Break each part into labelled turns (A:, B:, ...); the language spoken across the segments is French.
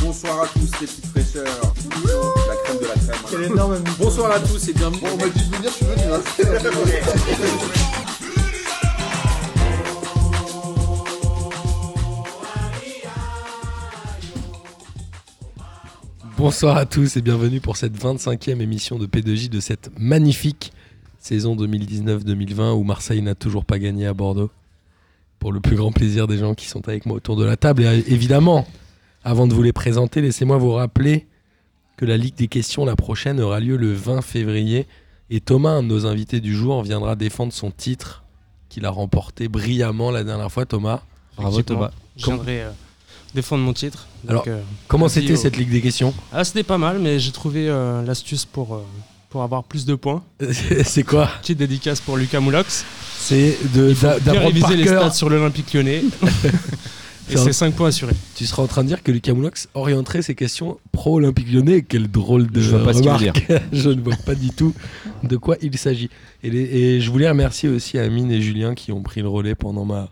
A: Bonsoir à tous les petites fraîcheurs. La crème de la crème.
B: Quel énorme micro.
A: Bonsoir à tous et bienvenue.
C: Bon, on m'a dit de venir, je suis venu. hein.
D: Bonsoir à tous et bienvenue pour cette 25e émission de P2J de cette magnifique saison 2019-2020 où Marseille n'a toujours pas gagné à Bordeaux. Pour le plus grand plaisir des gens qui sont avec moi autour de la table. Et euh, évidemment, avant de vous les présenter, laissez-moi vous rappeler que la Ligue des questions, la prochaine, aura lieu le 20 février. Et Thomas, un de nos invités du jour, viendra défendre son titre qu'il a remporté brillamment la dernière fois. Thomas,
E: Bravo
D: Effectivement.
E: Thomas. Je viendrai euh, défendre mon titre. Donc,
D: Alors-
E: euh,
D: comment
E: Merci,
D: c'était
E: oh.
D: cette Ligue des questions
E: ah, c'était pas mal, mais j'ai trouvé euh, l'astuce pour, euh, pour avoir plus de points.
D: C'est quoi
E: Petite dédicace pour Lucas Moulox.
D: C'est de- d'a-
E: Bien
D: d'apprendre par
E: réviser les
D: cœur
E: stats sur l'Olympique lyonnais. Et
D: C'est un-
E: c'est 5 points assurés.
D: Tu seras en train de dire que Lucas Moulox orienterait ses questions pro-olympique lyonnais. Quel drôle de
F: Je vois pas ce qu'il veut
D: remarque. je ne vois pas du tout de quoi il s'agit. Et, les- et je voulais remercier aussi Amine et Julien qui ont pris le relais pendant ma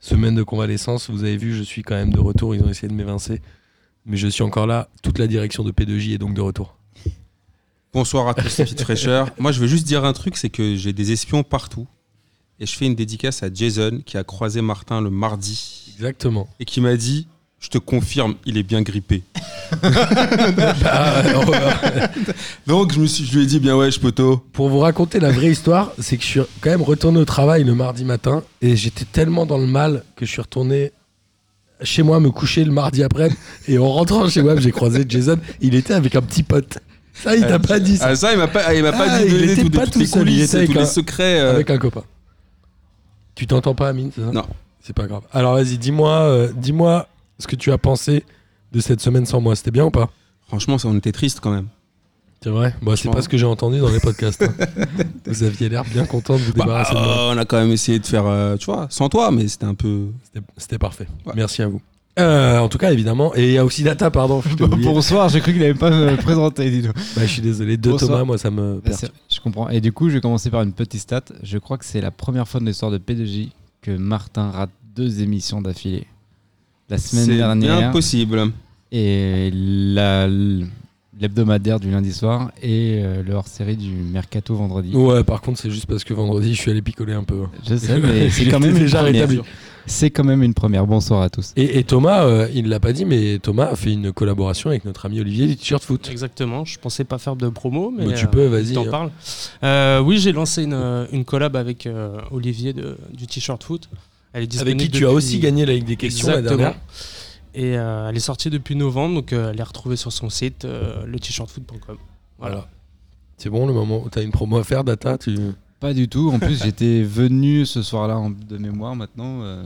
D: semaine de convalescence. Vous avez vu, je suis quand même de retour. Ils ont essayé de m'évincer. Mais je suis encore là. Toute la direction de P2J est donc de retour.
A: Bonsoir à tous les petites fraîcheurs. Moi, je veux juste dire un truc, c'est que j'ai des espions partout. Et je fais une dédicace à Jason qui a croisé Martin le mardi
D: Exactement.
A: et qui m'a dit Je te confirme, il est bien grippé.
D: Ah, alors, euh,
A: Donc, je, me suis, je lui ai dit Bien ouais, je poteau.
D: pour vous raconter la vraie histoire, c'est que je suis quand même retourné au travail le mardi matin et j'étais tellement dans le mal que je suis retourné chez moi me coucher le mardi après et en rentrant chez moi j'ai croisé Jason, il était avec un petit pote. Ça il t'a
A: Euh,
D: pas dit ça
A: Ah, ça, il m'a pas, il m'a pas
D: Ah,
A: dit de
D: il
A: donner
D: était
A: tout- de
D: pas
A: toutes
D: tout
A: les
D: seul, il
A: coulisses
D: était
A: et
D: avec
A: tous les
D: un-
A: secrets. euh,
D: avec un copain. Tu t'entends pas Amine, c'est ça
A: Non.
D: C'est pas grave. Alors vas-y, dis-moi euh, dis-moi ce que tu as pensé de cette semaine sans moi, c'était bien ou pas
A: Franchement, ça, on était triste quand même.
D: C'est vrai Bah c'est
A: Franchement.
D: pas ce que j'ai entendu dans les podcasts. hein. vous aviez l'air bien content de vous
A: Bah,
D: débarrasser de moi.
A: euh, on a quand même essayé de faire, euh, tu vois, sans toi, mais c'était un peu.
D: C'était- C'était parfait.
A: Ouais.
D: Merci à vous. Euh, en tout cas, évidemment. Et il y a aussi Data, pardon. Je, t'ai oublié.
F: Bonsoir, j'ai cru qu'il avait pas me présenter, dis donc.
D: Bah, je suis désolé. De
F: Bonsoir.
D: Thomas, moi, ça me perturbe.
F: Je comprends. Et du coup, je vais commencer par une petite stat. Je crois que c'est la première fois de l'histoire de P2J que Martin rate deux émissions d'affilée. La semaine
A: C'est bien
F: dernière
A: possible.
F: et la- l'hebdomadaire du lundi soir et euh, le hors-série du Mercato vendredi.
D: Ouais, par contre, c'est juste parce que vendredi, je suis allé picoler un peu. hein.
F: Je sais, mais c'est quand
D: J'étais
F: même une
D: déjà
F: première.
D: rétabli.
F: C'est quand même une première. Bonsoir à tous.
D: Et, et Thomas, euh, il l'a pas dit, mais Thomas a fait une collaboration avec notre ami Olivier du t-shirt foot.
E: Exactement. Je pensais pas faire de promo, mais.
D: Mais tu
E: euh,
D: peux, vas-y.
E: T'en
D: hein.
E: parles. Euh, oui, j'ai lancé une, une collab avec euh, Olivier de- du T-shirt Foot. Elle est
D: Avec
E: disponible
D: qui tu as
E: depuis-
D: aussi gagné la Ligue des questions la
E: Exactement.
D: dernière.
E: Et euh, elle est sortie depuis novembre, donc euh, elle est retrouvée sur son site, euh, le t-shirtfoot.com.
D: Voilà. C'est bon le moment où t'as une promo à faire, Data. Tu...
F: Pas du tout. En plus, j'étais venu ce soir-là en- de mémoire maintenant. euh,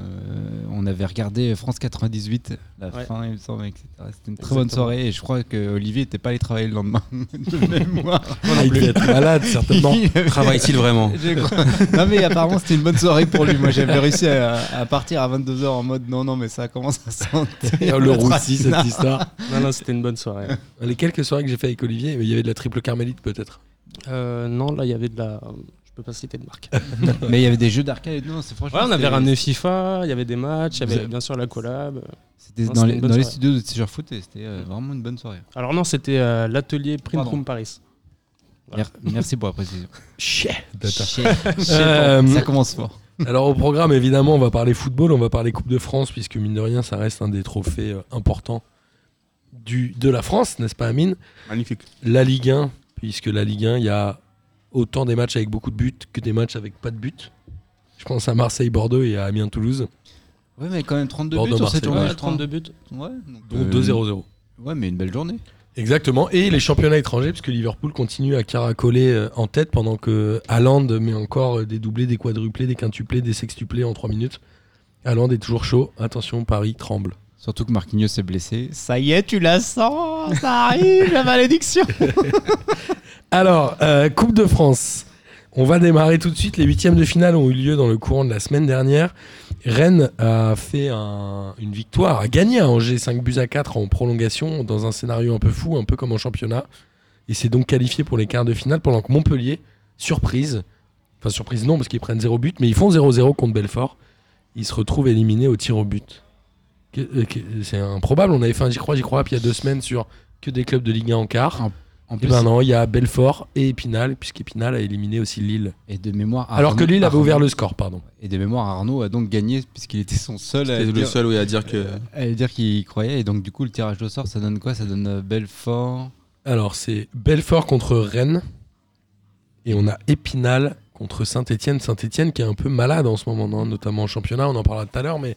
F: on avait regardé France 98, la
E: Ouais.
F: fin, il me semble, etc. C'était une très bonne
E: Exactement.
F: soirée et je crois que Olivier n'était pas allé travailler le lendemain de mémoire.
D: Ah, il devait être malade certainement.
F: Il avait-
A: Travaille-t-il vraiment
F: je crois- Non mais apparemment c'était une bonne soirée pour lui. Moi j'avais réussi à, à partir à 22h en mode non non mais ça commence à sentir
D: le roussi
F: traquenard.
D: cette histoire.
E: Non, non, c'était une bonne soirée.
D: Les quelques soirées que j'ai fait avec Olivier, il y avait de la triple carmélite peut-être.
E: Euh, non, là, il y avait de la. Je peux pas citer de marque.
F: Mais il y avait des jeux d'arcade. Non c'est franchement.
E: Ouais, on avait
F: c'était-
E: ramené FIFA, il y avait des matchs, il y
F: Vous
E: avait
F: avez-
E: bien sûr la collab.
F: C'était
E: Non,
F: dans,
E: c'était
F: les,
E: une bonne
F: dans les
E: soirée.
F: studios de T-shirt Foot et c'était euh, vraiment une bonne soirée.
E: Alors, non, c'était euh, l'atelier Print
F: Pardon.
E: Room Paris. Voilà.
F: Mer- Merci pour la précision.
D: Chier, Data. Euh,
F: Ça commence fort.
D: Alors au programme, évidemment, on va parler football, on va parler Coupe de France, puisque mine de rien, ça reste un des trophées euh, importants du, de la France, n'est-ce pas Amine
A: Magnifique.
D: La Ligue 1, puisque la Ligue 1, il y a autant des matchs avec beaucoup de buts que des matchs avec pas de buts. Je pense à Marseille-Bordeaux et à Amiens-Toulouse,
F: Ouais, mais quand même 32
D: Bordeaux,
F: buts sur cette
D: Marseille.
F: journée,
E: Ouais,
F: je crois.
E: 32 buts.
F: Ouais,
D: dont
F: Euh,
D: 2-0-0.
F: Ouais, mais une belle journée.
D: Exactement, et les championnats étrangers, puisque Liverpool continue à caracoler euh, en tête pendant que Haaland met encore euh, des doublés, des quadruplés, des quintuplés, des sextuplés en 3 minutes. Haaland est toujours chaud, attention, Paris tremble.
F: Surtout que Marquinhos s'est blessé. Ça y est, tu la sens, ça arrive, la malédiction.
D: Alors, euh, Coupe de France. On va démarrer tout de suite. Les huitièmes de finale ont eu lieu dans le courant de la semaine dernière. Rennes a fait un- une victoire, a gagné à Angers 5 buts à 4 en prolongation dans un scénario un peu fou, un peu comme en championnat. Et s'est donc qualifié pour les quarts de finale pendant que Montpellier, surprise, enfin surprise non parce qu'ils prennent 0 but, mais ils font 0-0 contre Belfort. Ils se retrouvent éliminés au tir au but. Que- euh, que- C'est improbable. On avait fait un J'y crois, J'y crois, puis il y a deux semaines sur que des clubs de Ligue 1 en quart.
F: En- En
D: Et
F: plus,
D: ben non, il y a Belfort et Épinal, puisqu'Épinal a éliminé aussi Lille.
F: et de mémoire.
D: Alors
F: Arnaud-
D: que Lille avait
F: Arnaud-
D: ouvert le score, pardon.
F: Et de mémoire, Arnaud a donc gagné puisqu'il était son seul à
A: C'était Euh, le
F: dire,
A: seul oui, à dire que.
F: à dire qu'il y croyait. Et donc, du coup, le tirage au sort, ça donne quoi Ça donne euh, Belfort.
D: Alors c'est Belfort contre Rennes. Et on a Épinal contre Saint-Etienne. Saint-Etienne qui est un peu malade en ce moment, non notamment en championnat, on en parlera tout à l'heure. Mais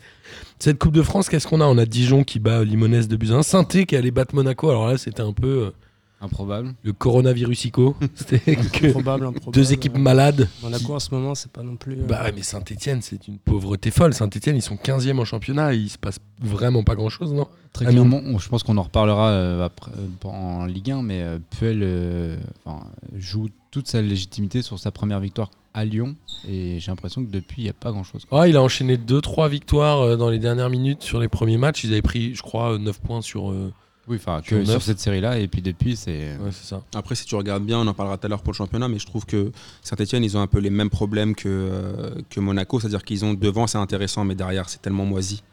D: cette Coupe de France, qu'est-ce qu'on a On a Dijon qui bat Limonès de Buzyn. Saint-Etienne qui est allé battre Monaco. Alors là, c'était un peu euh,
F: Improbable.
D: le coronavirusico. c'était que
E: Probable, improbable.
D: deux équipes malades.
E: Monaco en ce moment, c'est pas non plus. euh,
D: Bah ouais, mais Saint-Etienne, c'est une pauvreté folle. Saint-Etienne, ils sont 15e en championnat. Et il se passe vraiment pas grand-chose, non
F: Très
D: Amiens.
F: clairement, on- je pense qu'on en reparlera euh, après, euh, pour- en Ligue 1, mais euh, Puel euh, enfin, joue toute sa légitimité sur sa première victoire à Lyon. Et j'ai l'impression que depuis, il n'y a pas grand-chose. quoi.
D: Ah, il a enchaîné 2-3 victoires euh, dans les dernières minutes sur les premiers matchs. Ils avaient pris, je crois, 9 points sur. euh,
F: Oui, enfin,
D: Sur
F: que sur
D: neuf.
F: cette série-là. Et puis depuis, c'est.
D: Ouais, c'est ça.
A: Après, si tu regardes bien, on en parlera tout à l'heure pour le championnat, mais je trouve que Saint-Etienne, ils ont un peu les mêmes problèmes que, euh, que Monaco, c'est-à-dire qu'ils ont devant, c'est intéressant, mais derrière, c'est tellement moisi.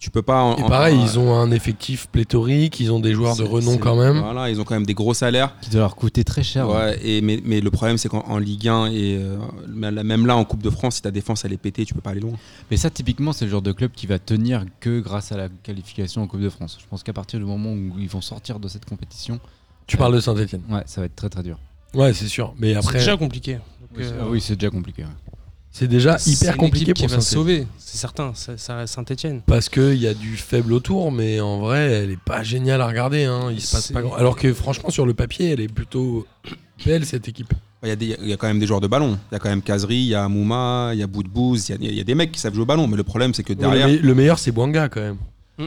A: Tu peux pas. En,
D: Et pareil,
A: en-
D: ils ont un effectif pléthorique, ils ont des joueurs de
A: c'est-
D: renom
A: c'est-
D: quand même. Ah
A: Voilà, ils ont quand même des gros salaires.
F: Qui doit leur coûter très cher. hein.
A: Ouais, et, mais, mais le problème, c'est qu'en en Ligue 1 et euh, même là en Coupe de France, si ta défense elle est pétée, tu peux pas aller loin.
F: Mais ça, typiquement, c'est le genre de club qui va tenir que grâce à la qualification en Coupe de France. Je pense qu'à partir du moment où ils vont sortir de cette compétition,
D: Tu parles de Saint-Etienne.
F: ouais, ça va être très très dur.
D: Ouais, c'est sûr. Mais
E: C'est
D: après,
E: déjà compliqué. Donc,
F: Oui, c'est-
E: euh,
F: oui, c'est déjà compliqué. ouais.
D: c'est déjà
E: c'est
D: hyper
E: une
D: compliqué
E: équipe
D: pour
E: qui va se
D: Saint-Etienne.
E: sauver, c'est certain. Ça, ça reste Saint-Etienne.
D: Parce qu'il y a du faible autour, mais en vrai, elle est pas géniale à regarder. hein. Il se passe
E: C'est-
D: pas grand- Alors que franchement, sur le papier, elle est plutôt belle cette équipe.
A: Il y, a des- il y a quand même des joueurs de ballon. Il y a quand même Kazri, il y a Mouma, il y a Boudbouz, il y a- il y, a des mecs qui savent jouer au ballon. Mais le problème, c'est que derrière.
D: Oh, Le, me- le meilleur, c'est Bouanga quand même.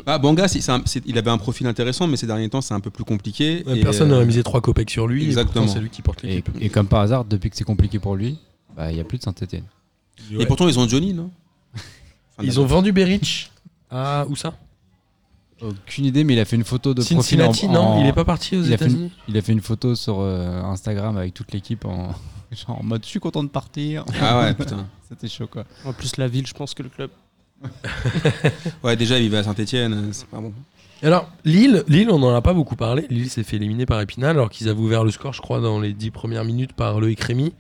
A: Ah, Banga, c'est- c'est un- c'est- il avait un profil intéressant, mais ces derniers temps, c'est un peu plus compliqué.
D: Ouais,
A: Et,
D: Personne
A: euh,
D: n'aurait misé trois copecs sur lui. et pourtant,
A: exactement.
D: C'est lui qui porte
F: Et,
D: l'équipe.
F: et comme par hasard, depuis que c'est compliqué pour lui, bah, il n'y a plus de Saint-Etienne.
A: Et pourtant, ils ont Johnny, non
D: Ils ont vendu Berich à Ah, où ça
F: Aucune idée, mais il a fait une photo de
D: Cincinnati,
F: profil. en-
D: non
F: en-
D: Il est pas parti aux
F: il a fait une-
D: États-Unis
F: Il a fait une photo sur euh, Instagram avec toute l'équipe en... genre en mode je suis content de partir.
A: Ah ouais, putain.
F: C'était chaud quoi.
E: En plus, la ville, je pense que le club.
A: Ouais, déjà, il vivait à Saint-Etienne, c'est pas bon.
D: Alors, Lille, Lille, on n'en a pas beaucoup parlé. Lille s'est fait éliminer par Épinal alors qu'ils avaient ouvert le score, je crois, dans les 10 premières minutes par Loïc Rémy.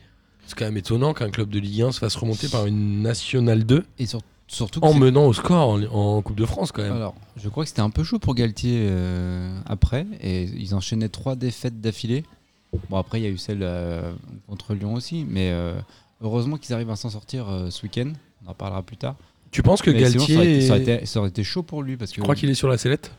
D: C'est quand même étonnant qu'un club de Ligue 1 se fasse remonter par une Nationale 2
F: Et sur- surtout que
D: en
F: c'est-
D: menant au score en, en Coupe de France quand même.
F: Alors, je crois que c'était un peu chaud pour Galtier euh, après, et ils enchaînaient trois défaites d'affilée. Bon, après, il y a eu celle euh, contre Lyon aussi, mais euh, heureusement qu'ils arrivent à s'en sortir euh, ce week-end. On en parlera plus tard.
D: Tu penses que
F: Mais sinon, ça
D: Galtier.
F: aurait, été, ça aurait
D: est-
F: été- ça aurait été chaud pour lui parce que
D: Je crois qu'il est sur la sellette.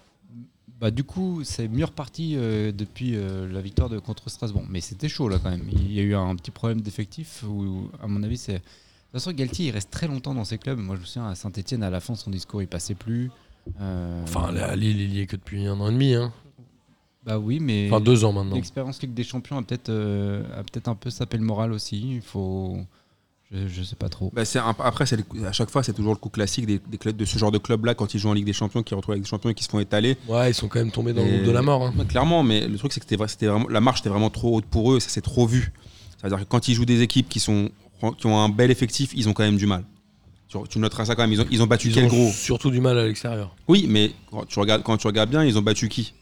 F: bah, du coup, c'est mieux reparti euh, depuis euh, la victoire de contre Strasbourg. Mais c'était chaud là quand même. Il y a eu un petit problème d'effectif où, à mon avis, c'est. De toute façon, Galtier, il reste très longtemps dans ses clubs. Moi, je me souviens à Saint-Etienne, à la fin, son discours, il passait plus. Euh,
D: Enfin, là, Lille, il y est que depuis un an et demi. hein.
F: Bah oui, mais
D: Enfin, deux ans maintenant.
F: l'expérience Ligue des Champions a peut-être euh, a peut-être un peu sapé le moral aussi. Il faut, je, je sais pas trop.
A: Bah, c'est un- après, c'est le coup- à chaque fois, c'est toujours le coup classique des, des clubs, de ce genre de club-là, quand ils jouent en Ligue des Champions, qui retrouvent avec des champions et qui se font étaler.
D: Ouais, ils sont quand même tombés dans le
A: Et-
D: groupe de la mort. hein.
A: Ouais, clairement, mais le truc, c'est que c'était vrai- c'était vraiment, la marche était vraiment trop haute pour eux, et ça s'est trop vu. C'est-à-dire que quand ils jouent des équipes qui, sont, qui ont un bel effectif, ils ont quand même du mal. Tu, tu noteras ça quand même, ils ont, ils ont battu
D: Ils
A: quel
D: ont
A: gros
D: surtout du mal à l'extérieur.
A: Oui, mais quand tu, regardes, quand tu regardes bien, ils ont battu qui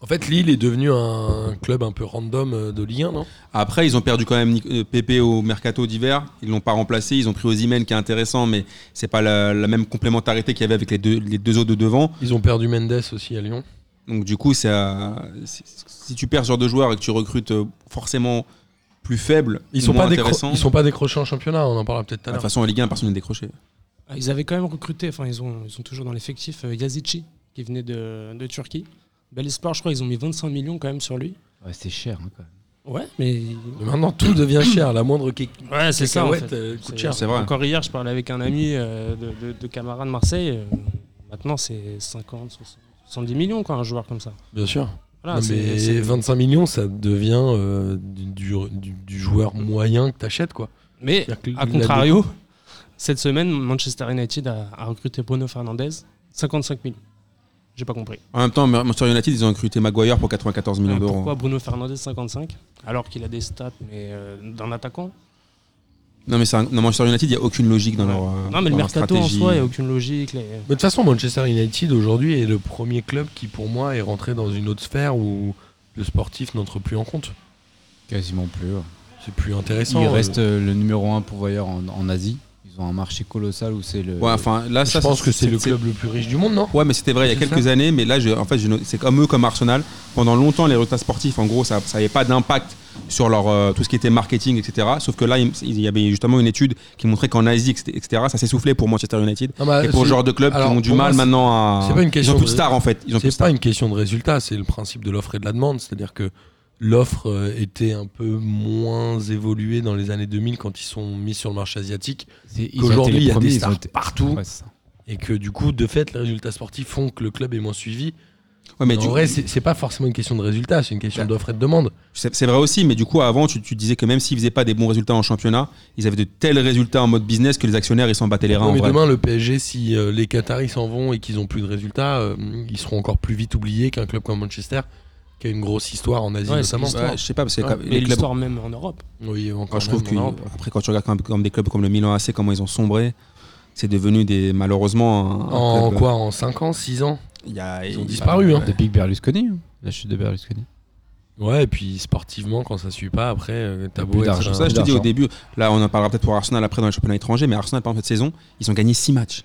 D: En fait, Lille est devenu un club un peu random euh, de Ligue 1, non
A: Après, ils ont perdu quand même Nic- euh, Pépé au mercato d'hiver, ils l'ont pas remplacé, ils ont pris Osimhen qui est intéressant, mais c'est pas la, la même complémentarité qu'il y avait avec les deux, les deux autres de devant.
D: Ils ont perdu Mendes aussi à Lyon.
A: Donc du coup, ça, si, si tu perds ce genre de joueur et que tu recrutes euh, forcément plus faible,
D: Ils sont,
A: moins
D: pas décro-
A: intéressant,
D: ils sont pas décrochés en championnat, on en parlera
A: de
D: peut-être tout à
A: toute
D: l'heure.
A: façon, en Ligue 1, personne n'est décroché.
E: Ah, Ils avaient quand même recruté, enfin, ils ont, ils sont toujours dans l'effectif, euh, Yazici, qui venait de, de Turquie. Bel espoir, je crois, ils ont mis 25 millions quand même sur lui.
F: Ouais, c'est cher. hein, quand même.
E: Ouais, mais.
D: Mais Maintenant, tout devient cher. La moindre qui
E: Ouais, c'est ça. en fait.
D: coûte cher.
A: C'est vrai.
E: Ah. Encore hier, je parlais avec un ami euh, de, de, de Camara de Marseille. euh, maintenant, c'est 50, 60, 70 millions, quoi, un joueur comme ça.
D: Bien sûr.
E: Voilà,
D: Non,
E: Ah, c'est-
D: mais
E: c'est-
D: 25 millions, ça devient euh, du, du- du- du joueur moyen que t'achètes, quoi.
E: Mais,
D: C'est-à-dire que
E: à
D: la
E: contrario, cette semaine, Manchester United a, a recruté Bruno Fernandez, 55 millions. J'ai pas compris.
A: En même temps, Manchester United, ils ont recruté Maguire pour 94 millions
E: Euh,
A: d'euros.
E: Pourquoi Bruno Fernandez 55 alors qu'il a des stats mais euh, d'un attaquant
A: Non, mais c'est un- non, Manchester United, il n'y a aucune logique dans leur. euh,
E: Non, mais le
A: dans leur
E: mercato en
A: stratégie.
E: soi, il n'y a aucune logique. les-
D: Mais de toute façon, Manchester United aujourd'hui est le premier club qui, pour moi, est rentré dans une autre sphère où le sportif n'entre plus en compte.
F: Quasiment plus. ouais.
D: C'est plus
F: Il
D: intéressant. euh,
F: reste euh, le numéro 1 pourvoyeur en, en Asie. Ils ont un marché colossal où c'est le.
A: Ouais, enfin, là,
D: Je
A: ça,
D: pense que c'est le club le plus riche du monde, non
A: Ouais, mais c'était vrai il y a
D: C'est
A: quelques années, mais là, je- en fait, je ne- c'est comme eux, comme Arsenal. Pendant longtemps, les résultats sportifs, en gros, ça n'avait pas d'impact sur leur, euh, tout ce qui était marketing, etc. Sauf que là, il, il y avait justement une étude qui montrait qu'en Asie, etc., ça s'est soufflé pour Manchester United.
D: Non, bah,
A: Et pour
D: c'est-
A: ce genre de clubs qui
D: alors,
A: ont du
D: pour moi,
A: mal
D: c'est-
A: maintenant à.
D: c'est pas une question
A: ils ont plus de
D: de-
A: stars, en fait. Ils ont plus de
D: C'est pas
A: stars.
D: une question de résultat, c'est le principe de l'offre et de la demande. C'est-à-dire que l'offre euh, était un peu moins évoluée dans les années 2000 quand ils sont mis sur le marché asiatique
F: c'est- ils ont
D: qu'aujourd'hui,
F: été
D: il
F: les
D: y a
F: premiers,
D: des
F: ils ont
D: stars
F: été-
D: partout
F: Ouais, c'est ça.
D: et que du coup, de fait, les résultats sportifs font que le club est moins suivi.
A: Ouais, mais
D: en
A: du-
D: vrai, c'est c'est pas forcément une question de résultat, c'est une question
A: Bah.
D: d'offre et de demande.
A: C'est c'est vrai aussi, mais du coup, avant, tu, tu disais que même s'ils faisaient pas des bons résultats en championnat, ils avaient de tels résultats en mode business que les actionnaires, ils s'en battaient les reins.
D: Ouais,
A: en
D: mais
A: vrai.
D: demain, le PSG, si euh, les Qataris s'en vont et qu'ils ont plus de résultats, euh, ils seront encore plus vite oubliés qu'un club comme Manchester, qui a une grosse histoire en Asie
E: Ouais, c'est
D: notamment.
A: Ouais, je sais pas, parce que
D: Ouais,
A: quand-
E: Et
A: les clubs.
E: l'histoire même en Europe.
D: Oui, encore
A: Moi, je trouve
D: même en Europe.
A: qu'après, quand tu regardes comme, comme des clubs comme le Milan AC, comment ils ont sombré, c'est devenu des, malheureusement. un- un
D: En
A: club- euh,
D: quoi En 5 ans 6 ans
A: Il y a-
D: Ils ont
A: il-
D: disparu, hein.
F: Depuis que Berlusconi, hein. la chute de Berlusconi.
D: Ouais, et puis sportivement, quand ça suit pas, après, euh, t'as
F: Plus
D: beau être
F: d'argent.
A: C'est pour ça,
D: un-
A: que je te dis au
F: D'argent.
A: début, là, on en parlera peut-être pour Arsenal après dans les championnats étrangers, mais Arsenal, pendant cette saison, ils ont gagné 6 matchs.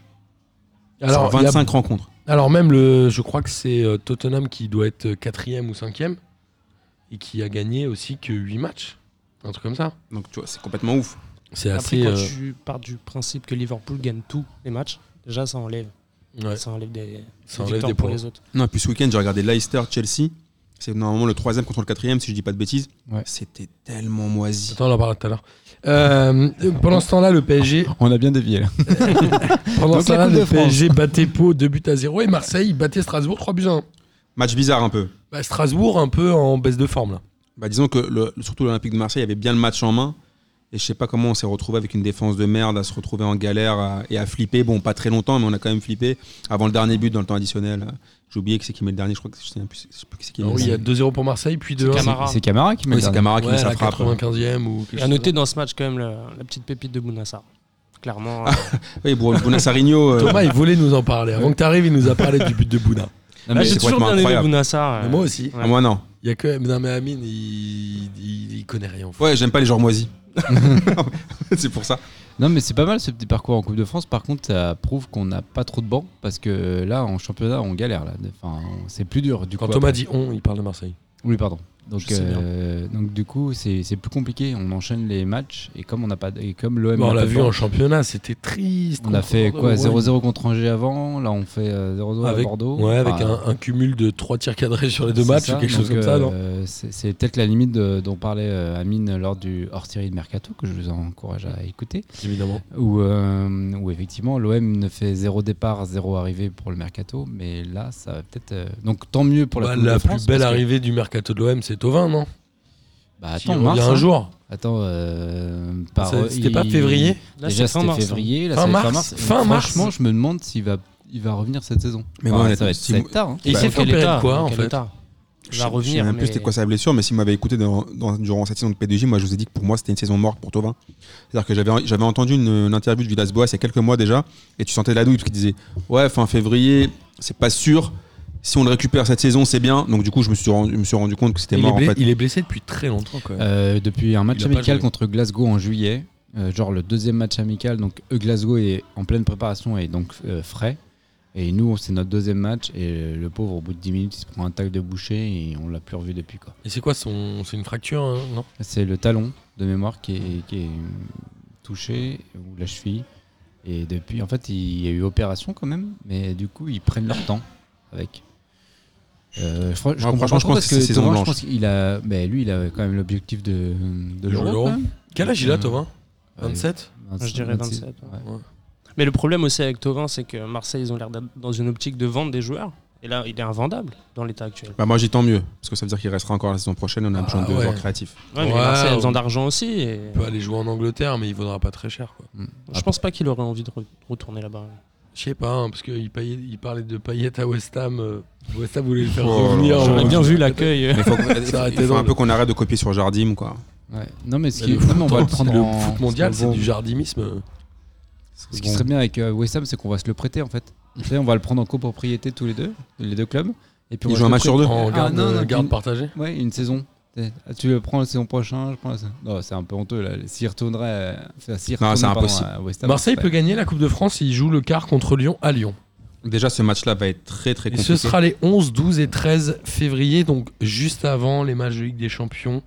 D: Alors,
A: sur
D: il y a-
A: 25 rencontres.
D: alors même, le, je crois que c'est euh, Tottenham qui doit être 4 ou 5 et qui a gagné aussi que 8 matchs. Un truc comme ça.
A: Donc, tu vois, c'est complètement ouf.
D: C'est assez.
E: Après, quand
D: euh,
E: tu pars du principe que Liverpool gagne tous les matchs, déjà ça enlève.
D: ouais,
E: Ça enlève des,
D: ça
E: des
D: enlève
E: victoires
D: des
E: pour
D: points.
E: les autres.
A: Non, et puis ce week-end, j'ai regardé Leicester-Chelsea. C'est normalement le troisième contre le quatrième, si je dis pas de bêtises.
F: Ouais.
A: C'était tellement moisi.
D: Attends, on en parlera tout à l'heure. Euh, euh, pendant ce temps-là, le PSG,
F: On a bien dévié là.
D: pendant
F: Donc,
D: ce temps-là,
F: la Coupe
D: le
F: de France.
D: PSG battait Pau 2 buts à 0 et Marseille battait Strasbourg 3 buts à 1.
A: Match bizarre un peu.
D: Bah, Strasbourg un peu en baisse de forme là.
A: Bah, disons que le- surtout l'Olympique de Marseille avait bien le match en main. Et je sais pas comment on s'est retrouvé avec une défense de merde, à se retrouver en galère à- et à flipper. Bon, pas très longtemps, mais on a quand même flippé avant le dernier but dans le temps additionnel. J'ai oublié que c'est qui met le dernier, je crois que je sais plus, je sais plus qui c'est qui met
D: Alors,
A: le
D: Ah oui, il y a
A: dernier.
D: 2-0 pour Marseille, puis 2-1.
E: Camara.
F: C'est c'est Camara qui m'a
A: Oui, c'est Camara qui
D: Ouais,
A: met
D: à
A: sa
D: la
A: frappe.
D: 95e ou quelque
E: Et à
D: chose
E: noter
D: comme
E: dans ce match quand même le- la petite pépite de Bounassar. Clairement,
A: Ah,
E: euh,
A: Oui, pour Bonassarino.
D: ça.
A: euh,
D: Thomas, il voulait nous en parler. Avant que tu arrives, il nous a parlé du but de Bouna.
E: là, j'ai
A: c'est
E: toujours
A: complètement
E: bien aimé
A: incroyable.
E: Bounassar. euh,
D: Mais moi aussi.
A: ah, moi, non.
D: Il y a que non, mais Amine, il, il, il connaît rien. au foot.
A: Ouais, j'aime pas les joueurs moisis. c'est pour ça.
F: Non, mais c'est pas mal ce petit parcours en Coupe de France. Par contre, ça prouve qu'on n'a pas trop de bancs parce que euh, là, en championnat, on galère. Là. Enfin, on- c'est plus dur. Du
D: Quand
F: coup,
D: Thomas
F: après.
D: dit on, il parle de Marseille.
F: Oui, pardon. Donc,
D: Je sais bien.
F: euh, donc du coup, c'est c'est plus compliqué. On enchaîne les matchs et comme on n'a pas, de- et comme l'OM,
D: Bon,
F: n'a
D: on
F: pas
D: l'a
F: de
D: vu
F: banc,
D: en championnat, c'était triste.
F: on a
D: contre
F: fait
D: Bordeaux,
F: quoi
D: ouais.
F: 0-0 contre Angers avant. Là, on fait euh, 0-0
D: avec,
F: à Bordeaux.
D: ouais, avec
F: Enfin,
D: un, un cumul de 3 tirs cadrés sur les deux
F: c'est
D: matchs
F: ça.
D: ou quelque chose
F: Donc,
D: comme ça, non
F: euh, C'est c'est peut-être la limite de- dont parlait euh, Amine lors du hors-série de Mercato que je vous encourage à écouter.
D: Évidemment.
F: où, euh, où effectivement l'OM ne fait zéro départ, zéro arrivée pour le mercato, mais là ça va peut-être. euh, Donc tant mieux pour la,
D: Bah,
F: Coupe de
D: la plus
F: France,
D: belle
F: parce que-
D: arrivée du mercato de l'OM, c'est Tovin, non
F: Bah,
D: Qui
F: attends,
D: revient
F: mars,
D: un
F: hein.
D: jour.
F: Attends, euh, par-
D: Ça- C'était
F: il-
D: pas février
E: là,
F: Déjà
E: c'est fin
F: c'était
E: mars, hein.
F: février, là,
D: Fin
F: ça va être
D: mars, fin
F: Et
D: mars.
F: Franchement, je me demande s'il va, il va revenir cette saison.
A: Mais
F: Enfin,
A: bon,
F: ça va être,
A: si
F: ça va
A: vous-
F: être tard. hein.
E: Et il
D: Bah,
E: s'est fait
D: opéré de
E: l'état,
D: quoi,
E: dans
D: en
E: quel
D: fait
A: Je
E: état va
A: sais- Je sais
E: revenir.
A: même plus
E: mais-
A: c'était quoi sa blessure, mais si vous m'avez écouté dans- dans- durant cette saison de P2J, moi je vous ai dit que pour moi c'était une saison morte pour Tovin. C'est-à-dire que j'avais j'avais entendu une, une interview de Villas Boas il y a quelques mois déjà, et tu sentais de la douille parce qu'il disait Ouais, fin février, c'est pas sûr. Si on le récupère cette saison, c'est bien. Donc du coup, je me suis rendu, je me suis rendu compte que c'était
D: il, est
A: mort en
D: blé-
A: fait.
D: il est blessé depuis très longtemps, quand même.
F: Euh, depuis un match
D: Il a pas
F: amical
D: joué.
F: contre Glasgow en juillet, euh, genre le deuxième match amical, donc eux, Glasgow est en pleine préparation et donc euh, frais. Et nous, c'est notre deuxième match et le pauvre, au bout de 10 minutes, il se prend un tac de boucher et on l'a plus revu depuis. quoi.
D: Et c'est quoi son. C'est une fracture, hein, non
F: C'est le talon de mémoire qui est, qui est, euh, touché, ou la cheville. Et depuis, en fait, il y a eu opération quand même, mais du coup, ils prennent leur temps avec. Euh, je, crois- je
A: Moi, franchement,
F: comprends pas
A: je pense
F: trop parce
A: que c'est saison
F: Thomas, je
A: blanche.
F: pense qu'il a, mais lui, il a quand même l'objectif de, de
D: De l'Euro.
F: l'euro. quand même.
D: Quel âge il a,
F: Euh,
D: Tovin
F: Ouais,
D: 27
E: Je dirais hein.
F: 26,
E: 27,
F: ouais.
E: Mais le problème aussi avec Tovin, c'est que Marseille, ils ont l'air d'être dans une optique de vendre des joueurs. Et là, il est invendable dans l'état actuel.
A: Bah, moi j'y tant mieux, parce que ça veut dire qu'il restera encore la saison prochaine, on a
D: Ah,
A: besoin de
D: ouais.
A: joueurs créatifs.
E: Ouais, mais
D: Ouais,
E: Marseille a besoin
D: on-
E: d'argent aussi. et
D: Il peut aller jouer en Angleterre, mais il vaudra pas très cher, quoi.
E: Je pense pas qu'il aurait envie de re- retourner là-bas.
D: Je sais pas, hein, parce qu'il il parlait de Payet à West Ham. euh, West Ham voulait le faire
A: Oh là là,
D: revenir.
A: j'aurais
D: euh,
E: J'aurais bien
D: euh,
E: vu l'accueil.
A: Mais faut,
D: Ça aurait
A: il
D: été
A: faut un
D: drôle.
A: peu qu'on arrête de copier sur Jardim, quoi.
F: Ouais. Non, mais ce
D: Mais
F: qui
D: le
F: non, mais on
D: foot,
F: va le
D: c'est
F: prendre
D: le
F: en-
D: foot mondial,
F: c'est
D: c'est
F: bon.
D: du euh, jardimisme.
F: Ce qui serait bien avec euh, West Ham, c'est qu'on va se le prêter en fait. Tu sais, on va le prendre en copropriété tous les deux, les deux clubs. Et puis on
A: Ils
F: va
A: jouent
F: se
A: un
F: le
A: match sur deux.
D: En
F: Ah,
D: garde,
E: euh,
D: euh,
F: non, non,
D: garde
F: tu-
D: partagée.
F: Ouais, une saison. T'es- ah, Tu le prends la saison prochaine, je prends la saison- Non, c'est un peu honteux là. S'il retournerait. euh, enfin, s'il
A: Non, c'est
F: retourne, pardon,
A: impossible.
F: à West Ham,
D: Marseille
F: ça
D: peut gagner la Coupe de France il joue le quart contre Lyon à Lyon.
A: Déjà, ce match-là va être très très
D: Et
A: compliqué.
D: ce sera les 11, 12 et 13 février, donc juste avant les matchs de Ligue des Champions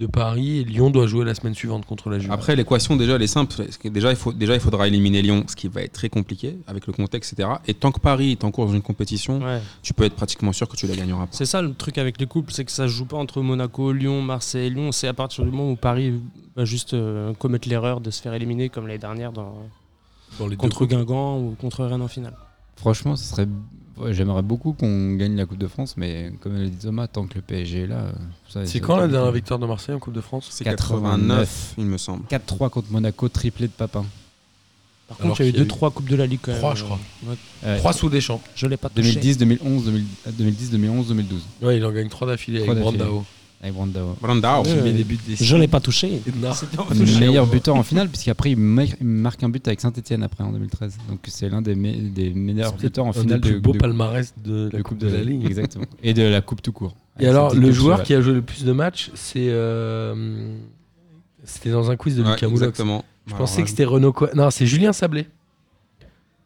D: de Paris. Et Lyon doit jouer la semaine suivante contre la Juve.
A: Après, l'équation, déjà, elle est simple. Parce que Déjà il, faut, déjà, il faudra éliminer Lyon, ce qui va être très compliqué avec le contexte, etc. Et tant que Paris est en cours dans une compétition,
E: Ouais.
A: tu peux être pratiquement sûr que tu la gagneras pas.
E: C'est ça le truc avec les couples, c'est que ça se joue pas entre Monaco, Lyon, Marseille et Lyon. C'est à partir du moment où Paris va juste euh, commettre l'erreur de se faire éliminer comme l'année dernière dans-
D: dans les deux
E: contre Guingamp ou contre Rennes en finale.
F: Franchement, ce serait. ouais, J'aimerais beaucoup qu'on gagne la Coupe de France, mais comme le dit Thomas, tant que le PSG est là. euh, ça-
D: C'est
F: ça-
D: quand la dernière victoire de Marseille en Coupe de France
A: C'est 89,
F: 89,
A: il me semble.
F: 4-3 contre Monaco, triplé de Papin.
E: Par
D: Alors
E: contre, il y a eu
D: qu'il y a
E: deux
D: eu-
E: trois coupes de la Ligue quand même.
D: Trois, je crois.
E: Ouais,
F: Ouais.
D: 3 sous Deschamps.
E: je l'ai pas touché.
F: 2010, 2011, 2000 2010, 2011, 2012.
D: Ouais, il en gagne 3 d'affilée
F: Trois
D: avec
F: d'affilée.
D: Brandao.
F: Avec Brandao.
A: Brandao.
E: Ouais.
D: Il met des buts des
E: Je l'ai pas touché.
F: Le meilleur buteur en finale, puisqu'après il, mar- il marque un but avec Saint-Etienne après en 2013. Donc c'est l'un des, me- des meilleurs buteurs en finale
D: du
F: de,
D: beau
F: de-
D: palmarès de
F: de
D: la Coupe de la Ligue.
F: Exactement. Et de la Coupe tout court.
D: Et
F: Avec
D: alors,
F: cette
D: le
F: équipe
D: joueur
F: de-
D: qui a joué le plus de matchs, c'est. euh, C'était dans un quiz de
A: Ouais,
D: Lucas Moulox.
A: exactement.
D: Je pensais que c'était Renaud. Co- Non, c'est Julien Sablé.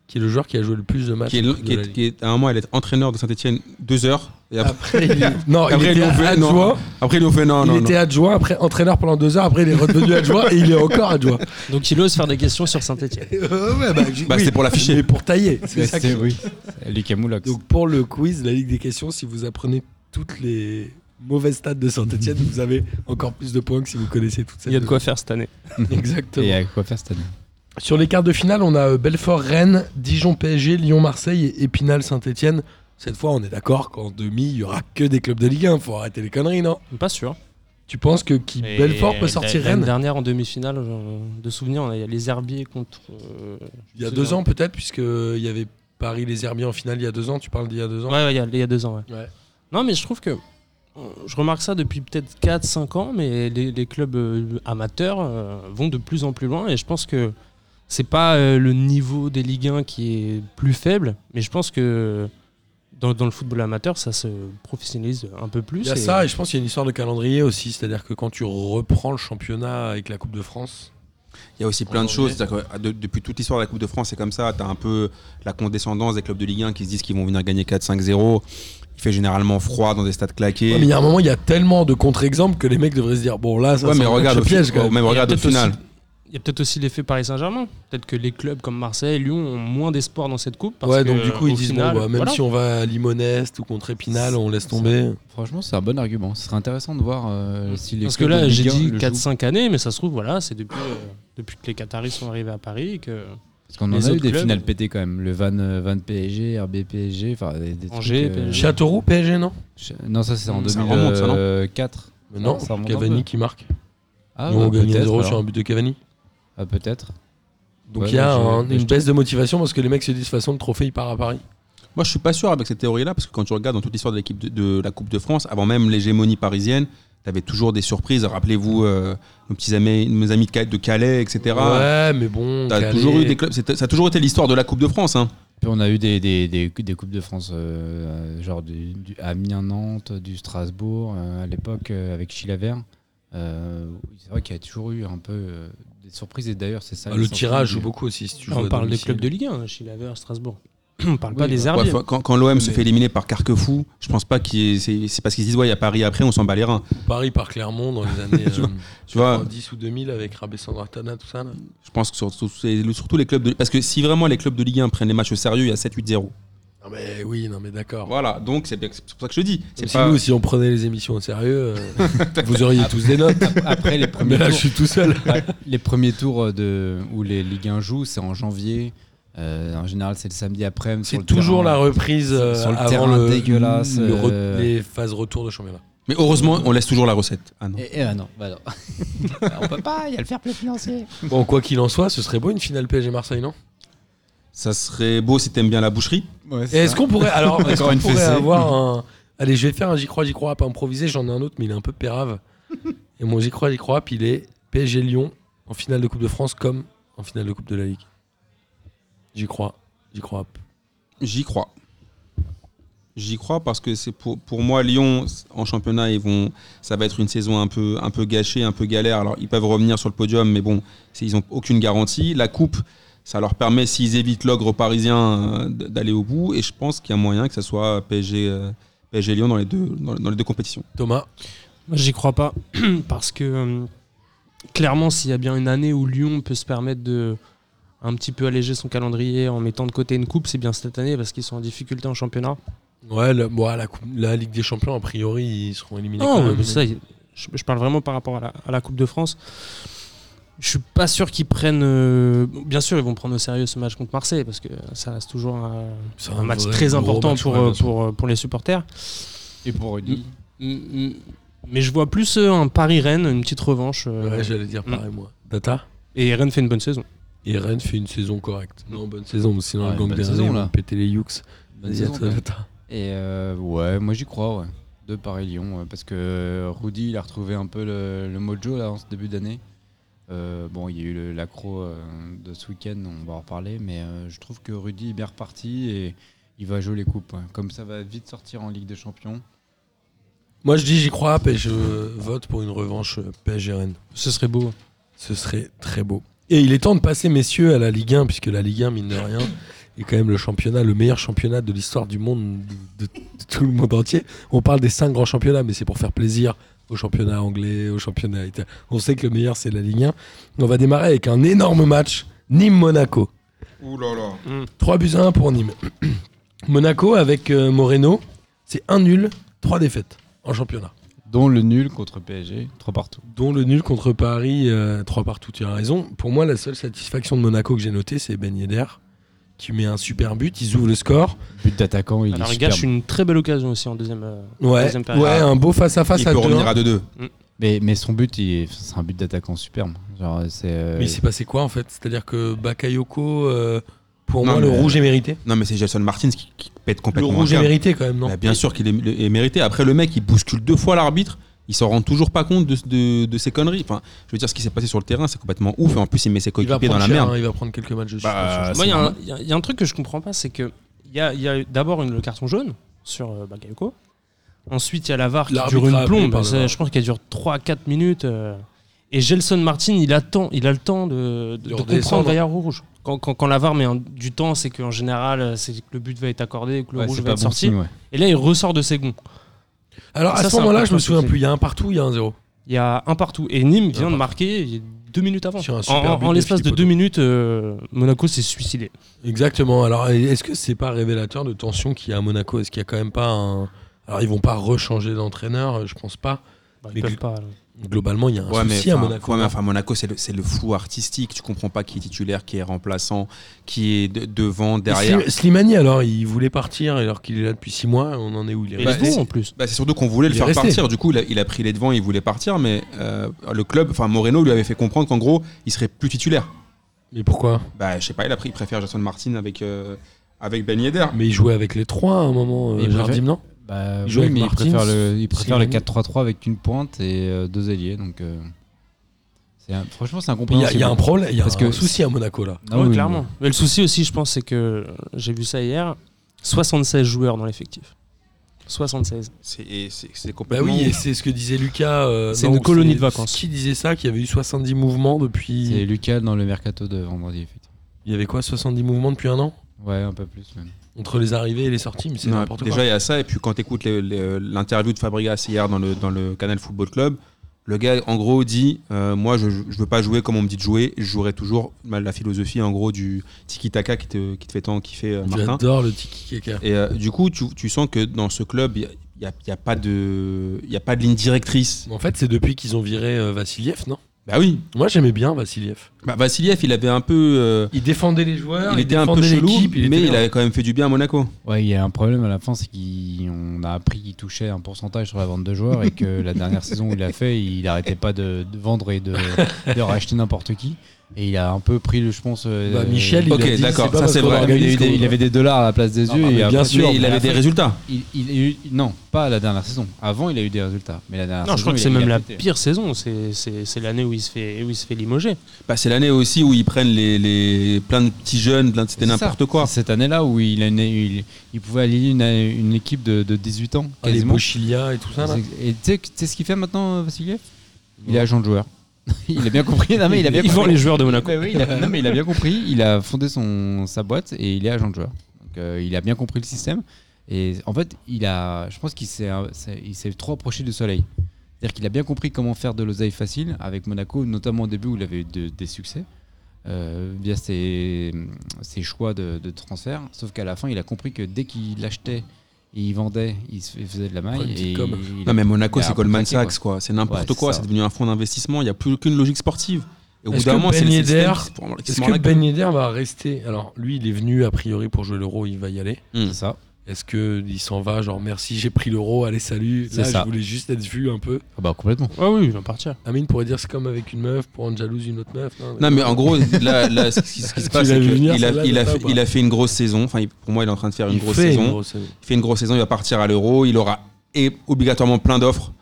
D: Qui est le joueur qui a joué le plus de matchs.
A: Qui est,
D: en
A: le-
D: Coupe
A: qui
D: de la
A: est-
D: Ligue.
A: qui est- à un moment, elle est entraîneur de Saint-Etienne deux heures. Et après,
D: Après, il... Non, il
A: Après, ils
D: était
A: l'ont fait, non.
D: adjoint.
A: après, ils lui ont fait non,
D: il
A: non,
D: était
A: non.
D: adjoint, après entraîneur pendant deux heures, après il est redevenu adjoint et il est encore adjoint.
E: Donc il ose faire des questions sur Saint-Etienne.
D: ouais, bah,
A: Bah, c'était pour l'afficher.
D: Mais pour tailler. C'est
F: Ouais,
D: ça
F: c'est-
D: que-
F: oui. C'est Lucas Moulox.
D: Donc pour le quiz, la Ligue des questions, si vous apprenez toutes les mauvaises stats de Saint-Etienne, vous avez encore plus de points que si vous connaissez toutes
E: Il
D: cette
E: y a de quoi euh, faire cette année.
D: Exactement.
F: Et avec quoi faire cette année
D: Sur les quarts de finale, on a euh, Belfort-Rennes, Dijon-PSG, Lyon-Marseille et Épinal-Saint-Etienne. Cette fois, on est d'accord qu'en demi, il y aura que des clubs de Ligue 1. Faut arrêter les conneries, non
E: Pas sûr.
D: Tu penses que qui
E: Et
D: Belfort peut
E: la-
D: sortir
E: l'année
D: Rennes
E: dernière en demi-finale, euh, de souvenir, on a- il y a les Herbiers contre. euh,
D: Il y a deux ans peut-être, puisque euh, il y avait Paris-les Herbiers en finale il y a deux ans. Tu parles d'il y a deux ans
E: Ouais, ouais, il y a- il y, a deux ans. ouais.
D: Ouais.
E: Non, mais je trouve que. euh, Je remarque ça depuis peut-être 4-5 ans, mais les, les clubs euh, amateurs euh, vont de plus en plus loin et je pense que c'est pas euh, le niveau des Ligue 1 qui est plus faible, mais je pense que dans, dans le football amateur, ça se professionnalise un peu plus.
D: Il y a
E: et-
D: ça, et je pense qu'il y a une histoire de calendrier aussi. C'est-à-dire que quand tu reprends le championnat avec la Coupe de France,
A: Il y a aussi plein de choses. C'est-à-dire que de- depuis toute l'histoire de la Coupe de France, c'est comme ça. Tu as un peu la condescendance des clubs de Ligue 1 qui se disent qu'ils vont venir gagner 4-5-0. Il fait généralement froid dans des stades claqués.
D: Ouais, mais il y a un moment, il y a tellement de contre-exemples que les mecs devraient se dire bon là, ça
A: Ouais,
D: c'est
A: mais
D: un
A: regarde, euh, au
D: match de
A: fi-
D: piège quand même.
A: mais regarde
E: Il y
A: au
E: a peut-être
A: final.
E: aussi- Il y a peut-être aussi l'effet Paris Saint-Germain. Peut-être que les clubs comme Marseille, Lyon ont moins d'espoir dans cette coupe. Parce
D: ouais,
E: que,
D: donc du coup,
E: au
D: ils disent
E: final,
D: bon, bah, même
E: voilà.
D: si on va à Limonest ou contre Épinal, on laisse tomber.
F: Franchement, c'est un bon argument. Ce serait intéressant de voir euh, si les
E: Parce que
F: clubs de
E: là, j'ai
F: Ligue 1
E: dit
F: le jouent.
E: 4-5 années, mais ça se trouve, voilà, c'est depuis, euh, depuis que les Qataris sont arrivés à Paris et que
F: Parce qu'on en
E: les
F: a eu
E: autres
F: des
E: clubs.
F: finales pétées quand même. Le Van, euh, Van PSG, RB PSG, enfin des, des
E: Angers,
F: trucs, euh,
E: PSG.
D: Châteauroux, PSG, non
F: Ch- Non, ça c'est en
A: Ça remonte, ça, non
F: 2004.
D: Mais Non,
F: Ah, ça remonte un
D: Cavani
F: peu.
D: qui marque.
F: Ah,
D: Nous, on
F: bah,
D: gagne
F: peut-être,
D: 0
F: alors.
D: sur un but de Cavani.
F: Ah, peut-être.
D: Donc
F: Ouais,
D: il y a
F: mais je-
D: un-
F: mais je
D: une
F: te-
D: baisse de motivation parce que les mecs se disent de toute façon le trophée il part à Paris.
A: Moi, je suis pas sûr avec cette théorie-là, parce que quand tu regardes dans toute l'histoire de l'équipe de, de la Coupe de France, avant même l'hégémonie parisienne, tu avais toujours des surprises. Rappelez-vous, euh, nos petits amis, mes amis de Calais, de Calais, etc.
D: Ouais, mais bon.
A: T'as
D: Calais-
A: toujours eu des clubs. c'était- Ça a toujours été l'histoire de la Coupe de France. hein.
F: Puis on a eu des, des, des, des Coupes de France, euh, genre du, du Amiens-Nantes, du Strasbourg, euh, à l'époque euh, avec Chilavert. Euh, c'est vrai qu'il y a toujours eu un peu euh, des surprises, et d'ailleurs, c'est ça.
D: Bah,
F: les
D: le
F: surprises
D: tirage
F: du-
D: joue beaucoup aussi. Si tu
E: Là,
D: joues
E: Ah, on
D: à
E: parle des
D: domicile.
E: clubs de Ligue 1, Chilaver, Strasbourg. on parle
F: Oui,
E: pas des
F: bah,
E: Herbiers.
A: Ouais, quand quand l'OM se
F: Mais-
A: fait éliminer par Carquefou, je pense pas que c'est c'est parce qu'ils se disent ouais, il y a Paris après, on s'en bat les reins.
D: Paris par Clermont dans les années euh,
A: Tu vois,
D: 90 ou 2000 avec Rabé Sandrattana, tout ça. là.
A: je pense que surtout, c'est le- surtout les clubs de. Parce que si vraiment les clubs de Ligue 1 prennent les matchs au sérieux, il y a 7-8-0.
D: Non mais oui, non mais d'accord.
A: Voilà, donc c'est bien- c'est pour ça que je dis.
D: Comme
A: C'est
D: si
A: pas-
D: nous, si on prenait les émissions au sérieux, euh, vous auriez tous des notes.
F: Après
D: Mais
F: les premiers
D: là, je
F: tours,
D: suis tout seul.
F: les premiers tours euh, de, où les Ligue 1 jouent, c'est en janvier. Euh, en général, c'est le samedi après-midi. sur
D: C'est
F: le
D: toujours
F: terrain.
D: la reprise euh,
F: Sur le
D: avant
F: terrain
D: le,
F: dégueulasse,
D: le re-
F: euh,
D: les phases retour de championnat.
A: Mais heureusement, on laisse toujours la recette. Ah non.
F: Et, et, ah non, bah non. on peut pas, il y a le fair play financier.
D: Bon, quoi qu'il en soit, ce serait beau une finale PSG Marseille, non
A: Ça serait beau si t'aimes bien la boucherie.
D: Et Est-ce qu'on pourrait alors est-ce
F: Encore
D: qu'on
F: une
D: pourrait
F: fessée.
D: avoir un Allez, je vais faire un j'y crois j'y crois pas improvisé, j'en ai un autre mais il est un peu pérave. Et moi, j'y crois, j'y crois. Puis il est PSG Lyon en finale de Coupe de France comme en finale de Coupe de la Ligue. J'y crois, j'y crois.
A: J'y crois. J'y crois parce que c'est pour, pour moi Lyon en championnat ils vont ça va être une saison un peu un peu gâchée un peu galère alors ils peuvent revenir sur le podium mais bon c'est- ils ont aucune garantie la coupe ça leur permet s'ils évitent l'ogre parisien euh, d- d'aller au bout et je pense qu'il y a moyen que ça soit PSG euh, PSG Lyon dans les deux dans, dans les deux compétitions
D: Thomas,
E: Moi, J'y crois pas. Parce que euh, clairement, s'il y a bien une année où Lyon peut se permettre de un petit peu alléger son calendrier en mettant de côté une coupe, c'est bien cette année parce qu'ils sont en difficulté en championnat.
D: ouais, le- bon, la, coupe- la Ligue des Champions, a priori, ils seront éliminés.
E: Non,
D: quand même,
E: Ah, mais ça, y- je, je parle vraiment par rapport à la, à la Coupe de France. Je suis pas sûr qu'ils prennent. euh, bon, bien sûr, ils vont prendre au sérieux ce match contre Marseille parce que ça reste toujours un,
D: C'est
E: un match
D: vrai
E: très
D: gros
E: important
D: match,
E: pour,
D: ouais,
E: euh,
D: bien sûr.
E: pour, euh, pour les supporters.
F: Et pour Rudy,
E: Mm, mm, Mais je vois plus euh, un Paris-Rennes, une petite revanche. euh,
D: Ouais, j'allais dire pareil, moi. Data
E: et Rennes fait une bonne saison.
D: Et Rennes fait une saison correcte. Non, bonne saison, mais sinon
F: Ouais,
D: le gang
F: bonne
D: dernier,
F: saison,
D: on
F: là.
D: va péter les Yux.
F: bonne
D: Vas-y,
F: saison,
D: attends,
F: quand même.
D: attends.
F: Et euh, ouais, moi j'y crois, ouais. De Paris Lyon, ouais, parce que euh, Rudy, il a retrouvé un peu le, le mojo là en ce début d'année. Euh, bon, il y a eu le- l'accro euh, de ce week-end, on va en reparler, mais euh, je trouve que Rudy est bien reparti et il va jouer les coupes. ouais. Comme ça va vite sortir en Ligue des Champions.
D: Moi, je dis j'y crois, et je vote pour une revanche euh, PSG Rennes.
E: Ce serait beau.
D: Ce serait très beau. Et il est temps de passer, messieurs, à la Ligue 1, puisque la Ligue 1, mine de rien, est quand même le championnat, le meilleur championnat de l'histoire du monde, de, de tout le monde entier. On parle des cinq grands championnats, mais c'est pour faire plaisir au championnat anglais, au championnat italien. On sait que le meilleur, c'est la Ligue 1. On va démarrer avec un énorme match, Nîmes-Monaco.
A: Ouh là là
D: 3 buts à 1 pour Nîmes. Monaco, avec euh, Moreno, c'est un nul, 3 défaites en championnat.
F: Dont le nul contre PSG, 3 partout.
D: Dont le nul contre Paris, 3 partout, tu as raison. Pour moi, la seule satisfaction de Monaco que j'ai notée, c'est Ben Yedder, qui met un super but, ils ouvrent le score.
F: But d'attaquant, il
E: Alors,
F: est
E: il gâche
F: superbe.
E: une très belle occasion aussi en deuxième. euh,
D: Ouais,
E: Deuxième période.
D: ouais un beau face-à-face
A: il
D: à,
A: peut
D: deux. hein.
A: revenir à 2-2
F: Mais, mais son but, il est- c'est un but d'attaquant superbe. Genre, c'est. euh,
D: Mais il s'est passé quoi, en fait C'est-à-dire que Bakayoko, euh, pour
A: Non,
D: moi, le
A: mais-
D: rouge est mérité.
A: non mais c'est Jason Martins qui, qui pète
D: Le
A: complètement un
D: rouge est
A: câble.
D: mérité, quand même, non
A: Bah, bien sûr qu'il est, le- est mérité. Après, le mec, il bouscule deux fois l'arbitre. Il s'en rend toujours pas compte de, de, de ses conneries. Enfin, je veux dire, ce qui s'est passé sur le terrain, c'est complètement ouf. Et en plus, il met ses
D: Il va
A: coéquipiers
D: prendre
A: dans la
D: cher,
A: merde.
D: hein, il va prendre quelques matchs de
A: Bah,
D: suspension.
E: Moi, il y, a
A: normal.
E: un- il y a- il y a un truc que je comprends pas, c'est que il y a, il y a d'abord une- le carton jaune sur euh, Bakayoko. Ensuite, il y a la VAR qui
D: L'arbitre
E: dure
D: a
E: une
D: appelé
E: plombe.
D: par la
E: Ça,
D: VAR.
E: Je pense qu'elle dure 3-4 minutes. euh, et Gelson Martin, il attend, il a le temps de,
D: De
E: de, de
D: redescendre.
E: comprendre le vaillard rouge. Quand, quand, quand la VAR met un- du temps, c'est qu'en général, euh, c'est que le but va être accordé, que le
F: ouais,
E: rouge
F: c'est
E: va
F: pas
E: être
F: bon
E: sorti.
F: signe, ouais.
E: Et là, il ressort de ses gonds.
A: euh,
D: Alors, à
E: Ça,
D: ce
E: c'est un
D: moment-là,
E: peu
D: je me souviens
E: compliqué.
D: plus, il y a un partout, il y a un zéro.
E: Il y a un partout. Et Nîmes vient
D: partout.
E: de marquer deux minutes avant.
D: Sur un
E: En,
D: super
E: en-
D: but
E: en
D: de
E: l'espace de
D: Philippe
E: deux
D: Audeau.
E: minutes, euh, Monaco s'est suicidé.
D: Exactement. Alors, est-ce que c'est pas révélateur de tension qu'il y a à Monaco Est-ce qu'il y a quand même pas un. Alors, ils vont pas rechanger d'entraîneur, je pense pas.
E: Bah,
D: Mais
E: ils peuvent
D: que-
E: pas. là.
D: Globalement, il y a un
A: Ouais, mais
D: souci à
A: enfin,
D: Monaco. hein.
A: ouais, hein, mais enfin, Monaco, c'est le, c'est le flou artistique. Tu comprends pas qui est titulaire, qui est remplaçant, qui est de- devant,
D: Et
A: derrière.
D: Slim- Slimani, alors, il voulait partir alors qu'il est là depuis 6 mois. On en est où Il
E: Et
D: est
A: Bah,
E: les
D: resté
A: c'est-
E: en plus.
A: Bah, c'est surtout qu'on voulait le
D: Il est
A: faire
D: resté.
A: partir. Du coup, il a, il a pris les devants, il voulait partir, mais euh, le club, enfin Moreno, lui avait fait comprendre qu'en gros, il serait plus titulaire.
D: Mais pourquoi
A: Bah, je sais pas, il a pris, il préfère Jason Martin avec euh, avec Ben Yedder.
D: Mais il jouait avec les trois à un moment, euh,
F: Il préfère-
D: Jardim, non
F: Bah,
D: Il joue
F: oui,
D: avec
F: mais
D: Martins,
F: il préfère le, il préfère le
D: Slimani.
F: 4-3-3 avec une pointe et euh, deux ailiers. Donc, euh, c'est un- franchement,
D: Il y
F: c'est
D: a,
F: incompréhensible.
D: il y a un problème, il y a
F: Parce
D: un
F: que-
D: souci à Monaco là.
F: Ah
E: Ouais,
F: oui,
E: clairement.
F: oui.
E: Mais le souci aussi, je pense, c'est que j'ai vu ça hier 76 joueurs dans l'effectif. 76.
A: C'est et c'est- c'est
D: Bah
A: complètement.
D: oui, et c'est ce que disait Lucas. euh,
E: C'est
D: non,
E: une colonie
D: c'est-
E: de vacances.
D: Qui disait ça Qu'il y avait eu 70 mouvements
F: C'est
D: depuis.
F: Lucas dans le mercato de vendredi, effectivement.
D: Il y avait quoi 70 mouvements depuis un an
F: Ouais, un peu plus même.
D: Entre les arrivées et les sorties, mais c'est
A: Non,
D: n'importe quoi.
A: Déjà, il y a ça. Et puis, quand tu écoutes l'interview de Fabregas hier dans le, dans le Canal Football Club, le gars, en gros, dit euh, Moi, je ne veux pas jouer comme on me dit de jouer. Je jouerai toujours ma- la philosophie, en gros, du tiki-taka qui te, qui te fait tant kiffer, euh, Martin.
D: J'adore le tiki kaka.
A: Et euh, du coup, tu, tu sens que dans ce club, il n'y a, il y a pas de il y a pas de ligne directrice.
D: En fait, c'est depuis qu'ils ont viré euh, Vassiliev, non
A: Bah oui,
D: Moi, j'aimais bien Vassiliev.
A: Bah, Vassiliev, il avait un peu. euh,
D: Il défendait les joueurs,
A: il était un peu
D: défendait
A: chelou,
D: l'équipe, était
A: mais il
D: bien.
A: avait quand même fait du bien à Monaco.
F: Ouais, il y a un problème à la fin, c'est qu'on a appris qu'il touchait un pourcentage sur la vente de joueurs et que la dernière saison où il l'a fait, il n'arrêtait pas de, de vendre et de, de racheter n'importe qui. Et il a un peu pris, le, je pense. euh,
D: Bah, Michel, il
A: Ok,
D: a dit,
A: d'accord,
D: c'est pas
A: ça,
D: parce
A: c'est
D: qu'on
A: vrai.
F: il, a eu
D: organise
F: des-
D: qu'on-
F: il avait des dollars à la place des
D: Non,
F: yeux.
D: bah,
F: et
D: mais
F: après-
D: bien sûr,
A: Mais il
F: mais
A: avait des
F: après-
A: résultats.
F: il- il a eu- non, pas la dernière saison. Avant, il a eu des résultats. Mais la dernière
A: Ah,
E: Non, je
F: saison,
E: crois que
F: il a-
E: c'est
F: il a
E: même la
F: pété.
E: pire saison. C'est- C'est c'est l'année où il se fait où il se fait limoger.
A: Bah, c'est l'année aussi où ils prennent les, les- plein de petits jeunes, plein de- c'était
F: C'est
A: n'importe
F: ça.
A: quoi.
F: C'est Cette année-là où il, a une- il, il pouvait aligner une, une équipe de, de 18 ans,
D: Ah, les
F: quasiment.
D: Bochilia et tout ça. là.
F: et tu sais- tu sais ce qu'il fait maintenant, euh, Vassiliev Il est agent de joueur. il a bien compris. Non, mais il a bien
E: Ils vendent
F: compris.
E: les joueurs de Monaco.
F: Bah oui, il
A: Euh.
F: a, non, mais il a bien compris. Il a fondé son, sa boîte et il est agent de joueur. Donc, euh, il a bien compris le système. Et en fait, il a, je pense qu'il s'est, euh, c'est- il s'est trop approché du soleil. C'est-à-dire qu'il a bien compris comment faire de l'oseille facile avec Monaco, notamment au début où il avait eu de- des succès euh, via ses, ses choix de, de transfert. Sauf qu'à la fin, il a compris que dès qu'il achetait et il vendait, il se- il faisait de la maille.
D: Ouais, une petite
F: et
D: com.
F: il-
A: Non mais Monaco
F: il a
A: c'est Goldman
F: attaqué, quoi.
A: Sachs quoi, c'est n'importe
F: Ouais,
A: quoi,
F: c'est ça.
A: c'est devenu un fonds d'investissement, il n'y a plus aucune logique sportive. Et au bout
D: Est-ce
A: d'un
D: que
A: moment c'est
D: Ben
A: le
D: Yedder-
A: système qui se prend- qui se
D: Est-ce
A: prend la
D: que
A: gueule.
D: Ben Yedder va rester Alors, lui, il est venu a priori pour jouer l'euro, il va y aller.
F: C'est ça.
D: Est-ce que il s'en va, genre merci, j'ai pris l'euro, allez, salut.
F: C'est
D: Là,
F: ça.
D: je voulais juste être vu un peu.
F: Ah bah complètement.
E: Ah oui, il va partir.
D: Amine pourrait dire c'est comme avec une meuf, pour rendre jalouse une autre meuf.
A: Non mais en gros là, là, ce qui ce qui se
D: Tu
A: passe
D: l'as
A: c'est
D: vu venir,
A: qu'il a,
D: celle-là,
A: il
D: je
A: a
D: sais
A: fait-
D: pas, moi.
A: il a fait une grosse saison, enfin il- pour moi il est en train de faire une
D: il
A: grosse
D: fait
A: saison.
D: une grosse saison.
A: Il fait une grosse saison, il va partir à l'Euro, il aura et obligatoirement plein d'offres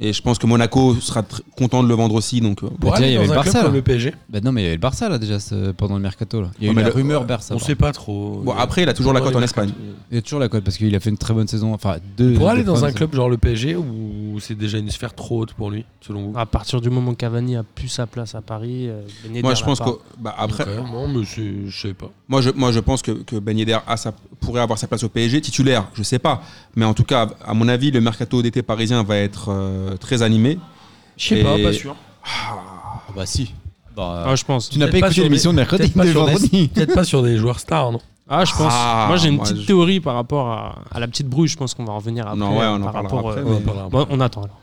A: et je pense que Monaco sera tr- content de le vendre aussi donc euh,
D: Pour
F: Bah,
D: aller
F: déjà, il y
D: dans
F: avait
D: un
F: Barça,
D: club comme
F: là.
D: le PSG,
F: Bah non mais il y avait le Barça là déjà ce- pendant le mercato là. Il y a
A: Ouais,
F: eu
A: mais
F: la
A: le-
F: rumeur Barça.
D: on
F: par
D: sait pas trop. Euh,
A: bon après il a toujours la cote en Espagne.
F: Il y a toujours la cote parce qu'il a fait une très bonne saison. Enfin, deux.
D: Pour
F: deux
D: aller dans
F: bonnes
D: un club genre le PSG, où c'est déjà une sphère trop haute pour lui, selon vous
E: À partir du moment où Cavani a pu sa place à Paris, euh, Ben Yedder
A: Moi je
E: l'a
A: pense que
E: pas.
A: bah, après
D: Ouais, non, mais c'est- je sais pas.
A: Moi je, moi, je pense que, que Ben Yedder a sa- pourrait avoir sa place au PSG. Titulaire, je sais pas. Mais en tout cas, à mon avis, le mercato d'été parisien va être euh, très animé.
D: Je
A: sais pas, pas
D: sûr.
F: saisons. Ah bah si. Bah,
E: Ah, je pense.
F: tu n'as
D: peut-être
F: pas
D: pas
F: écouté
D: sur
F: l'émission de mercredi.
D: peut-être pas
F: de
D: sur des-
F: vendredi.
D: Peut-être pas sur des joueurs stars, non
E: Ah, je pense.
A: Ah,
E: moi, j'ai une
A: moi,
E: petite
A: je-
E: théorie par rapport à, à la petite brouille. Je pense qu'on va en revenir après.
A: Non, ouais, on en
E: par
A: parlera
E: rapport,
A: après,
E: euh,
A: mais-
D: On en parlera
E: bon,
D: après.
E: on attend alors.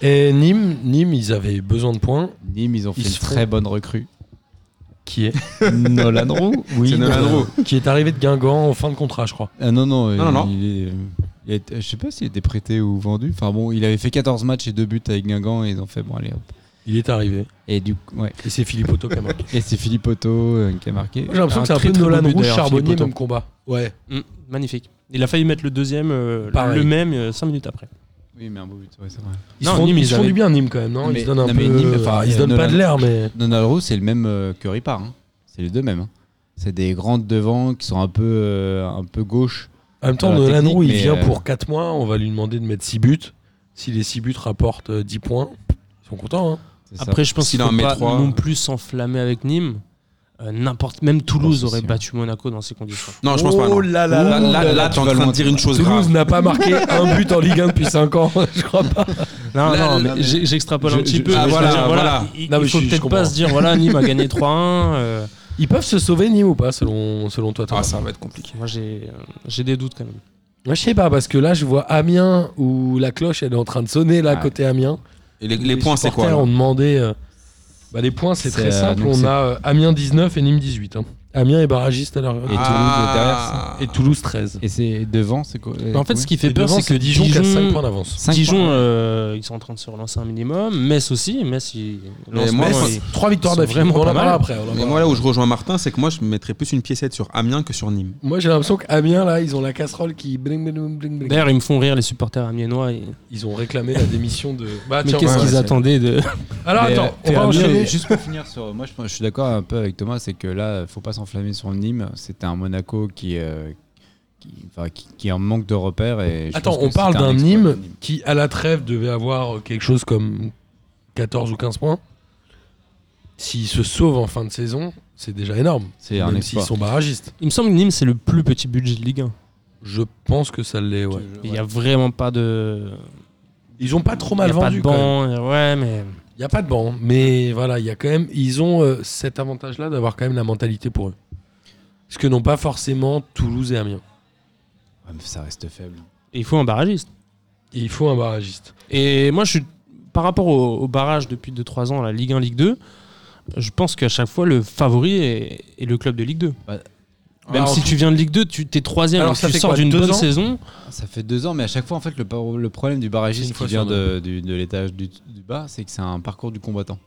D: Et Nîmes, Nîmes, ils avaient besoin de points.
F: Nîmes, ils ont fait
D: Ils
F: une
D: se font-
F: très bonne recrue.
D: Qui est
F: Nolan Roux. Oui.
A: C'est Nolan Roux.
D: Qui est arrivé de Guingamp en fin de contrat, je crois.
F: Ah non non.
A: Non,
F: il-
A: non, non.
F: il est- euh, il est- Je sais pas s'il était prêté ou vendu. Enfin bon, il avait fait 14 matchs et 2 buts avec Guingamp et ils ont fait bon allez hop.
D: Il est arrivé.
F: Et du coup, ouais.
D: Et c'est Philippe Otto qui a marqué.
F: Et c'est Philippe Otto euh, qui a marqué.
D: J'ai l'impression que c'est un
E: très,
D: peu
E: très beau
D: Nolan
E: but,
D: Rouge,
E: d'ailleurs,
D: Charbonnier,
E: Philippe Otto.
D: même combat. Ouais.
E: Hum, magnifique. Il a failli mettre le deuxième, euh,
D: Pareil.
E: le même, 5 minutes après.
F: Oui mais un beau but, ouais, c'est vrai.
D: Ils
E: Non,
D: se font,
E: Nîmes,
D: ils se
E: ils
D: font
E: avaient-
D: du bien, Nîmes, quand même, non
F: Non,
D: Ils
F: mais-
D: se donnent un peu.
F: non, mais Nîmes, enfin,
D: enfin, ils se
F: euh,
D: donnent pas de
F: Nolan-
D: l'air, mais.
F: Donald Rowe, c'est le même euh, que Ripard. hein. C'est les deux mêmes. hein. C'est des grandes devants qui sont un peu, euh, un peu gauche.
D: En même temps,
F: Alors,
D: Nolan
F: technique,
D: Roux, il
F: mais,
D: vient
F: euh,
D: pour 4 mois. On va lui demander de mettre 6 buts. Si les 6 buts rapportent euh, 10 points, ils sont contents, hein.
E: Après, je pense
A: S'il
E: qu'il
A: a un
E: faut pas
A: mètre trois.
E: non plus s'enflammer avec Nîmes. Euh, N'importe, même Toulouse
F: c'est
E: aurait
F: sûr.
E: battu Monaco dans ces conditions.
A: Non, je pense pas.
D: Oh
A: non.
D: là
A: Là,
D: là là
A: là,
D: là
A: là,
D: là.
A: t'es en train de dire une chose
D: Toulouse
A: grave.
D: n'a pas marqué un but en Ligue 1 depuis 5 ans, je crois pas.
E: Non,
A: Là,
E: non,
A: là,
E: mais j'ai- j'extrapole
A: je-
E: un petit
A: je-
E: peu.
A: ah,
E: mais je veux
A: voilà,
E: dire,
A: voilà.
E: Il,
D: Non, mais
E: il faut
D: je- je
E: peut-être
D: comprends.
E: pas se dire, voilà, Nîmes a gagné 3-1. euh,
D: Ils peuvent se sauver, Nîmes, ou pas, selon, selon toi, Thomas
A: Ah, ça va être compliqué.
E: moi, j'ai euh, j'ai des doutes quand même.
D: Moi, je sais pas, parce que là, je vois Amiens où la cloche, elle est en train de sonner, là,
F: Ouais.
D: côté Amiens.
A: Et les, les points, c'est quoi
D: supporters
A: là
D: ont demandé. euh, bah, les points, c'est
F: C'est,
D: très
F: euh,
D: simple.
F: donc
D: On
F: c'est-
D: a euh, Amiens 19 et Nîmes 18. hein. Amiens est barragiste euh. à l'heure.
F: Et
D: Et,
F: Toulouse,
A: Ah.
D: et Toulouse 13.
F: Et c'est devant, c'est quoi euh,
E: Mais en fait, ce qui fait
D: Et
E: peur,
D: devant,
E: c'est que
D: Dijon,
E: Dijon,
D: qui a 5 points d'avance.
F: Cinq
E: Dijon,
F: points.
E: euh, ils sont en train de se relancer un minimum. Metz aussi. Metz, ils.
A: Mais
E: Lens,
A: moi,
E: Metz,
A: je pense-
E: ils-
D: 3 victoires
E: Ils sont
D: d'affilée.
E: vraiment
D: On en
E: pas
D: parlera
E: mal.
D: après. on en
A: Mais
D: parlera.
A: moi, là où je rejoins Martin, c'est que moi, je mettrais plus une piécette sur Amiens que sur Nîmes.
D: Moi, j'ai l'impression qu'Amiens, là, ils ont la casserole qui. bling, bling, bling, bling.
E: D'ailleurs, ils me font rire les supporters amiennois. et-
D: Ils ont réclamé la démission de. Bah,
E: Mais
D: tiens,
E: qu'est-ce
D: ouais,
E: qu'ils
D: ouais.
E: attendaient de.
D: Alors,
F: Mais,
D: attends,
F: euh,
D: on va
F: Amiens,
D: enchaîner.
F: Juste pour finir sur. Moi, je, je suis d'accord un peu avec Thomas, c'est que là, faut pas s'enflammer sur Nîmes. C'était un Monaco qui. euh, qui, enfin, qui, qui est en manque de repères. Et je
D: Attends,
F: pense que
D: on parle
F: c'était un
D: d'un
F: exploit
D: Nîmes
F: de
D: qui, à la trêve, devait avoir quelque chose comme 14 ou 15 points. S'ils se sauvent en fin de saison, c'est déjà énorme.
F: C'est un
D: Même
F: exploit.
D: s'ils sont barragistes.
E: Il me semble que Nîmes, c'est le plus petit budget de Ligue 1.
D: Je pense que ça l'est, ouais.
E: Il n'y a vraiment pas de.
D: Ils ont pas trop
E: Il y
D: mal
E: a pas de
D: vendu. quand même.
E: banc. et- Ouais, mais.
D: Il n'y a pas de banc, mais voilà, il y a quand même, ils ont euh, cet avantage-là d'avoir quand même la mentalité pour eux. Ce que n'ont pas forcément Toulouse et Amiens.
F: Ouais, Ah, mais ça reste faible.
E: Il faut un barragiste.
D: Et il faut un barragiste.
E: Et moi, je suis par rapport au, au barrage depuis 2-3 ans, la Ligue 1, Ligue 2, je pense qu'à chaque fois, le favori est, est le club de Ligue 2. Même
F: Alors,
E: si tu viens de Ligue 2, tu t'es troisième,
D: Alors,
E: alors
D: ça
E: tu
D: fait
E: sors
D: quoi,
E: d'une
D: deux
E: bonne
D: ans
E: saison.
F: Ah, Ça fait deux ans, mais à chaque fois, en fait, le, par- le problème du
D: C'est
F: barragiste
D: une
F: qui
D: fois
F: vient
D: sur
F: de, du- de l'étage du, du bas, c'est que c'est un parcours du combattant.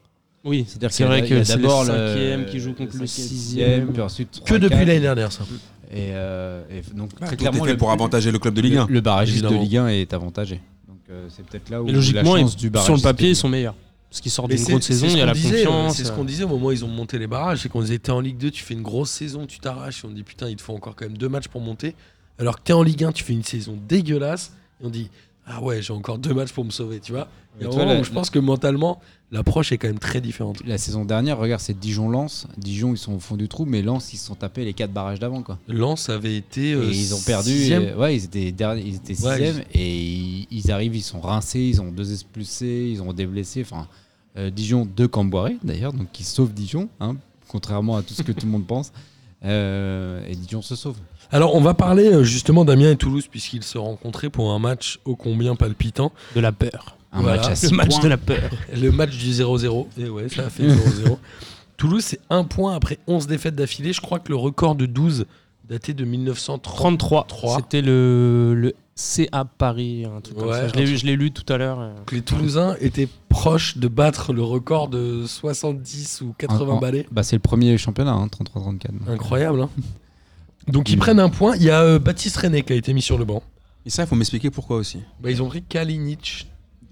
E: Oui,
F: C'est-à-dire
E: C'est
F: qu'il y a-
E: vrai
F: il y a
E: que c'est
F: d'abord
E: le
F: le-
E: cinquième qui joue contre le sixième.
F: puis ensuite
D: Que
F: trois,
D: depuis
F: quatre,
D: l'année dernière, ça.
F: Et, euh, et f- donc, très
A: Bah, Tout
F: clairement,
A: est fait
F: le-
A: pour avantager le club de Ligue 1.
F: Le, le barragiste
D: Évidemment.
F: de Ligue 1 est avantagé. Donc, euh, c'est peut-être là où
E: Mais logiquement,
F: la
E: ils-
F: chance du
E: sur le
F: barragiste
E: papier,
F: est-
E: ils sont meilleurs. Parce qu'ils sortent
D: Mais
E: d'une
D: c'est-
E: grosse
D: c'est
E: saison,
D: ce
E: il y a
D: qu'on
E: la
D: disait, euh,
E: confiance. euh.
D: C'est ce qu'on disait au moment où ils ont monté les barrages, c'est qu'on disait t'es en Ligue 2, tu fais une grosse saison, tu t'arraches, et on dit putain, il te faut encore quand même deux matchs pour monter. Alors que t'es en Ligue 1, tu fais une saison dégueulasse, et on dit ah ouais, j'ai encore deux matchs pour me sauver, tu vois. Il y
F: Mais
D: a un
F: toi,
D: moment
F: la-
D: où je pense que mentalement, l'approche est quand même très différente.
F: La saison dernière, regarde, c'est Dijon-Lens. Dijon, ils sont au fond du trou, mais Lens, ils se sont tapés les quatre barrages d'avant. quoi.
D: Lens avait été.
F: Et
D: euh,
F: ils ont perdu.
D: sixième.
F: et- ouais, ils étaient, derniers, ils étaient
D: Ouais,
F: sixième et ils, ils arrivent, ils sont rincés, ils ont deux expulsés, ils ont des blessés. Enfin, euh, Dijon, deux Camboiré d'ailleurs, donc ils sauvent Dijon, hein, contrairement à tout ce que tout le monde pense. Euh, et Dijon se sauve.
D: Alors on va parler euh, justement d'Amiens et Toulouse, puisqu'ils se rencontraient pour un match ô combien palpitant.
E: De la peur.
F: Un
D: Voilà.
F: match à
D: Le
E: Le
F: 6
E: match
F: points.
E: de la peur.
D: Le match du 0-0. Et ouais, ça a fait 0-0. Toulouse, c'est un point après 11 défaites d'affilée. Je crois que le record de 12 datait de 1933.
E: 33.
D: Trois.
E: C'était le, le CA Paris, un truc comme
D: Ouais,
E: ça. Je
D: un
E: l'ai- Je l'ai lu tout à l'heure. euh.
D: Donc les Toulousains étaient proches de battre le record de 70 ou 80
F: Un- un-
D: balais.
F: Bah, c'est le premier championnat, hein, 33-34. donc.
D: Incroyable, hein Donc ils prennent un point. Il y a euh, Baptiste René qui a été mis sur le banc.
A: Et ça, il faut m'expliquer pourquoi aussi.
D: Bah, ils ont pris Kalinic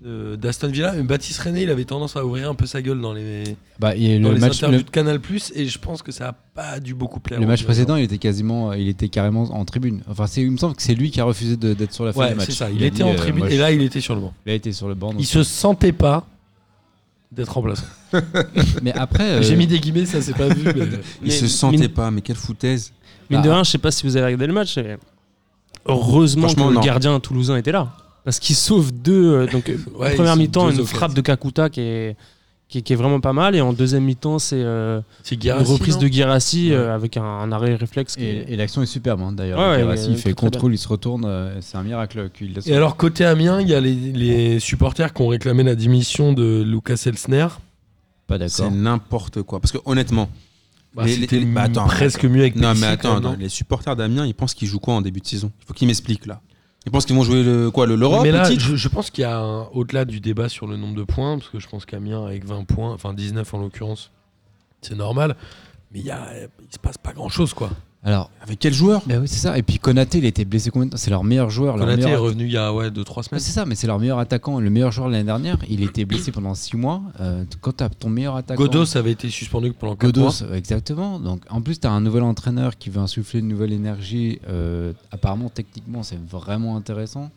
D: euh, d'Aston Villa. Mais Baptiste René, il avait tendance à ouvrir un peu sa gueule dans les,
F: Bah, et
D: dans
F: le,
D: les
F: match,
D: interviews
F: le,
D: de euh, Canal+. Et je pense que ça a pas dû beaucoup plaire.
F: le
D: aux
F: match
D: dirigeants.
F: précédent, il était quasiment, il était carrément en tribune. Enfin, c'est, il me semble que c'est lui qui a refusé de- d'être sur la fin
D: Ouais,
F: du match.
D: c'est ça. Il,
F: a
D: était
F: dit,
D: en
F: euh,
D: tribune
F: moi,
D: et
F: je-
D: là, il était sur le banc.
F: il a été sur le banc. donc-
D: Il se sentait pas d'être remplaçant.
F: Mais après, euh,
D: J'ai mis des guillemets, ça s'est pas vu. mais-
A: Il
E: Mais-
A: se sentait
E: mine-
A: pas, mais quelle foutaise.
E: Mine de
F: Bah.
E: rien, je sais pas si vous avez regardé le match. mais Heureusement que
A: Franchement,
E: le
A: non.
E: gardien toulousain était là. Parce qu'il sauve deux. euh, donc, euh,
D: Ouais,
E: en
D: ils
E: première
D: sont
E: mi-temps,
D: deux
E: une
D: occasions.
E: frappe de Kakuta qui est, qui, est- qui est vraiment pas mal. Et en deuxième mi-temps, c'est euh,
D: C'est
E: une
D: Guérassi,
E: reprise
D: non
E: de Guirassi
D: Ouais.
E: euh, avec un, un arrêt réflexe. qui est-
F: Et, et l'action est superbe hein, d'ailleurs.
E: Ouais, ouais,
F: Guirassy,
D: euh,
E: ouais,
F: il fait
E: très, très
F: contrôle, il se retourne, euh, c'est un miracle qu'il la
D: Et alors, côté Amiens, il y a les, les supporters qui ont réclamé la démission de Lucas Elsner.
F: Pas
A: C'est
F: d'accord.
A: n'importe quoi. Parce que honnêtement,
D: Bah,
A: Les-
D: C'était
A: les- bah, attends,
D: presque mieux avec
A: non
D: Messi,
A: mais attends,
D: quand même,
A: attends, euh, les supporters d'Amiens, ils pensent qu'ils jouent quoi en début de saison Il faut qu'ils m'expliquent là. Ils pensent qu'ils vont jouer le quoi le-
D: non
A: l'Europe
D: mais
A: le
D: là,
A: titre
D: je, je pense qu'il y a un- au-delà du débat sur le nombre de points, parce que je pense qu'Amiens avec 20 points, enfin 19 en l'occurrence, c'est normal. Mais il, y a, il se passe pas grand-chose, quoi.
F: Alors,
A: Avec quel joueur
F: bah oui, c'est ça. Et puis Konaté, il était blessé combien de temps C'est leur meilleur joueur. leur
D: Konaté est
F: meilleur-
D: revenu il y a 2-3
F: Ouais,
D: semaines.
F: c'est ça, mais c'est leur meilleur attaquant. Le meilleur joueur de l'année dernière, il était blessé pendant 6 mois. Euh, quand t'as ton meilleur attaquant.
D: Godos avait été suspendu pendant 4 mois.
F: Godos, exactement. Donc, en plus, tu as un nouvel entraîneur qui veut insuffler une nouvelle énergie. Euh, apparemment, techniquement, c'est vraiment intéressant.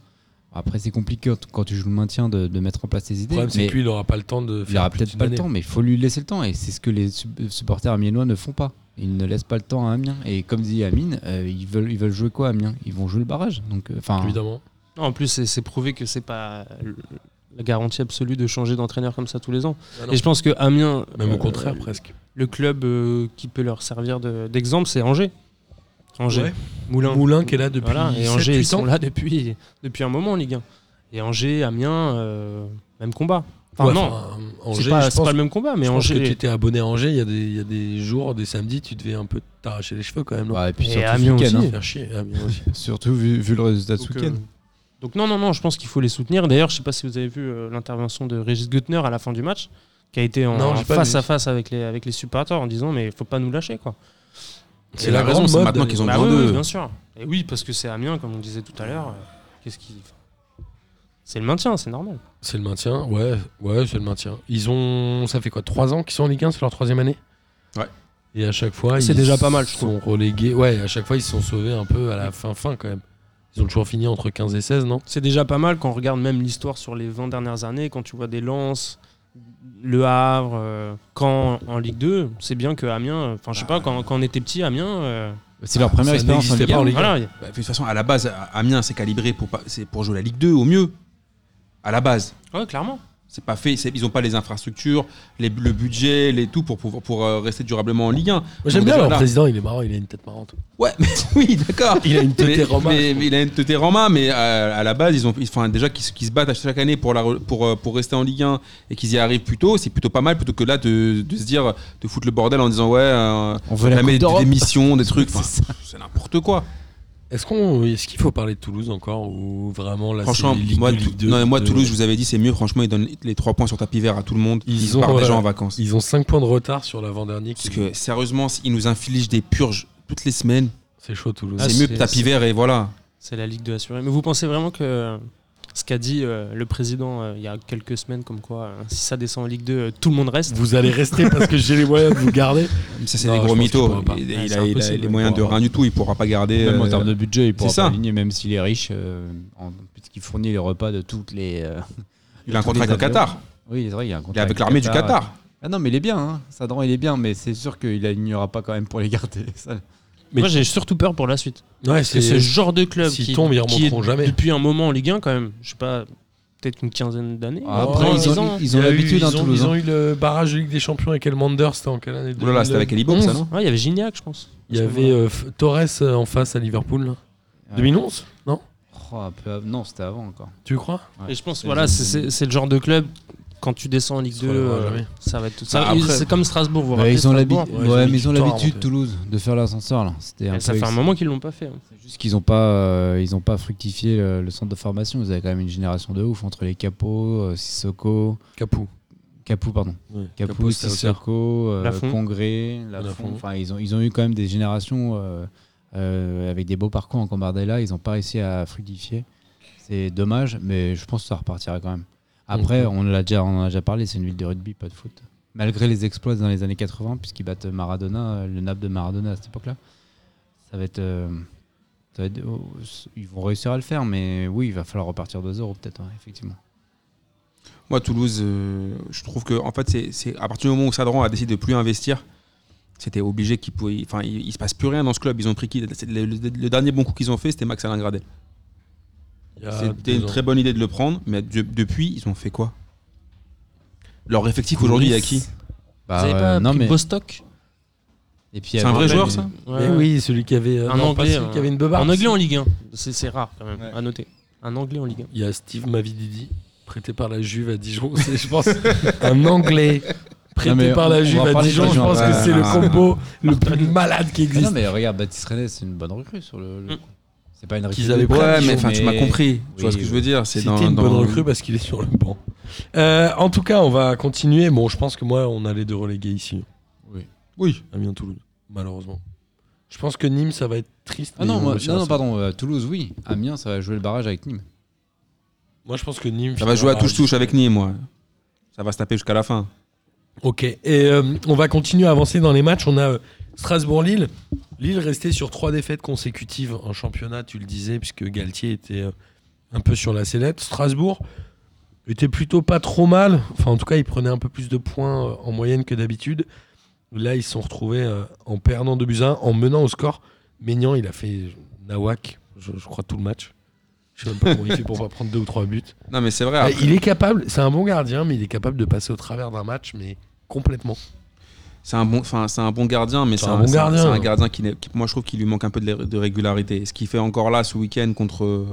F: Après, c'est compliqué quand tu joues le maintien de, de mettre en place tes
D: Le
F: idées.
D: problème, c'est
F: mais-
D: que lui, il aura pas le temps de
F: Il aura
D: faire plus
F: peut-être
D: d'une
F: pas le
D: année.
F: temps, mais il faut lui laisser le temps. Et c'est ce que les sub- supporters amiénois ne font pas. Ils ne laissent pas le temps à Amiens. Et comme dit Amine, euh, ils, veulent, ils veulent jouer quoi Amiens Ils vont jouer le barrage. Donc, euh, enfin,
D: Évidemment.
E: Non, en plus, c'est- c'est prouvé que c'est pas le- la garantie absolue de changer d'entraîneur comme ça tous les ans.
D: Ah non.
E: et je pense que Amiens,
D: Même
E: euh,
D: au contraire, presque.
E: le club euh, qui peut leur servir de- d'exemple, c'est Angers. Angers.
D: Ouais.
E: Moulin.
D: Moulin qui est là depuis
E: Voilà, et
D: 7,
E: Angers,
D: 8
E: ils sont
D: ans.
E: là depuis, depuis un moment en Ligue 1. Et Angers, Amiens, euh, même combat. Enfin,
D: Ouais,
E: non,
D: enfin,
E: c'est
D: Angers,
E: pas,
D: je
E: c'est pas
D: pense-
E: le même combat, mais
D: je pense que tu
E: Angers.
D: étais abonné à Angers, il y, a des- il y a des jours, des samedis, tu devais un peu t'arracher les cheveux quand même. non
F: ouais, et puis
E: Et
F: surtout,
E: Amiens
F: ce week-end,
E: aussi.
F: hein.
D: Faire chier, ah, mais moi aussi.
F: Surtout vu, vu le résultat de ce
E: Donc,
F: week-end.
E: euh, donc non, non, non, je pense qu'il faut les soutenir. D'ailleurs, je sais pas si vous avez vu euh, l'intervention de Régis Guttner à la fin du match, qui a été en,
D: Non,
E: en
D: j'ai pas
E: face
D: vu.
E: à face avec les, avec les supporters en disant mais il faut pas nous lâcher quoi.
D: C'est
A: Et
D: la
A: la raison,
D: grande
A: c'est
D: mode
A: maintenant
D: d'aller-
A: qu'ils ont
E: Bah
A: besoin
E: oui, oui,
A: d'eux.
E: bien sûr. Et oui, parce que c'est Amiens, comme on disait tout à l'heure. euh, Qu'est-ce qui, c'est le maintien, c'est normal.
D: C'est le maintien, ouais, ouais, c'est le maintien. Ils ont, ça fait quoi, 3 ans qu'ils sont en Ligue 1, c'est leur troisième année
A: Ouais.
D: Et à chaque fois,
E: C'est
D: ils
E: déjà pas mal, je
D: sont relégués, ouais, à chaque fois, ils se sont sauvés un peu à la fin-fin quand même. Ils ont toujours fini entre 15 et 16, non
E: C'est déjà pas mal quand on regarde même l'histoire sur les 20 dernières années, quand tu vois des lances, Le Havre, euh, quand en Ligue 2, c'est bien que Amiens, euh, enfin je sais pas, quand, quand on était petit, Amiens, euh,
F: C'est leur première
D: ça
F: expérience en
D: n'existait
F: Ligue
D: pas en
F: 1.
D: Ligue
E: voilà,
A: Bah, de toute façon, à la base, Amiens c'est calibré pour pas- c'est pour jouer la Ligue 2 au mieux. À la base,
E: ouais, clairement.
A: C'est pas fait. c'est- Ils ont pas les infrastructures, les- le budget, les tout pour pouvoir pour euh, rester durablement en Ligue 1.
D: J'aime
A: Donc
D: bien
A: déjà,
D: leur
A: là-
D: président, il est marrant, il a une tête marrante.
A: Ouais, mais oui, d'accord.
D: Il a une tête
A: Mais-
D: romain.
A: mais, mais il a une teuté Roma, mais euh, à, la base, ils ont, ils- enfin, déjà qu'ils se- qu'ils se battent à chaque année pour, la, re- pour, euh, pour rester en Ligue 1 et qu'ils y arrivent plus tôt, c'est plutôt pas mal plutôt que là de, de se dire, de foutre le bordel en disant ouais, euh,
F: On veut la
A: jamais
F: Coupe
A: des,
F: d'Europe.
A: des missions, des trucs,
F: C'est
A: enfin, c'est n'importe quoi.
D: Est-ce qu'on, est-ce qu'il faut parler de Toulouse encore ou vraiment là
A: franchement,
D: c'est Ligue
A: moi,
D: deux,
A: Tou-
D: Ligue deux,
A: non, mais moi
D: Ligue deux.
A: Toulouse, je vous avais dit, c'est mieux. Franchement, ils donnent les trois points sur tapis vert à tout le monde.
D: Ils
A: Ils,
D: ont,
A: partent déjà
D: euh,
A: en vacances.
D: ils ont 5 points de retard sur l'avant-dernier. qui-
A: Parce que sérieusement, ils nous infligent des purges toutes les semaines.
D: C'est chaud Toulouse.
E: Ah,
A: c'est mieux
E: c'est-
A: que tapis
E: c'est-
A: vert et voilà.
E: C'est la Ligue de assurée. Mais vous pensez vraiment que euh, ce qu'a dit euh, le président euh, il y a quelques semaines, comme quoi, euh, si ça descend en Ligue 2, euh, tout le monde reste
D: Vous allez rester parce que j'ai les moyens de vous garder.
A: Mais Ça, c'est
D: Non,
A: des
D: je
A: gros
D: pense qu'il pourra
A: mythos.
D: pas.
A: Il, il a-
D: Ouais, c'est
A: il a,
D: impossible,
A: les
D: il
A: moyens de
D: pourra pas.
A: rien du tout. Il pourra pas garder.
F: Même en
A: euh,
F: termes de budget, il pourra
A: c'est ça.
F: pas aligner, même s'il est riche, euh, en, puisqu'il fournit les repas de toutes les. euh,
A: Il a un
F: de tous
A: contrat
F: les
A: avec le
F: avions.
A: Qatar.
F: Oui, c'est vrai, il y a un
A: Il est
F: contrat.
A: avec
F: le
A: l'armée du Qatar.
F: Ah non, mais il est bien, hein. Sadran, il est bien, mais c'est sûr qu'il alignera pas quand même pour les garder. Ça,
D: Mais-
E: Moi, j'ai surtout peur pour la suite.
D: Ouais,
E: C'est ce genre de club
D: S'ils
E: qui,
D: tombent, ils
E: qui est
D: remonteront jamais.
E: depuis un moment en Ligue 1 quand même. Je sais pas, peut-être une quinzaine d'années.
F: Ah,
D: après,
E: Non,
D: Oh, ils
E: dix
F: ont-
E: ans.
F: ils ont
D: Il y a eu-
F: l'habitude, hein,
D: ils ont-
F: Toulouse,
D: Ils ont
F: hein.
D: eu le barrage de Ligue des Champions avec Elmander, c'était en quelle année
A: Oh là là, c'était avec Alibon, ça,
D: 2011.
A: non
E: Ouais, il y avait Gignac, je pense.
D: Il y avait euh, F- Torres euh, en face à Liverpool. là. 2011 Non
F: Oh, un peu av- Non, c'était avant encore.
D: Tu crois
E: Et je pense, voilà, c'est- c'est c'est le genre de club, quand tu descends en Ligue
D: Se
E: 2,
D: relèvera
E: euh,
D: jamais.
E: ça va être tout
A: Bah,
E: ça.
A: après-
E: C'est comme Strasbourg, vous vous
F: Ouais,
E: rappelez
F: ils ont l'habitude,
E: Strasbourg
D: ouais, ils ont
F: ouais,
D: mis
F: mais ils
D: du
F: ont
D: temps à
F: l'habitude
D: remonter.
F: Toulouse de faire l'ascenseur là. C'était un
E: Et Ça
F: peu
E: fait un
F: ex-
E: moment qu'ils l'ont pas fait. hein.
F: C'est juste qu'ils n'ont pas, euh, ils ont pas fructifié le, le centre de formation. Vous avez quand même une génération de ouf entre les Capos, euh, Sissoko,
D: Capou.
F: Capou pardon, Capou,
D: Capou, c'est
F: Sissoko, euh,
E: Lafond.
F: Congré, Lafond.
D: Lafond.
F: Enfin, ils ont, ils ont eu quand même des générations euh, euh, avec des beaux parcours en Cambardella. Ils n'ont pas réussi à fructifier. C'est dommage, mais je pense que ça repartira quand même. Après, on l'a déjà, on en a déjà parlé. C'est une ville de rugby, pas de foot. Malgré les exploits dans les années 80, puisqu'ils battent Maradona, euh, le nap de Maradona à cette époque-là, ça va être, euh, ça va être- oh, c- ils vont réussir à le faire, mais oui, il va falloir repartir de zéro peut-être, ouais, effectivement.
A: Moi, Toulouse, euh, je trouve que en fait, c'est- c'est à partir du moment où Sadran a décidé de plus investir, c'était obligé qu'il pouvait. Enfin, il, il se passe plus rien dans ce club. Ils ont pris qui C'est le, le- le dernier bon coup qu'ils ont fait, c'était Max Alain Gradel.
D: Il y a
A: C'était
D: Ah, deux
A: une
D: ans.
A: très bonne idée de le prendre, mais de- depuis, ils ont fait quoi Leur effectif aujourd'hui, il y a qui
F: Bah,
E: vous avez
F: euh,
E: pas
F: non,
E: pris
F: mais
E: Bostock
F: et puis,
A: C'est un vrai
F: après, bah,
A: joueur,
F: les-
A: ça
E: Ouais.
D: Eh oui, celui qui avait euh,
E: Un
D: non, pas
E: Anglais,
D: celui qui
E: hein.
D: avait une beubare.
E: Un Anglais en Ligue 1, c'est c'est rare quand même,
A: Ouais.
E: à noter. Un Anglais en Ligue 1.
D: Il y a Steve Mavididi, prêté par la Juve à Dijon. C'est, je pense, un Anglais
F: Non,
D: prêté
F: mais
D: par
F: on-
D: la
F: on
D: Juve
F: va
D: à
F: parler de
D: Dijon.
F: la
D: Je
F: Juve,
D: pense
A: ouais.
D: que c'est le
A: Ah,
D: combo le plus malade qui
F: Ah non,
D: existe.
F: mais regarde, Baptiste René, c'est une bonne recrue sur le. le
E: Mm.
F: coup. C'est pas une
D: Qu'ils
F: recrue.
D: avaient
F: de
D: pris à
A: Ouais,
F: prédiction,
A: mais enfin, tu m'as compris. Tu vois
F: Oui,
A: ce que je
F: oui.
A: veux dire C'est
D: C'était
A: dans-
D: une
A: dans-
D: bonne recrue parce qu'il est sur le banc. Euh, en tout cas, on va continuer. Bon, je pense que moi, on allait de reléguer ici.
F: Oui.
A: Oui.
D: Amiens Toulouse, malheureusement. Je pense que Nîmes, ça va être triste.
F: Ah
D: mais
F: non,
D: on
F: moi-
D: réussira
F: non,
D: ça.
F: non, pardon, euh, Toulouse, oui. Amiens, ça va jouer le barrage avec Nîmes.
D: Moi, je pense que Nîmes.
A: Ça va jouer à
D: finira-
A: touche-touche avec Nîmes, moi. Ça va se taper jusqu'à la fin.
D: Ok, et euh, on va continuer à avancer dans les matchs. On a euh, Strasbourg-Lille. Lille restait sur trois défaites consécutives en championnat, tu le disais, puisque Galtier était euh, un peu sur la sellette. Strasbourg était plutôt pas trop mal. Enfin, en tout cas, ils prenaient un peu plus de points euh, en moyenne que d'habitude. Là, ils se sont retrouvés euh, en perdant 2 buts à 1, en menant au score. Maignan, il a fait euh, Nawak, je, je crois, tout le match. Je sais même pas comment il fait pour pas prendre deux ou trois buts.
A: Non, mais c'est vrai.
D: Euh,
A: après-
D: Il est capable, c'est un bon gardien, mais il est capable de passer au travers d'un match, mais complètement.
A: C'est un bon, enfin, c'est un bon gardien, mais
D: C'est
A: c'est
D: un
A: un,
D: bon
A: c'est un-
D: gardien.
A: c'est un gardien qui, n'est- qui- moi, je trouve qu'il lui manque un peu de, lé- de régularité. Et Ce qu'il fait encore là ce week-end contre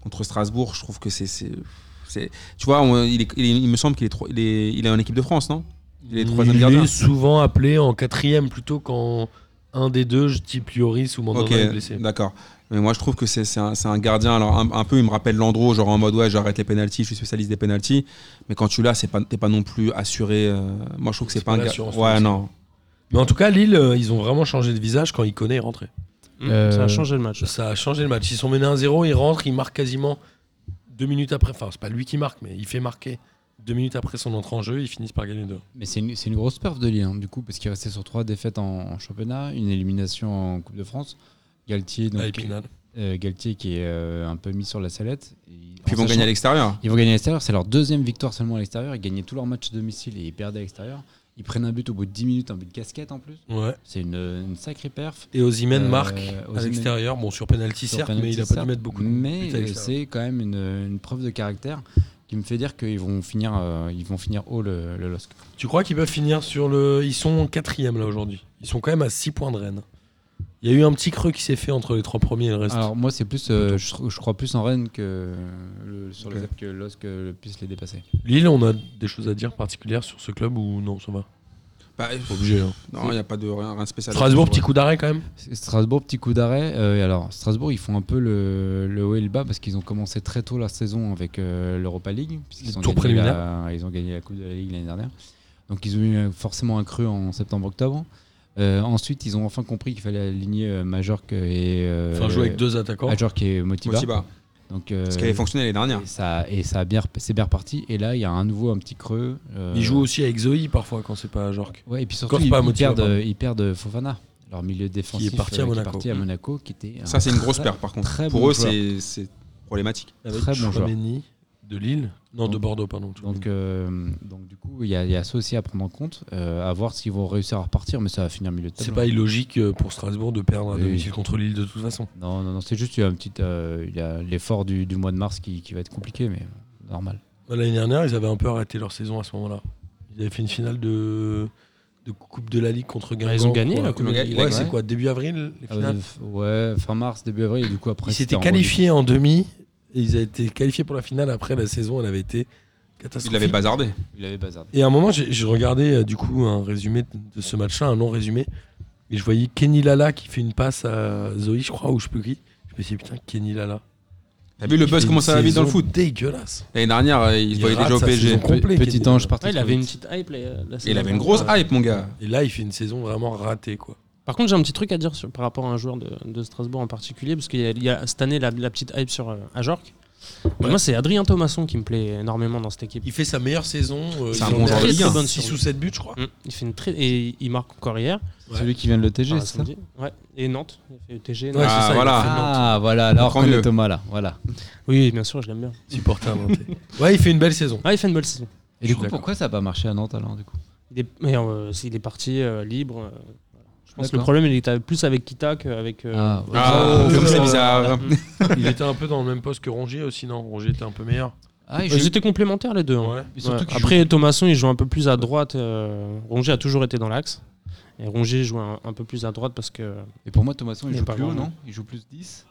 A: contre Strasbourg, je trouve que c'est, c'est, c'est- tu vois, on- il, est- il est- il me semble qu'il est, tro- il est, il est en équipe de France, non Il est troisième
D: il
A: gardien.
D: est souvent appelé en quatrième plutôt qu'en un des deux, je type Lloris ou Mandanda
A: Ok,
D: est blessé.
A: d'accord. Mais moi, je trouve que c'est c'est un, c'est un gardien. Alors, un, un peu, il me rappelle Landreau, genre en mode ouais, j'arrête les pénalties, je suis spécialiste des pénalties. Mais quand tu l'as, c'est pas, t'es pas non plus assuré. euh, moi, je trouve que c'est
D: C'est
A: pas,
D: pas
A: un gars.
D: l'assurance,
A: Ouais,
D: toi,
A: non.
D: Mais en tout cas, Lille, euh, ils ont vraiment changé de visage quand il connaît rentré.
E: Mm,
F: Euh,
E: Ça a changé le match.
D: Ça a changé le match. Ils sont menés 1-0, il rentre, il marque quasiment deux minutes après. Enfin, c'est pas lui qui marque, mais il fait marquer deux minutes après son entrée en jeu. Ils finissent par gagner deux.
F: Mais c'est une, c'est une grosse perf de Lille, hein, du coup, parce qu'il restait sur trois défaites en, en championnat, une élimination en Coupe de France. Galtier,
A: Ah,
F: donc,
D: à Épinal.
F: euh, Galtier qui est euh, un peu mis sur la salette. Et-
A: Puis ils
F: en
A: vont gagner
F: sachant-
A: à l'extérieur.
F: Ils vont gagner à l'extérieur, c'est leur deuxième victoire seulement à l'extérieur. Ils gagnaient tous leurs matchs à domicile et ils perdaient à l'extérieur. Ils prennent un but au bout de 10 minutes, un but de casquette en plus.
D: Ouais.
F: C'est une, une sacrée perf.
D: Et Osimhen
F: Euh,
D: marque à
F: Osimhen.
D: l'extérieur. Bon, sur penalty
F: Sur
D: certes,
F: penalty,
D: mais il a pas dû
F: certes,
D: mettre beaucoup. de buts à
F: Mais euh,
D: l'extérieur.
F: c'est quand même une, une preuve de caractère. qui me fait dire qu'ils vont finir, euh, ils vont finir haut le, le LOSC.
D: Tu crois qu'ils peuvent finir sur le. Ils sont quatrième là aujourd'hui. Ils sont quand même à 6 points de Rennes. Il y a eu un petit creux qui s'est fait entre les trois premiers et le reste.
F: Alors moi, c'est plus, euh, je, je crois plus en Rennes que le- sur le fait que LOSC euh, puisse les dépasser.
D: Lille, on a des choses à dire particulières sur ce club ou non, ça va
A: Bah,
D: Pas obligé. hein.
A: non, il n'y a pas de rien, rien de spécial.
D: Strasbourg, petit coup d'arrêt quand même.
F: C'est Strasbourg, petit coup d'arrêt. Euh, et alors, Strasbourg, ils font un peu le, le haut et le bas parce qu'ils ont commencé très tôt la saison avec euh, l'Europa League.
D: Le
F: puisqu'ils ont
D: tour
F: gagné la-
D: préliminaire.
F: Ils ont gagné la Coupe de la Ligue l'année dernière. Donc, ils ont eu euh, forcément un creux en septembre-octobre. Euh, ensuite, ils ont enfin compris qu'il fallait aligner euh, Majorque et. euh,
D: Enfin, jouer avec deux attaquants.
F: Majorque et Motiba.
A: Motiba.
F: Donc, euh,
A: Ce qui avait fonctionné l'année dernière.
F: et ça, et ça a bien, rep- c'est bien reparti. Et là, il y a un nouveau un petit creux. euh,
D: Ils jouent aussi avec Zoé parfois quand c'est pas Jork.
F: Ouais, et puis surtout,
D: Corps
F: ils,
D: pas
F: ils
D: motivé,
F: perdent,
D: pardon.
F: euh, ils perdent Fofana, leur milieu défensif
D: Qui est parti à
F: euh,
D: Monaco.
F: parti à
D: Mm.
F: Monaco, qui était euh, un
A: Ça, c'est une grosse
F: très-
A: perte par contre.
F: très
A: Pour
F: bon
A: eux,
F: joueur.
A: c'est c'est problématique.
D: Avec
F: Très bon joueur.
D: Tchouaméni de Lille. Non, de
F: Donc-
D: Bordeaux, pardon. Tchouaméni.
F: Donc, euh, donc du coup, il y, a- il y a ça aussi à prendre en compte, euh, à voir s'ils vont réussir à repartir, mais ça va finir milieu de
D: c'est
F: tableau.
D: pas illogique euh, pour Strasbourg de perdre à
F: Oui.
D: domicile contre Lille de toute façon.
F: Non, non, non, c'est juste il y a un petit, euh, il y a l'effort du, du mois de mars qui, qui va être compliqué, mais normal.
D: L'année dernière, ils avaient un peu arrêté leur saison à ce moment-là. Ils avaient fait une finale de, de Coupe de la Ligue contre Guingamp.
E: Bah, ils ont gagné,
D: quoi.
E: la Coupe
A: de la Ligue,
D: Ouais,
A: ouais. Ah,
D: c'est quoi Début avril les
F: Euh,
D: finales
F: f- ouais, fin mars, début avril, et du coup après.
D: Ils
F: c'était
D: s'étaient
F: en
D: qualifiés en demi. Et ils avaient été qualifiés pour la finale. Après, la saison, elle avait été
A: Ils
D: catastrophique.
A: l'avaient bazardé.
F: revue. Il avait bazardé.
D: Et à un moment, j'ai j'ai regardé euh, du coup un résumé de- de ce match-là, un long résumé, et je voyais Kenny Lala qui fait une passe à Zoé, je crois, ou je sais plus qui. Je me suis dit, putain, Kenny Lala.
A: T'as vu le
D: Il
A: buzz
D: fait
A: comment
D: une
A: ça va vite dans le
D: saison
A: foot
D: Dégueulasse.
A: L'année dernière, euh, il se
D: Il
A: voyait
D: rate
A: déjà au
D: sa
A: PSG.
D: saison complet,
F: Petit
D: Kenny
F: ange
D: Lala.
F: parti.
E: Ouais, il avait une petite hype. la- la
A: Et il
E: saison
A: avait une
E: dernière.
A: grosse hype, mon gars.
D: Et là, il fait une saison vraiment ratée, quoi.
E: Par contre, j'ai un petit truc à dire sur- par rapport à un joueur de, de Strasbourg en particulier, parce qu'il y, a- il y a cette année la, la petite hype sur euh, Ajorc. Mais
D: Ouais.
E: Moi, c'est Adrien Thomasson qui me plaît énormément dans cette équipe.
D: Il fait sa meilleure saison. euh,
A: C'est
D: il
A: un
D: en
A: bon
D: met
A: joueur de
D: six-
A: Ligue un.
D: six ou 7 buts, je crois.
E: Mm. Il fait une très et il marque encore hier.
D: Ouais.
F: Celui qui vient de le
E: par
F: TG,
E: la
F: c'est ça
E: samedi. Ouais. Et Nantes. Il a fait TG.
D: Ouais,
E: Nantes.
A: Ah,
D: c'est ça,
A: voilà.
D: il a fait Nantes.
F: Ah voilà, alors
A: Tant
F: qu'on
A: mieux.
F: est Thomas là, voilà.
E: Oui, bien sûr, je l'aime bien.
D: Supporter inventé. Ouais, il fait une belle saison.
E: Ah, il fait une bonne saison.
F: Et du coup, pourquoi ça n'a pas marché à Nantes alors du coup
E: Il est, mais, euh, s'il est parti euh, libre. euh, voilà. Je pense que le
F: D'accord.
E: problème, il était plus avec Kita qu'avec. euh,
F: Ah, ouais.
A: Ah,
D: euh,
A: comme c'est
D: euh,
A: bizarre.
D: il était un peu dans le même poste que Rongier aussi, non Rongier était un peu meilleur.
F: Ah, et
E: Ils
F: j'ai-
E: étaient complémentaires les deux. hein.
D: Ouais.
F: et surtout
E: Ouais.
F: qu'il joue-
E: Après, Thomasson, il joue un peu plus à droite. euh, Rongier a toujours été dans l'axe. Et Rongier joue un, un peu plus à droite parce que.
F: Et pour moi, Thomasson,
E: Il
F: il
E: est
F: joue
E: pas
F: plus haut,
E: grand,
F: non Il joue plus 10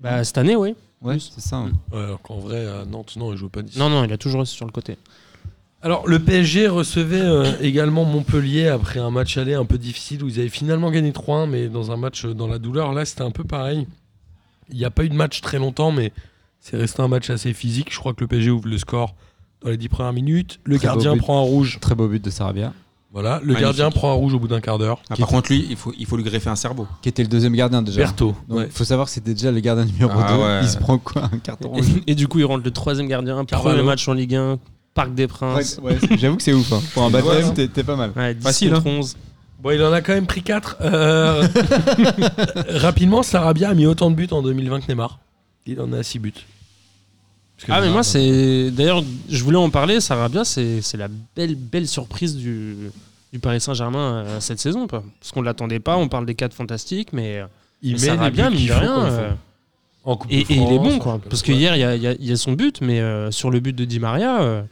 E: Bah, cette année, oui.
F: Ouais,
E: Plus.
F: c'est ça. hein.
D: Ouais, alors qu'en vrai, à Nantes, non, il joue pas 10.
E: Non, non, il a toujours resté sur le côté.
D: Alors, le PSG recevait euh, également Montpellier après un match aller un peu difficile où ils avaient finalement gagné 3-1, mais dans un match euh, dans la douleur, là, c'était un peu pareil. Il n'y a pas eu de match très longtemps, mais c'est resté un match assez physique. Je crois que le PSG ouvre le score dans les 10 premières minutes. Le
F: Très beau
D: gardien
F: but.
D: prend un rouge.
F: Très beau but de Sarabia,
D: Voilà, le
A: Magnifique.
D: gardien prend un rouge au bout d'un quart d'heure.
A: Ah, par contre, lui, il faut, il faut lui greffer un cerveau.
F: qui était le deuxième gardien déjà.
D: Berthaud.
F: Donc,
D: ouais.
F: faut savoir que c'était déjà le gardien numéro 2.
A: Ah ouais.
F: Il se prend quoi Un carton rouge
E: Et, et du coup, il rentre le troisième gardien.
D: Carvalho.
E: Premier match en Ligue 1, Parc des Princes.
F: Ouais, ouais, J'avoue que c'est ouf. hein. Pour un baptême, t'es- t'es pas mal.
E: Ouais, 10
A: Facile,
E: contre 11.
D: Bon, il en a quand même pris 4. Rapidement, Sarabia a mis autant de buts en 2020 que Neymar. Il en a 6 buts. Parce que
E: Ah
D: Neymar,
E: mais
D: euh,
E: moi
D: non.
E: c'est d'ailleurs je voulais en parler Sarabia c'est c'est la belle belle surprise du, du Paris Saint-Germain euh, cette saison quoi. parce qu'on l'attendait pas on parle des quatre fantastiques mais, euh,
D: il
E: mais Sarabia
D: buts
E: mine
D: qu'il
E: de
D: faut,
E: rien
D: quoi,
E: euh,
D: En Coupe
E: et,
D: de
E: et il est
D: France,
E: bon
D: en
E: quoi
D: championnat.
E: parce que hier il y a- il y, a- il y a son but mais euh, sur le but de Di Maria euh,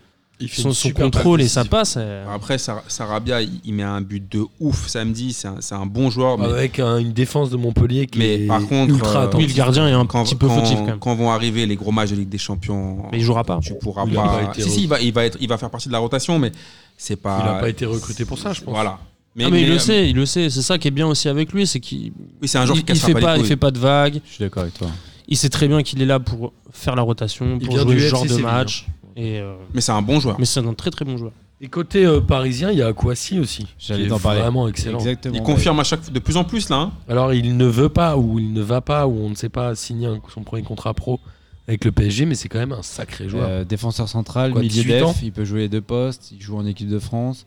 D: il fait
E: son,
D: une
E: son
D: super
E: contrôle
D: passe
E: et sa
D: décisive.
E: passe euh,
A: Après, Sar- Sarabia, il il met un but de ouf samedi. C'est un, c'est un bon joueur. Mais
D: Avec un- une défense de Montpellier qui
A: Mais
D: est
A: par contre,
D: ultra
A: euh,
E: oui
D: attentive.
E: le gardien est un
A: quand,
E: petit peu
A: quand-
E: fautif quand même
A: quand vont arriver les gros matchs de Ligue des Champions,
E: mais il jouera pas Ah,
A: tu pourras
D: Il a pas
A: pas.
D: été
A: Si,
D: re-
A: si, il va, il, va être, il va faire partie de la rotation, mais c'est pas.
D: Il a pas été recruté pour ça, je pense.
A: Voilà.
E: Ah, mais il le
A: euh,
E: sait il le sait c'est ça qui est bien aussi avec lui c'est qu'il
A: Oui, c'est un joueur
E: il-
A: qui
E: il
A: cassera
E: fait
A: pas les
E: pas il
A: couilles.
E: fait pas de vagues
F: Je suis d'accord avec toi.
E: il sait très bien qu'il est là pour faire la rotation
D: Il
E: pour
D: vient
E: jouer
D: du
E: ce
D: FC
E: genre de
D: Séville, hein.
E: match et euh,
A: Mais c'est un bon joueur.
E: mais c'est un très très bon joueur
D: Et côté euh, parisien, il y a Akwasi aussi.
F: J'allais
D: qui est
F: t'en parler.
D: Vraiment excellent.
F: Exactement.
A: Il confirme à chaque de plus en plus là. hein.
D: Alors il ne veut pas ou il ne va pas ou on ne sait pas signer un- son premier contrat pro avec le PSG, mais c'est quand même un sacré joueur.
F: Euh, défenseur central,
D: Quoi,
F: milieu
D: 18 ans
F: def, il peut jouer les deux postes, il joue en équipe de France.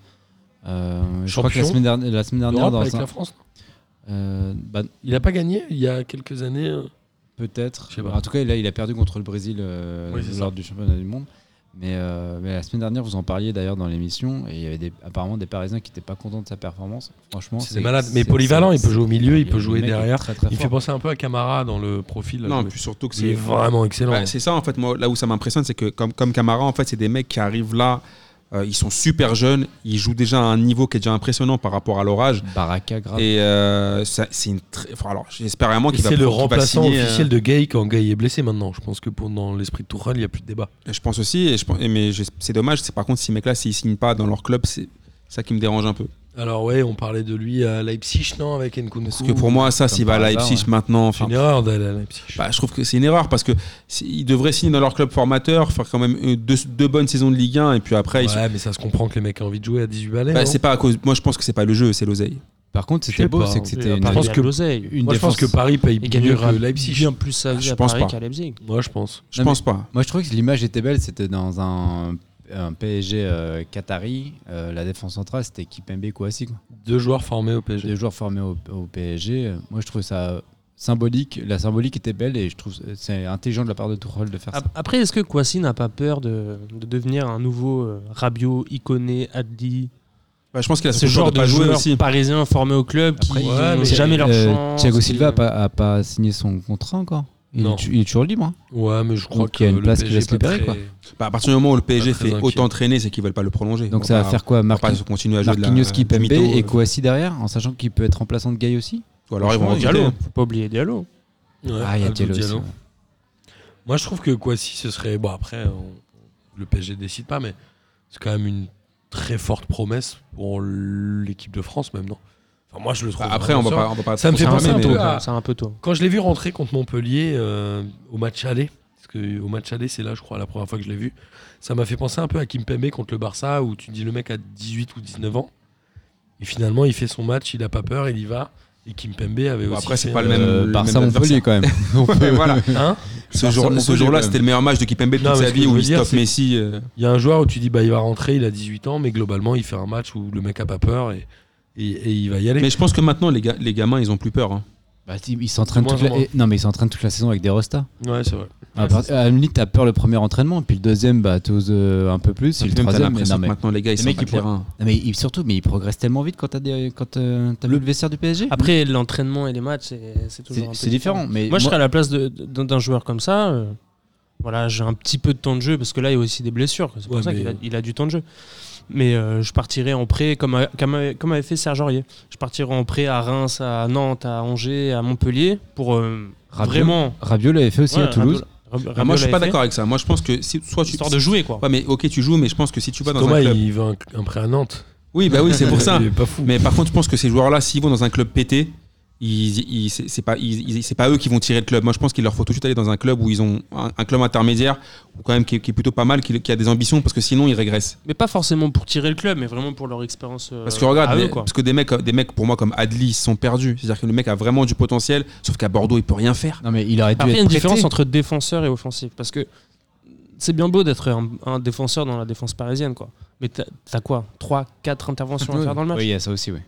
F: Euh, je crois que la
D: Champion
F: semaine dernière, la semaine dernière
D: D'Europe
F: dans
D: avec
F: un-
D: la France.
F: euh, bah,
D: Il n'a pas gagné il y a quelques années. euh.
F: Peut-être.
D: Je sais pas.
F: En tout cas, là, il a perdu contre le Brésil euh,
D: Oui, c'est
F: lors du championnat du monde. Mais euh, euh, mais la semaine dernière, vous en parliez d'ailleurs dans l'émission, et il y avait des- apparemment des Parisiens qui n'étaient pas contents de sa performance. Franchement,
D: C'est des malades, mais polyvalent, il peut jouer au milieu, il peut
F: le
D: jouer
F: mec est
D: derrière.
F: très, très
D: Il fait
F: fort.
D: penser un peu à Camara dans le profil.
A: Non,
D: mais
A: puis surtout que
D: il est
A: c'est.
D: vraiment excellent.
A: Bah, c'est ça, en fait, moi, là où ça m'impressionne, c'est que comme, comme Camara, en fait, c'est des mecs qui arrivent là, euh, ils sont super jeunes, ils jouent déjà à un niveau qui est déjà impressionnant par rapport à leur âge.
F: Baraka, grave.
A: Et euh, ça, c'est une très. enfin, alors, j'espère vraiment
D: Et
A: qu'il va
D: c'est le
A: qu'il va
D: remplaçant
A: signer, euh,
D: officiel de Gay quand Gay est blessé maintenant. Je pense que pour, dans l'esprit de Tourelle, il n'y a plus de débat.
A: Je pense aussi, et je pense, et mais je- c'est dommage. C'est par contre, ces mecs-là, s'ils signent pas dans leur club, c'est ça qui me dérange un peu.
D: Alors ouais, on parlait de lui à Leipzig, non, avec Nkunku.
A: Parce que pour moi, ça,
F: comme
A: s'il va à
F: par hasard,
A: Leipzig
F: ouais.
A: maintenant,
D: c'est
A: enfin,
D: une erreur d'aller à Leipzig.
A: bah, je trouve que c'est une erreur parce que s'ils devraient signer dans leur club formateur, faire quand même euh, deux, deux bonnes saisons de Ligue 1 et puis après,
D: ouais, oh.
A: ils sont-
D: mais ça se comprend que les mecs ont envie de jouer à 18 balais.
A: Bah,
D: non
A: c'est pas à cause. Moi, je pense que c'est pas le jeu, c'est l'oseille.
F: Par contre,
D: Je
F: c'était
D: sais
F: beau,
D: pas,
F: c'est que
E: Il
F: c'était
E: va
F: une,
E: pas
D: pense
E: gagner
D: que-
E: Euh, à l'oseille.
F: une
D: moi, je pense
F: défense.
D: que Paris paye
E: Il
D: mieux
E: gagnera
D: que Leipzig.
E: bien plus sa vie
A: Je
E: à
A: pense
E: Paris
A: pas.
E: qu'à Leipzig.
D: Moi, je pense.
A: Je
F: Non,
A: pense pas.
F: Moi, je trouvais que l'image était belle. C'était dans un, un PSG euh, Qatari. euh, la défense centrale, c'était Kipembe Kouassi. quoi.
D: Deux joueurs formés au PSG.
F: Les joueurs formés au, au PSG. euh, Moi, je trouvais ça symbolique. La symbolique était belle et je trouve euh, c'est intelligent de la part de Tourelle de faire ça.
E: Ap- Après, est-ce que Kwasi n'a pas peur de, de devenir un nouveau euh, Rabiot, Iconé, Adli
A: Bah, je pense qu'il a
E: Ce
A: surtout peur
E: genre
A: de
E: de
A: pas jouer
E: joueurs
A: aussi.
E: parisiens formés au club
F: Après,
E: qui
D: ouais, mais
E: n'ont jamais leur
F: Euh,
E: chance.
F: Thiago Silva a
E: qui-
F: pas, a pas signé son contrat encore. Il,
D: Non.
F: Est, tu- il est toujours libre. hein.
D: Ouais, mais je crois
F: Donc, il y a
D: que
F: une place qui va se
D: est pas
F: libérer,
D: très-
A: Bah, à partir du moment où le PSG
D: très
A: fait
D: inquiet.
A: autant traîner, c'est qu'ils veulent pas le prolonger.
F: Donc
A: On
F: ça va
A: pas-
F: faire quoi
A: on va pas
F: Marquinhos,
A: continuer à jouer de la.
F: Marquinhos Kipembe
A: mytho, euh,
F: et Kouassi derrière, en sachant qu'il peut être remplaçant de Gaï aussi.
A: Ou alors ils vont
E: Diallo,
A: recruter.
E: faut pas oublier Diallo.
D: Ouais,
F: ah, il y a
D: Abdou
F: Diallo aussi.
D: Diallo.
F: ouais.
D: Moi, je trouve que Kwasi, ce serait. Bon, après, on- le PSG décide pas, mais c'est quand même une très forte promesse pour l'équipe de France, même, non Enfin, moi, je le trouve.
A: Bah, Après, on va
D: vraiment
A: pas. on va pas
D: Ça me
A: trop
D: fait
E: C'est un,
D: penser
A: s'alarmer,
E: peu
D: un
A: mais- euh,
E: tôt,
D: peu à-
E: hein, c'est un peu tôt.
D: Quand je l'ai vu rentrer contre Montpellier euh, au match aller, parce que au match aller, c'est là, je crois, la première fois que je l'ai vu, ça m'a fait penser un peu à Kimpembe contre le Barça, où tu dis le mec a 18 ou 19 ans, et finalement, il fait son match, il a pas peur, il y va. Et Kimpembe avait
A: Bon,
D: aussi.
A: après, c'est
D: fait,
A: pas Ah, le même-
F: Euh,
A: le
F: Barça
A: même
F: Montpellier quand même. On peut-
A: Mais voilà.
D: Hein
A: Ce jour-
F: Barça,
A: ce jour-là,
F: Montpellier,
A: c'était le meilleur match de Kipembe de
D: Non,
A: toute
D: mais
A: sa
D: ce que
A: vie
D: je
A: où
D: veux
A: il
D: dire,
A: stoppe
D: c'est-
A: Messi. euh,
D: Il y a un joueur où tu dis bah il va rentrer, il a 18 ans, mais globalement il fait un match où le mec a pas peur et, et, et il va y aller.
A: Mais je pense que maintenant, les, gars, les gamins, ils ont plus peur. hein.
F: Bah, il il s'entraîne
D: De moins
F: toute la...
D: en moins.
F: eh, non mais il s'entraîne toute la saison avec des rostas.
D: Ouais, c'est vrai.
F: à part- à la limite t'as peur le premier entraînement puis le deuxième bah t'oses euh, un peu plus et
A: Puis
F: le
A: même, t'as
F: troisième mais
A: l'impression
F: non
A: que
F: mais,
A: maintenant, les gars, ils
F: Les
A: sont
F: mecs,
A: pas
F: ils pourraient-
A: terrain.
F: non, mais il- surtout mais il progresse tellement vite quand t'as des quand euh, t'as vu le vestiaire du PSG.
E: Après, l'entraînement et les matchs, c'est c'est Ah, toujours un
F: c'est
E: peu
F: c'est différent mais
E: Moi, je serais à la place de- de- d'un joueur comme ça. euh, voilà, j'ai un petit peu de temps de jeu parce que là, il y a aussi des blessures. C'est pour
D: Ouais,
E: ça
D: mais-
E: qu'il a, il a du temps de jeu. Mais euh, je partirais en prêt comme, a- comme, avait- comme avait fait Serge Aurier. Je partirais en prêt à Reims, à Nantes, à Angers, à Montpellier pour euh,
F: Rabiot.
E: vraiment.
F: Rabiot l'avait fait aussi
E: Ouais,
F: à Toulouse.
E: Rabiot- Rabiot
A: Ah, Moi, je suis pas
E: l'avait fait,
A: d'accord avec ça. Moi, je pense que si- soit tu.
E: Histoire de jouer, quoi.
A: Ouais, mais ok, tu joues, mais je pense que si tu vas dans
D: Thomas
A: un club.
D: il veut un, un prêt à Nantes.
A: Oui, bah oui, c'est pour ça.
D: Il est pas fou.
A: Mais par contre, je pense que ces joueurs-là, s'ils vont dans un club pété, ils, ils- c'est c'est pas, ils- ils- c'est pas eux qui vont tirer le club. Moi, je pense qu'il leur faut tout de suite aller dans un club où ils ont un, un club intermédiaire, ou quand même qui, est- qui est plutôt pas mal, qui, qui a des ambitions, parce que sinon, ils régressent.
E: Mais pas forcément pour tirer le club, mais vraiment pour leur expérience. euh,
A: Parce que regarde,
E: à eux,
A: les-
E: quoi.
A: parce que des mecs, des mecs pour moi comme Adli ils sont perdus. C'est-à-dire que le mec a vraiment du potentiel, sauf qu'à Bordeaux, il peut rien faire.
F: Non mais il aurait dû
E: Après, Ah, il y a
F: être
E: une
F: prêté.
E: différence entre défenseur et offensif. Parce que c'est bien beau d'être un, un défenseur dans la défense parisienne, quoi. Mais t'as t'as quoi 3, 4 interventions à faire dans le match
F: Oui, il y a ça aussi oui.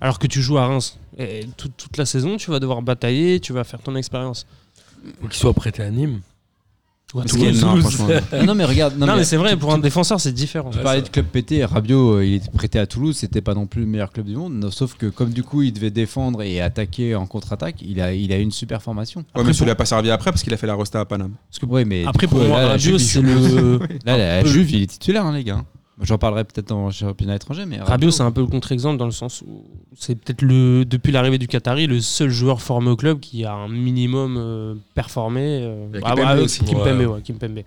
E: Alors que tu joues à Reims. Et toute, toute la saison, tu vas devoir batailler, tu vas faire ton expérience.
D: Faut qu'il soit prêté à Nîmes.
A: Parce
D: Toulouse,
A: qu'il y a- non,
D: Toulouse.
A: franchement,
F: Ah non mais regarde non,
E: Euh, Non,
F: mais
E: mais c'est vrai, pour un défenseur, c'est différent.
F: tu parlais de club pété, Rabiot euh, il était prêté à Toulouse, c'était pas non plus le meilleur club du monde, non, sauf que comme du coup il devait défendre et attaquer en contre-attaque, il a il a une super formation.
A: Ouais, mais ça lui a pas servi après parce qu'il a fait la Rosta à Paname.
F: Ouais, mais
E: Après,
F: du coup,
E: pour moi,
F: là, la
E: Rabiot,
F: Juve, il
E: c'est
F: joue-
E: le.
F: Là, la
E: peu.
F: Juve, il est titulaire, hein, les gars. J'en parlerai peut-être en championnat étranger, mais
E: Rabiot, c'est un peu le contre-exemple dans le sens où c'est peut-être le depuis l'arrivée du Qatari le seul joueur formé au club qui a un minimum euh, performé. euh,
A: Il y a
E: ah,
A: Kimpembe
E: bah, euh,
A: aussi.
E: Kimpembe,
D: Ouais.
E: ouais, Kimpembe.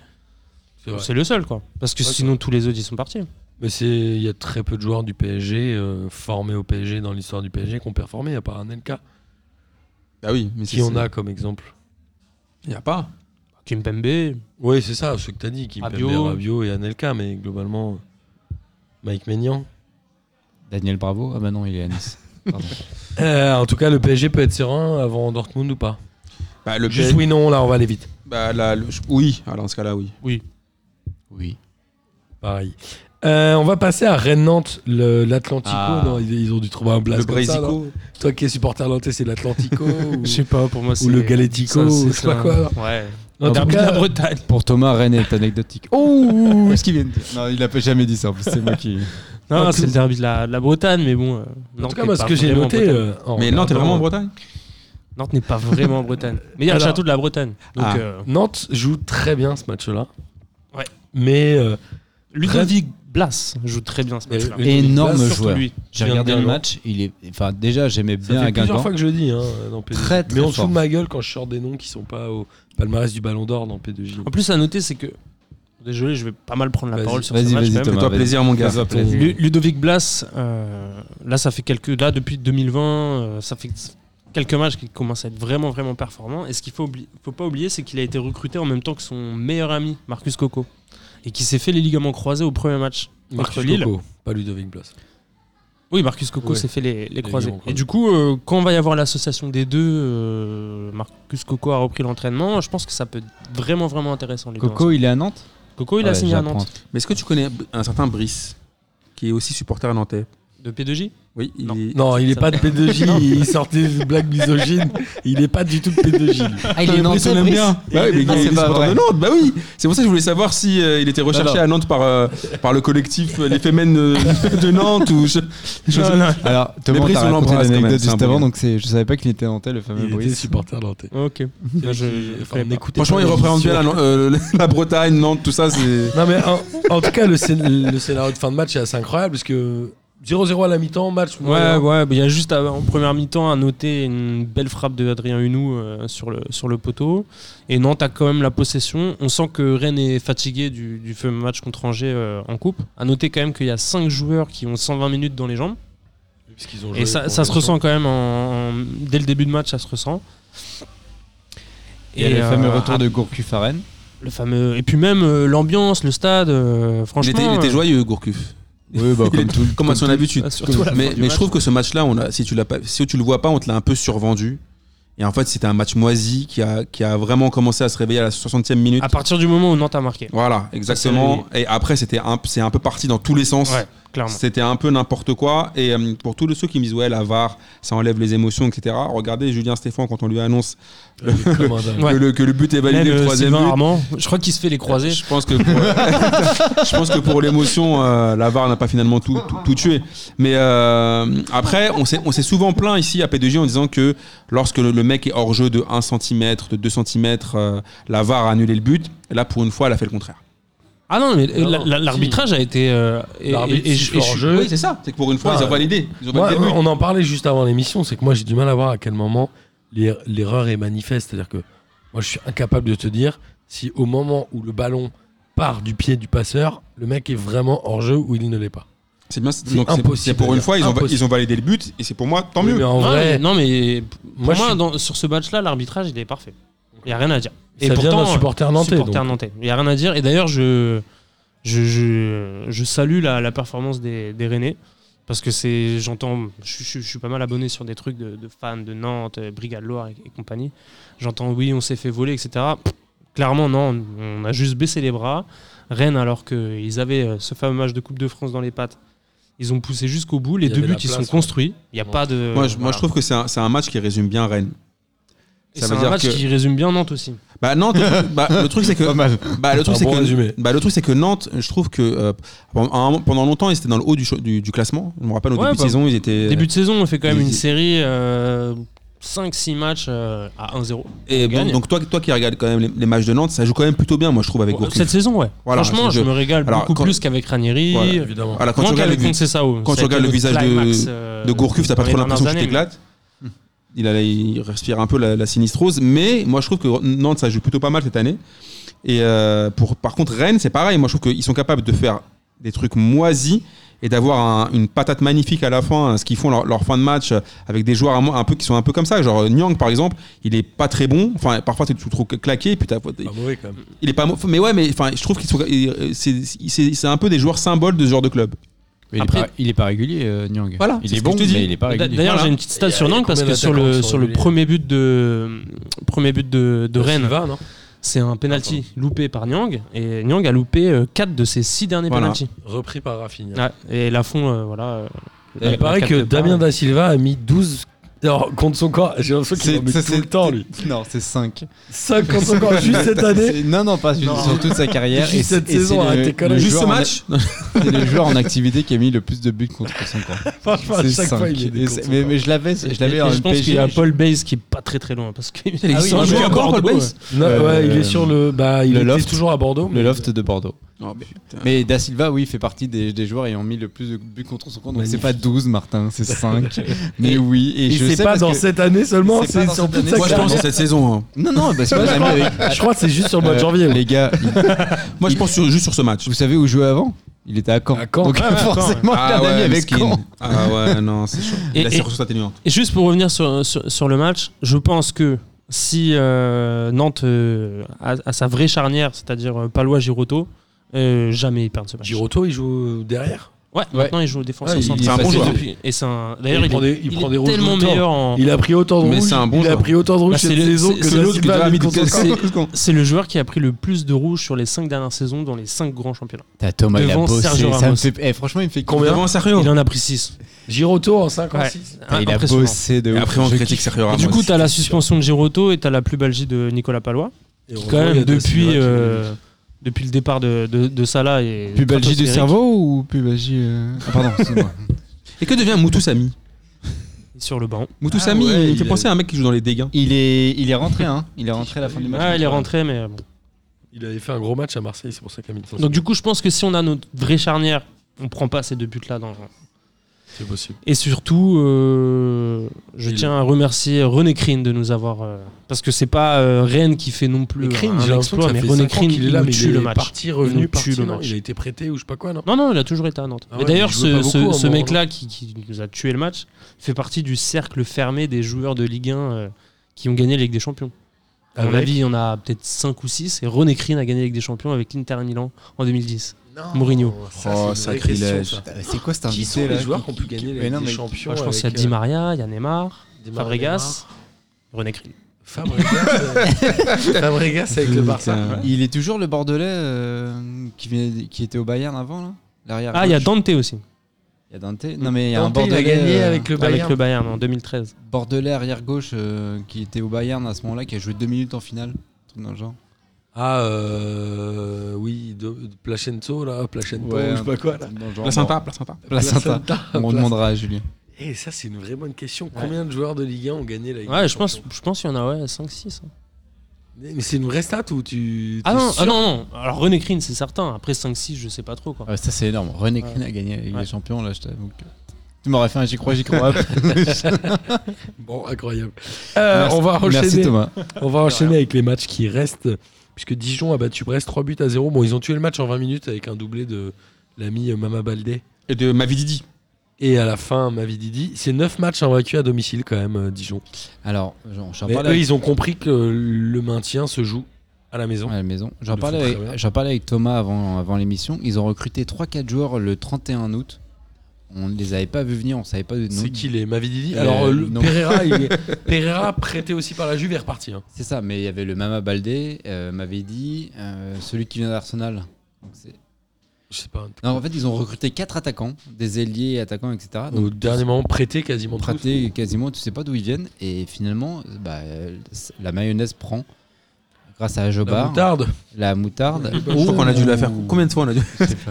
D: C'est vrai.
E: C'est le seul quoi. Parce que
D: Ouais,
E: sinon tous les autres ils sont partis.
D: Mais c'est il y a très peu de joueurs du PSG euh, formés au PSG dans l'histoire du PSG qui ont performé à part un LK
A: Ah oui, mais
D: qui on a comme exemple.
A: Il n'y a pas.
E: Kimpembe,
D: Oui, c'est ça, ce que t'as dit, Kimpembe,
E: Rabiot.
D: Rabiot et Anelka, mais globalement euh, Mike Maignan.
F: Daniel Bravo, ah bah non, il est à Nice. Pardon.
D: Euh, en tout cas, le PSG peut être serein avant Dortmund ou pas
A: Bah, le
D: Juste
A: PSG
D: oui non, là on va aller vite.
A: bah, là, le- oui, alors dans ce cas-là, oui.
F: oui.
D: Pareil. Euh, on va passer à Rennes-Nantes, le- l'Atlantico.
F: Ah.
D: Non, ils, ils ont dû trouver un blaze
A: Le
D: comme ça, non
A: Brésico.
D: Toi qui es supporter nantais, c'est l'Atlantico. ou-
E: Je sais pas, pour moi c'est.
D: le Galetico,
E: ça,
D: ou
E: c'est
D: je sais pas
E: ça.
D: quoi.
E: Ouais.
D: En tout
E: Derby de
D: cas,
E: la Bretagne.
F: Pour Thomas, Rennes est anecdotique. Oh, ce qu'il vient de dire. Non, il n'a pas jamais dit ça. en plus, C'est moi qui.
E: Non,
D: En
E: c'est
D: tout-
E: le derby de la, de la Bretagne, mais bon. euh,
D: en
E: Nantes
D: tout cas,
E: n'est
D: moi, ce
E: pas
D: que j'ai
E: vraiment en
D: noté.
E: Bretagne.
D: euh, en
A: Mais Nantes est vraiment en
D: regardant-
A: Bretagne
E: Nantes n'est pas vraiment en Bretagne. Mais il y a
D: Alors-
E: le château de la Bretagne. Donc,
A: Ah.
E: euh,
D: Nantes joue très bien ce match-là.
E: Ouais.
D: Mais euh,
E: Ludovic Blas joue très bien ce
D: Mais-
E: match-là.
D: mais-
F: Énorme
D: Surtout
F: joueur.
E: lui.
F: J'ai
D: Bien
F: regardé le
D: Guingamp.
F: match. Il est. Enfin, déjà, j'aimais
D: ça
F: bien
D: fait plusieurs
F: Guingamp.
D: fois que je le dis. hein, dans P2J.
F: Très, très
D: mais on se fout
F: fort.
D: de ma gueule quand je sors des noms qui sont pas au palmarès du Ballon d'Or dans P2J.
E: En plus, à noter, c'est que. Désolé, je vais pas mal prendre la
D: Vas-y,
E: parole sur
F: vas-y,
E: ce match.
F: vas-y,
E: quand même.
F: Thomas.
A: Fais-toi
F: vas-y.
A: plaisir, mon gars.
F: Fais-toi plaisir.
E: Lu- Ludovic Blas, euh, là, ça fait quelques. Là, depuis 2020, euh, ça fait quelques matchs qu'il commence à être vraiment, vraiment performant. Et ce qu'il faut, oubli- faut pas oublier, c'est qu'il a été recruté en même temps que son meilleur ami, Marcus Coco. Et qui s'est fait les ligaments croisés au premier match.
D: Marcus
E: Contre Lille.
D: Coco, pas Ludovic Blas.
E: Oui, Marcus Coco
D: Ouais.
E: s'est fait les, les croisés.
D: ligaments croisés.
E: Et du coup, euh, quand va y avoir l'association des deux, euh, Marcus Coco a repris l'entraînement. Je pense que ça peut être vraiment, vraiment intéressant. les deux
F: Coco, il est à Nantes.
E: ensemble. Coco, il a
F: Ouais,
E: signé à
F: j'apprends.
E: Nantes.
A: Mais est-ce que tu connais un certain Brice, qui est aussi supporter nantais
E: De P2J
A: Oui, il
E: Non.
A: est-
D: Non, il est
E: Ça
D: pas de P2J, il sortait des blagues misogynes. Il est pas du tout de P2J.
F: Ah, il est
A: Brice,
F: nantais.
A: on l'aime
F: Brice
A: bien. Bah oui, mais
F: Ah,
A: il est
F: c'est pas
A: supporter
F: vrai.
A: de Nantes. Bah oui, c'est pour ça que je voulais savoir si euh, il était recherché
F: Non, non.
A: à Nantes par euh, par le collectif euh, les Femmes euh, de Nantes ou je, je-
F: Alors, Thomas,
A: Brice,
F: t'as
A: on
F: raconté
A: l'embrasse quand même,
F: l'anecdote
A: c'est un
F: juste
A: bon
F: avant,
A: gars.
F: donc c'est- je savais pas qu'il était nantais, le fameux
D: Il était
F: Brice.
D: supporter nantais.
E: Ok. Moi, je-
D: Enfin,
E: je-
D: n'écoutez
A: Franchement,
D: pas
A: il
D: les
A: représente bien la,
D: émissions.
A: Nan- euh, la Bretagne, Nantes, tout ça. C'est
D: Non mais en, en tout cas le, scén- le scénario de fin de match est assez incroyable parce que 0-0 à la mi-temps, match
E: Ouais,
D: moyen.
E: ouais, mais il y a juste à- en première mi-temps à noter une belle frappe de Adrien Hunou euh, sur, le, sur le poteau. Et Nantes a quand même la possession. On sent que Rennes est fatigué du, du fameux match contre Angers euh, en coupe. À noter quand même qu'il y a 5 joueurs qui ont 120 minutes dans les jambes.
D: Parce qu'ils ont joué
E: Et ça,
D: pour
E: ça se
D: l'instant.
E: ressent quand même en- en- dès le début de match, ça se ressent.
F: Il y a le fameux
E: euh,
F: retour
E: ah,
F: de Gourcuff-Arène.
E: le fameux- Et puis même euh, l'ambiance, le stade, euh,
A: il
E: franchement.
A: était, il était joyeux, Gourcuff.
F: Oui, bah,
A: Il est-
F: comme tout.
A: euh, comme à son habitude.
E: Ah, surtout à la
A: mais
E: fin du
A: mais je
E: match.
A: trouve que ce match-là, on a, si tu l'as pas, si tu le vois pas, on te l'a un peu survendu. Et en fait, c'était un match moisi qui a, qui a vraiment commencé à se réveiller à la 60e minute.
E: À partir du moment où Nantes a marqué.
A: Voilà, exactement. Et Ah. après, c'était un, c'est un peu parti dans tous les sens.
E: Ouais, clairement.
A: C'était un peu n'importe quoi. Et euh, pour tous les ceux qui me disent, ouais, la VAR, ça enlève les émotions, etc. Regardez Julien Stéphane quand on lui annonce
D: Comme un dingue.
E: Ouais.
A: que, le, que le but est validé,
E: Même,
A: le
E: euh,
A: troisième
E: Sylvain
A: but.
E: Armand, je crois qu'il se fait les croisés.
A: Je pense que pour, je pense que pour l'émotion, euh, la VAR n'a pas finalement tout, tout, tout tué. Mais euh, après, on s'est on s'est souvent plaint ici à P2J en disant que lorsque le, le mec est hors jeu de 1 cm, de 2 cm, la VAR a annulé le but. Et là, pour une fois, elle a fait le contraire.
E: Ah non, mais
D: Non,
E: la- la-
D: si.
E: l'arbitrage a été. euh, et-
D: L'arbitre
E: et- et-
D: siffle
E: et-
D: hors
E: je-
D: jeu.
A: Oui, c'est ça. C'est que pour une fois,
D: Ah,
A: ils ont validé. Ils ont
D: Moi,
A: validé le but.
D: on en parlait juste avant l'émission, c'est que moi j'ai du mal à voir à quel moment l'er- l'erreur est manifeste. C'est-à-dire que moi je suis incapable de te dire si au moment où le ballon part du pied du passeur, le mec est vraiment hors jeu ou il ne l'est pas.
A: C'est bien. c'est-
D: c'est
A: donc, c'est-
D: impossible
A: C'est pour
D: à
A: une
D: dire.
A: fois, ils ont, va-
D: Impossible.
A: ils ont validé le but. Et c'est pour moi, tant
D: Oui,
A: mieux.
D: Mais en
E: Non, mais-
D: vrai,
E: non, mais pour
D: moi,
E: moi,
D: je suis-
E: dans- sur ce match-là, l'arbitrage il est parfait. Il n'y a rien à dire.
D: ça vient d'un supporter nantais.
E: supporter
D: donc.
E: nantais. Il n'y a rien à dire. Et d'ailleurs, je, je, je, je salue la, la performance des, des Rennais. Parce que c'est, j'entends, je, je- je suis pas mal abonné sur des trucs de, de fans de Nantes, euh, Brigade Loire et, et compagnie. J'entends, oui, on s'est fait voler, etc. Pff, Clairement, non, on on a juste baissé les bras. Rennes, alors qu'ils avaient euh, ce fameux match de Coupe de France dans les pattes, ils ont poussé jusqu'au bout. Les
D: Il y
E: deux
D: avait la
E: buts, ils
D: place,
E: sont
D: ouais.
E: construits. Il n'y a
D: Ouais.
E: pas de.
A: Moi, je, moi,
E: voilà.
A: je trouve que c'est un, c'est un match qui résume bien Rennes.
E: Et
A: ça
E: c'est
A: veut
E: un
A: dire
E: match
A: que-
E: qui résume bien Nantes aussi.
A: Bah non, bah, le truc c'est que
F: Pas mal.
A: Bah, le truc,
D: Un
A: c'est
D: bon
A: que,
D: résumé.
A: bah, le truc, c'est que Nantes, je trouve que euh, pendant un- pendant longtemps, ils étaient dans le haut du, cho- du, du classement. Je me rappelle au
E: Ouais,
A: début
E: bah,
A: de saison, ils étaient.
E: Début de saison, on fait quand même
A: ils-
E: une série 5-6 matchs euh, à 1-0.
A: et
E: on
A: bon,
E: gagne.
A: donc toi, toi qui regardes quand même les, les matchs de Nantes, ça joue quand même plutôt bien, moi je trouve, avec
E: Pour-
A: Gourcuff.
E: Cette saison, ouais.
A: Voilà,
E: Franchement,
A: je-
E: je, me régale
A: alors,
E: beaucoup
A: quand-
E: plus qu'avec Ranieri.
A: Voilà,
D: Évidemment.
A: Voilà, quand
E: moins
A: tu regardes le
E: qu'avec
A: but
E: Contessao.
A: quand
E: Ça
A: tu
E: a
A: regardes
E: été
A: le visage de-
E: climax, euh,
A: de Gourcuff, t'as pas
E: dans les
A: trop l'impression que tu
E: dernières années,
A: t'éclates. Il, a- il respire un peu la, la sinistrose, mais moi je trouve que Nantes, ça joue plutôt pas mal cette année. Et euh, pour, par contre, Rennes, c'est pareil. Moi je trouve qu'ils sont capables de faire des trucs moisis et d'avoir un- une patate magnifique à la fin, hein, ce qu'ils font leur, leur fin de match euh, avec des joueurs un, mo- un peu qui sont un peu comme ça. Genre euh, Nyang par exemple, il est pas très bon. Enfin, parfois tu le trouves claqué, et puis
E: Ah
A: t'as-
D: Pas mauvais quand même.
A: il est pas. mo- Mais ouais, mais enfin, je trouve qu'ils sont. ils- C'est c'est- c'est un peu des joueurs symboles de ce genre de club.
F: Il,
E: Après-
F: est pas, il est pas régulier, euh, Nyang.
A: Voilà,
F: il
A: c'est
F: est,
A: ce que
F: bon,
A: je te dis.
F: mais il est pas
E: D'a-
F: régulier.
E: D'ailleurs,
A: Voilà.
E: j'ai une petite stat
D: Il y
E: sur
D: a
E: Nantes parce
D: combien
E: que sur
D: d'attaquants
E: le,
D: qui sont
E: sur le
D: réguliers
E: premier but de, premier but de, de Rennes,
D: Silva, non
E: C'est un penalty loupé par Nyang et Nyang a loupé 4 de ses 6 derniers
A: Voilà.
E: penaltys.
D: Repris par Rafinha.
E: Ouais, et Lafont, euh, voilà. euh,
D: Il
E: la-
D: paraît
E: la
D: que
E: capte pas.
D: Damien Da Silva a mis 12 alors, contre son corps. J'ai l'impression qu'il en met
F: ça,
D: tout le temps, lui.
F: Non, c'est 5.
D: 5 contre son corps, juste cette année.
F: Non, non, pas juste-
E: Non.
F: sur toute sa carrière.
D: Juste
F: Et c'est-
D: cette
F: et c'est
D: saison,
F: le-
D: arrête tes
F: le
D: conneries.
A: Juste ce
F: joueur en-
A: match
F: C'est le joueur en activité qui a mis le plus de buts contre son camp.
D: Franchement, à
F: C'est
D: chaque
F: cinq.
D: fois, il est
F: Et
D: contre
F: c'est-
D: son
F: mais,
D: corps.
F: mais je l'avais, je
E: Et-
F: l'avais
E: et
F: en
E: Je pense
F: MPG.
E: qu'il y a Paul Bays qui est pas très très loin parce qu'il
A: Ah oui,
E: s'en
A: il
E: joue
A: joue encore, Paul
E: Bordeaux,
A: Bays
E: ouais.
D: Non,
F: Euh,
D: ouais, il est sur le. Bah, il
F: le
D: est
F: loft.
D: toujours à Bordeaux.
F: Le
D: mais-
F: loft de Bordeaux.
A: Oh, putain.
F: Mais Da Silva, oui, fait partie des, des joueurs ayant mis le plus de buts contre son camp. Donc
D: Magnifique.
F: c'est pas 12, Martin, c'est 5. mais oui, et,
D: Et,
F: je
D: c'est
F: sais
D: pas
F: parce
D: dans
F: que-
D: cette année seulement,
F: c'est pas
D: c'est
F: dans
D: sur
F: cette
D: toute
F: année.
D: sa
A: Moi, je pense
D: carrière.
A: que c'est cette saison. hein.
F: Non, non, parce que moi, j'ai jamais avec-
D: Je crois que c'est juste sur le mois de
F: Euh,
D: janvier.
F: Les gars, il-
A: Moi, je pense sur- juste sur ce match.
F: vous savez où il jouait avant Il était à Caen.
D: À Caen.
F: Donc
E: Ouais, ouais,
F: forcément, il a un ami avec
A: miskin.
F: Caen.
A: Ah ouais, non, c'est chaud.
E: Et-
A: la
E: et-
A: circonstance atténuante.
E: Et juste pour revenir sur, sur, sur le match, je pense que si euh, Nantes euh, a, a sa vraie charnière, c'est-à-dire euh, Palois Giroto, euh, jamais ils perdent ce match.
D: Giroto, il joue derrière.
E: Ouais, maintenant il joue au défenseur
D: Ouais, il-
E: central.
A: c'est un bon joueur.
E: Depuis- Et c'est un. D'ailleurs,
D: Il
E: il,
D: prend
E: est-
D: des- il
E: il
D: prend
E: est
D: des rouges
E: tellement
D: tout le temps.
E: meilleur en.
D: Il a pris autant de
A: Mais
D: rouges.
A: c'est un bon
D: il a
A: joueur.
D: pris autant de rouges
E: Bah, c'est
D: cette
E: le-
D: saison
E: c'est-
D: que
E: c'est
D: Da
E: l'autre qui
D: Silva
E: doit
D: a mis
E: mettre
D: contre son
E: des-
D: corps.
E: C'est le joueur qui a pris le plus de rouges sur les 5 dernières saisons dans les 5 grands championnats.
F: Putain, Thomas, il a
E: Devant
F: bossé.
E: Sergio
F: ça
E: Ramos.
F: me fait- eh, franchement, il me fait
D: Combien
A: Devant Sergio.
E: Il en a pris 6.
D: Giroto en 56.
E: Ah,
F: Il a bossé de
A: Et
F: ouf.
A: après, on
F: Je
A: critique Sergio Ramos.
E: Du coup, t'as la suspension de Giroto et t'as la plus balgie de Nicolas Palois.
D: Et
E: Quand
D: heureusement, il y
E: même,
D: a Da Silva
E: depuis,
D: qui-
E: euh, depuis le départ de, de, de Salah et.
F: Pubalgie du
E: stratosphérique.
F: cerveau ou pubalgie. euh, Ah, pardon, c'est moi.
A: Et que devient Moutou Sami
E: Sur le banc.
A: Moutou
F: Ah
A: Sami,
F: ouais,
A: il me
F: il
A: fait
F: est-
A: penser à un mec qui joue dans les dégâts.
F: il, est, il est rentré, hein. Il est rentré à la fin du match.
E: Ah, il est rentré, mais bon.
D: Il avait fait un gros match à Marseille, c'est pour ça qu'il a mis une sanction.
E: Donc, du coup, je pense que si on a notre vraie charnière, on prend pas ces deux buts-là dans,
D: c'est possible.
E: Et surtout, euh, je
D: Il-
E: tiens à remercier René Crin de nous avoir. euh, parce que c'est pas euh, Rennes qui fait non plus
D: Le Crane,
E: un
D: j'ai l'impression que
E: exploit,
D: ça
E: mais
D: fait
E: René
D: cinq ans
E: Crin,
D: qu'il est
E: il
D: là, mais
E: tue
D: il
E: le
D: est
E: match.
D: parti, revenu,
E: nous tue
D: parti.
E: le
D: non,
E: match.
D: Il a été prêté ou je sais pas quoi, non
E: Non, non, il a toujours été à Nantes.
D: Ah
E: Et
D: ouais,
E: d'ailleurs,
D: il jouait
E: ce,
D: pas
E: ce-
D: beaucoup, à un
E: ce
D: moment,
E: mec-là qui, qui nous a tué le match fait partie du cercle fermé des joueurs de Ligue 1 euh, qui ont gagné la Ligue des Champions. À mon
D: Avec
E: avis, il y en a peut-être 5 ou 6. Et René Crin a gagné la Ligue des Champions avec l'Inter Milan en 2010. Mourinho.
F: Oh,
D: Ça, c'est une vraie question, ça.
F: C'est quoi cet
D: Qui
F: invité
D: sont les
F: là
D: joueurs qui ont pu gagner
F: Mais
D: les
F: non, mais-
D: champions
E: Moi, je pense qu'il y a
D: avec,
E: Di
D: euh,
E: Maria, il y a Neymar,
D: Di Maria,
E: Fabregas, René Crin.
D: Fabregas, euh, Fabregas avec le Barça.
A: Putain.
F: Il est toujours le Bordelais euh, qui, vient- qui était au Bayern avant, là L'arrière.
E: Ah, il y a
F: gauche.
E: Dante aussi,
F: Il y a Dante. Non, mais il y a un
D: Dante, il a
F: Bordelais.
D: gagné
F: euh,
D: avec le
E: avec
D: Bayern.
E: le Bayern en 2013.
F: Bordelais arrière gauche euh, qui était au Bayern à ce moment-là, qui a joué deux minutes en finale. un truc dans le genre.
D: Ah, euh, oui, de, de Placento, là, Placento,
F: Ouais,
D: ou je sais pas quoi, là.
F: Dans le genre.
A: La sympa, la sympa.
F: Bon, Placenta. On demandera à Julien.
D: Et Eh, ça, c'est une vraie bonne question. Combien de joueurs de Ligue 1 ont gagné la Ligue
E: Ouais,
D: des
E: je pense,
D: Champions
E: je pense qu'il y en a ouais, 5-6.
D: Mais c'est une vraie stat ou tu.
E: Ah
D: t'es
E: non,
D: sûr
E: ah non, non. Alors René Crin, c'est certain. Après 5-6, je sais pas trop. Quoi.
F: Ouais, ça c'est énorme. René
E: Ouais.
F: Klein a gagné avec
E: Ouais.
F: les champions là, je t'avoue. que- Tu m'aurais fait un j'y crois, j'y crois. Merci,
D: Bon, incroyable. Euh, on va enchaîner.
F: Merci Thomas.
D: On va enchaîner avec les matchs qui restent, puisque Dijon a battu Brest 3 buts à 0. Bon, ils ont tué le match en 20 minutes avec un doublé de l'ami euh, Mama Baldé.
A: Et de Mavididi.
D: Et à la fin, Mavi Didi. C'est 9 matchs invaincus à domicile quand même, euh, Dijon.
F: Alors, j'en j'en
D: Mais
F: parlais
D: eux,
F: avec-
D: ils ont compris que le maintien se joue à la maison.
F: à la maison.
D: Ils le
F: J'en
D: font
F: parlais,
D: très bien.
F: avec- j'en parlais avec Thomas avant, avant l'émission. Ils ont recruté 3-4 joueurs le 31 août. On ne les avait pas vus venir, on savait pas de
D: C'est qui les Mavi Didi
F: Euh,
D: Alors, euh, le-
F: non.
D: Pereira, il est- Pereira, prêté aussi par la Juve, est reparti. hein.
F: C'est ça, mais il y avait le Mama Baldé, euh, m'avait dit, euh, celui qui vient d'Arsenal. Donc, c'est-
D: Je sais pas.
F: Non, en fait, ils ont recruté 4 attaquants, des ailiers, attaquants, etc. Donc,
D: Au dernier moment, prêté quasiment tous.
F: prêté quasiment, tu sais pas d'où ils viennent. Et finalement, bah, euh, la mayonnaise prend grâce à
D: La
F: Ajobar,
D: moutarde.
F: la moutarde.
A: Je crois qu'on a dû la faire. Combien de fois on a dû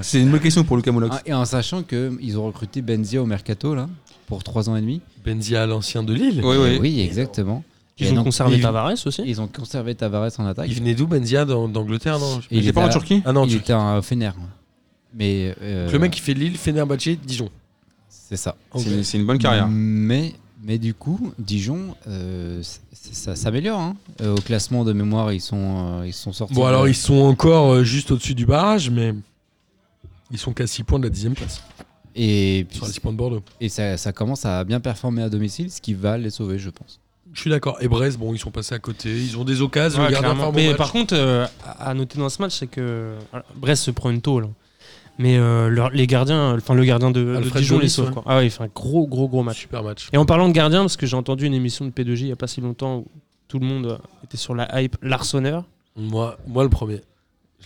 A: C'est une bonne question pour Lucas Moulox.
F: Ah, Et en sachant qu'ils ont recruté Benzia au mercato là pour 3 ans et demi.
D: Benzia, l'ancien de Lille.
A: Oui,
F: Et
A: oui.
F: Eh oui, exactement. Et
E: Ils ont
F: donc,
E: conservé
F: ils-
E: Tavares aussi.
F: Ils ont conservé Tavares en attaque.
D: Il venait d'où, Benzia d'An- D'Angleterre, non
F: Et
A: Il est
F: était
A: pas en
F: à-
A: Turquie
D: Ah non,
F: Il
D: tu-
F: était un Fener. Mais euh,
D: Donc Le mec qui fait Lille, Fenerbahçe, Dijon.
F: c'est ça.
A: C'est c'est une bonne carrière.
F: Mais, mais du coup, Dijon, euh, c- ça s'améliore. hein. Euh, au classement de mémoire, ils sont, euh, ils sont sortis.
D: Bon, alors
F: de-
D: ils sont encore euh, juste au-dessus du barrage, mais ils sont qu'à 6 points de la 10 place.
F: Et, puis-
D: Sur la 6 points de Bordeaux.
F: et ça, ça commence à bien performer à domicile, ce qui va les sauver, je pense.
D: Je suis d'accord. Et Brest, bon, ils sont passés à côté. Ils ont des occasions.
E: Ouais,
D: le gardien
E: clairement.
D: fait un bon
E: mais
D: match.
E: par contre, euh, à à noter dans ce match, c'est que alors, Brest se prend une tôle. hein. Mais euh, leur- les gardiens, enfin le gardien de, de
D: Alfred
E: Dijon
D: Joly,
E: les sauve.
D: ouais.
E: quoi. Ah ouais, il fait un gros, gros, gros match.
D: Super match.
E: Et en parlant de gardien, parce que j'ai entendu une émission de P2J il n'y a pas si longtemps où tout le monde euh, était sur la hype, Larsonneur.
D: Moi, moi le premier.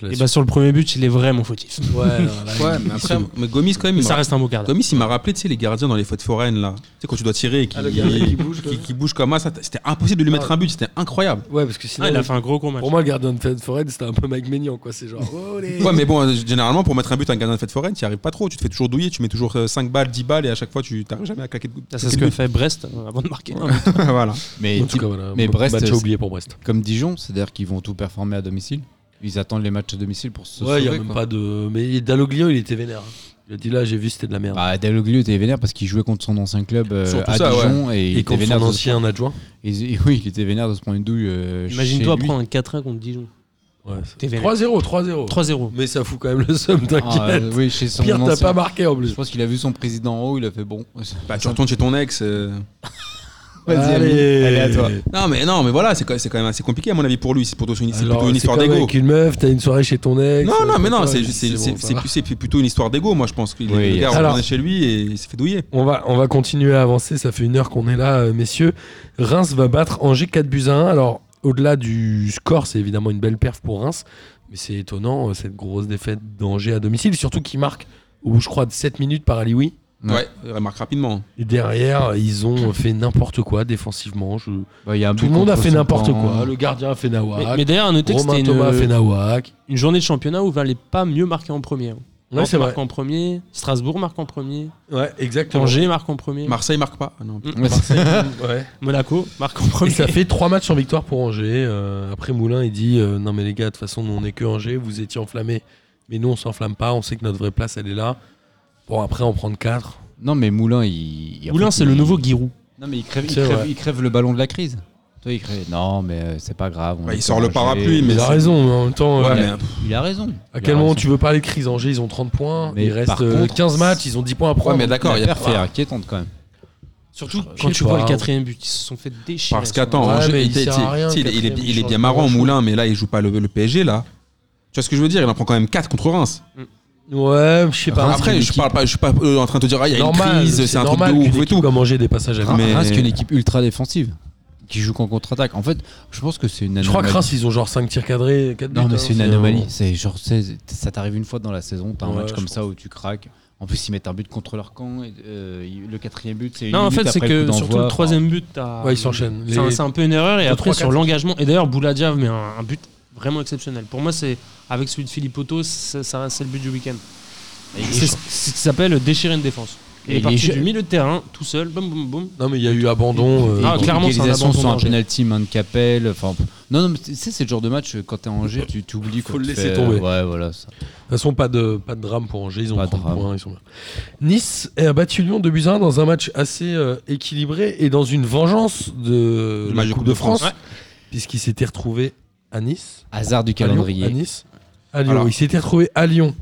D: Je
E: Et bah sur le premier but, il est vraiment fautif.
D: l'assume. Ouais, non, là,
A: Ouais, mais après, mais Gomis quand même,
E: Mais
A: il
E: ça
A: m'a-
E: reste un beau quart d'heure.
A: Gomis, il m'a rappelé, tu sais, les gardiens dans les fêtes foraines, là. Tu sais, quand tu dois tirer et qui, Ah
C: Ah, le gardien qui bouge,
A: qui-
C: là.
A: qui bouge comme ça, c'était impossible de lui mettre un but, c'était incroyable.
D: ouais, parce que sinon,
E: Ah, il a fait un gros gros match.
D: pour moi, le gardien de Fed Forêt, c'était un peu Mike Maignan, quoi. C'est genre, oh, olé.
A: Ouais, mais bon, euh, généralement, pour mettre un but à un gardien de fête foraine, tu n'y arrives pas trop. Tu te fais toujours douiller, tu mets toujours 5 balles, 10 balles, et à chaque fois, tu n'arrives jamais à claquer de
E: Ah, C'est ce que fait Brest euh, avant de marquer.
A: voilà.
F: Mais
D: en tout cas, voilà.
F: mais
D: bon,
F: Brest,
D: match
F: euh,
D: oublié pour Brest.
F: comme Dijon, c'est-à-dire qu'ils vont tout performer à domicile. Ils attendent les matchs à domicile pour se
D: Ouais, il y a
F: sauver,
D: même
F: quoi.
D: pas de. Mais Dalloglio, il était vénère. Il a dit là, j'ai vu, c'était de la merde.
F: Bah, Daloglio était vénère parce qu'il jouait contre son ancien club euh,
A: Surtout
F: à
A: ça,
F: Dijon et il
D: et
F: était
D: contre
F: vénère.
D: son
F: de se
D: ancien adjoint.
F: prendre- et- et oui, il était vénère de se prendre une douille. euh,
E: Imagine-toi
F: chez lui.
E: prendre un 4-1 contre Dijon.
D: Ouais,
E: T'es vénère.
D: 3-0, 3-0.
E: 3-0.
D: Mais ça fout quand même le somme,
F: Ah,
D: t'inquiète.
F: euh, oui, chez son
D: Pire, t'as
F: ancien-
D: pas marqué en
F: Je
D: plus.
F: pense qu'il a vu son président en haut, il a fait bon.
A: Bah, tu retournes chez ton ex. euh.
F: Vas-y, Ami, allez, à toi.
A: Non, mais, non, mais voilà, c'est quand c'est quand même assez compliqué, à mon avis, pour lui. C'est plutôt une, c'est
D: Alors,
A: plutôt une
D: c'est
A: histoire
D: comme
A: d'ego.
D: avec une meuf, t'as une soirée chez ton ex.
A: Non,
D: euh,
A: non, mais non,
D: toi,
A: c'est
D: tu
A: c'est-
D: dis,
A: c'est-
D: bon, ça
A: c'est
D: va.
A: plus- c'est plutôt une histoire d'ego, moi, je pense. que
F: Oui,
A: le gars
D: alors-
A: retourné chez lui et il s'est fait douiller.
D: On va, on va continuer à avancer, ça fait une heure qu'on est là, euh, messieurs. Reims va battre Angers 4 buts à 1. Alors, au-delà du score, c'est évidemment une belle perf pour Reims, mais c'est étonnant, euh, cette grosse défaite d'Angers à domicile, surtout qu'il marque, ou je crois, de 7 minutes par Alioui.
A: Ouais, remarque rapidement.
D: Et derrière, ils ont fait n'importe quoi défensivement. je-
F: Bah, il y a un
D: Tout le
F: but
D: monde a
F: contre hein,
D: fait
F: son
D: n'importe
F: camp.
D: quoi. Le gardien a fait Nawak.
E: Mais, mais d'ailleurs, à noter que
D: Romain
E: c'était
D: Thomas a fait
E: une, euh,
D: Nawak.
E: une journée de championnat où Valais pas mieux marqué en premier.
D: Ouais,
E: Nantes
D: c'est vrai.
E: marque en premier, Strasbourg marque en premier,
D: Ouais, exactement.
E: Angers marque en premier,
A: Marseille marque pas. Ah non, putain.
F: Ouais, c'est-
D: Ouais.
E: Monaco marque en
D: Et
E: premier.
D: ça fait trois matchs sans victoire pour Angers. Euh, après, Moulin, il dit euh, Non, mais les gars, de toute façon, nous, on est que Angers. Vous étiez enflammés. Mais nous, on s'enflamme pas. On sait que notre vraie place, elle est là. Bon, après, en prendre quatre.
F: Non, mais Moulin, il. il- en
E: Moulin,
F: fait,
E: c'est
F: il-
E: le nouveau Giroud.
F: Non, mais il crève, il
D: C'est
F: crève-
D: vrai.
F: il crève le ballon de la crise. Toi, il crève. Non, mais euh, c'est pas grave. on
A: Bah,
F: est
A: il sort le
F: corrigé.
A: parapluie, mais
D: Mais il a
A: c'est-
D: raison. Mais en même temps,
A: Ouais,
D: euh,
A: mais-
F: Il a raison.
D: à quel moment tu veux parler de crise Angers, ils ont 30 points.
F: Mais
D: il reste
F: par
D: euh,
F: contre,
D: 15 matchs. Ils ont 10 points à
A: Ouais,
D: prendre.
A: mais d'accord, il y a
F: L'affaire fait inquiétante quand même.
E: Surtout
D: Je
E: quand
D: sais
E: tu
D: pas,
E: vois le
D: on-
E: quatrième but, ils se sont fait déchirer.
A: Parce qu'attends,
D: Ouais,
A: Angers,
D: mais
A: il
D: il
A: t'sais,
D: sert à
A: t'sais,
D: rien,
A: t'sais, il est- il est-
D: quatrième,
A: il
D: il
A: est
D: change
A: bien marrant,
D: grand-chose.
A: Moulin, mais là, il joue pas le, le PSG, là. Tu vois ce que je veux dire Il en prend quand même 4 contre Reims.
D: Ouais, je sais pas.
A: Après, je parle pas, je suis pas euh, en train de te dire, ah, il y a
D: normal,
A: une crise, c'est un truc de
D: normal qu'une
A: ouf et
D: équipe
A: tout.
D: comme Angers des passages à
A: Ah,
D: vide.
A: mais-
F: Mais... Reims, qui est une équipe ultra défensive, qui joue qu'en contre-attaque. En fait, je pense que c'est une anomalie.
D: Je crois que Reims, ils ont genre 5 tirs cadrés. quatre
F: Non,
D: buts,
F: mais
D: hein,
F: c'est une anomalie. C'est genre, c'est- ça t'arrive une fois dans la saison, t'as un
D: Ouais,
F: match
D: je
F: comme ça
D: pense.
F: où tu craques. En plus, ils mettent un but contre leur camp. et, euh, il- le quatrième but, c'est. une
E: Non, en
F: minute
E: fait, c'est
F: après le
E: que
F: coup
E: surtout
F: d'envoi.
E: le troisième but, t'as-
D: Ouais, ils s'enchaînent.
E: C'est un-
D: Les-
E: c'est un peu une erreur. Et
D: Le
E: après,
D: 3-4.
E: sur l'engagement, et d'ailleurs, Bouladia met un, un but vraiment exceptionnel. Pour moi, c'est avec celui de Philippe Otto, c'est ça- c'est le but du week-end.
F: Et il
E: C'est ce ce qui s'appelle déchirer une défense.
F: Et
E: Il est
F: il
E: parti
F: est-
E: du milieu de terrain, tout seul, boum, boum, boum.
D: Non, mais il y a eu abandon. euh,
E: Ah,
D: dans-
E: clairement, c'est un
F: L'égalisation
E: abandon
F: sur un
E: d'Angers.
F: penalty, main de Capel. Enfin, p- non, non, mais tu sais, c'est le genre de match euh, quand t'es en Angers, tu t'oublies.
D: Faut
F: quoi,
D: le
F: tu
D: laisser
F: fais, euh,
D: tomber.
F: Ouais, voilà. ça.
D: De toute façon, pas de, pas de drame pour Angers, ils ont
F: Pas de
D: 30
F: drame.
D: points, ils sont bien. Nice a battu Lyon 2 buts à 1 dans un match assez euh, équilibré et dans une vengeance de
A: Du
D: la
A: match
D: Coupe, de France,
E: Ouais.
D: puisqu'il s'était retrouvé à Nice.
F: Hasard du
D: à Lyon,
F: calendrier.
D: à Nice. À Lyon.
A: Alors-
D: il s'était retrouvé à Lyon.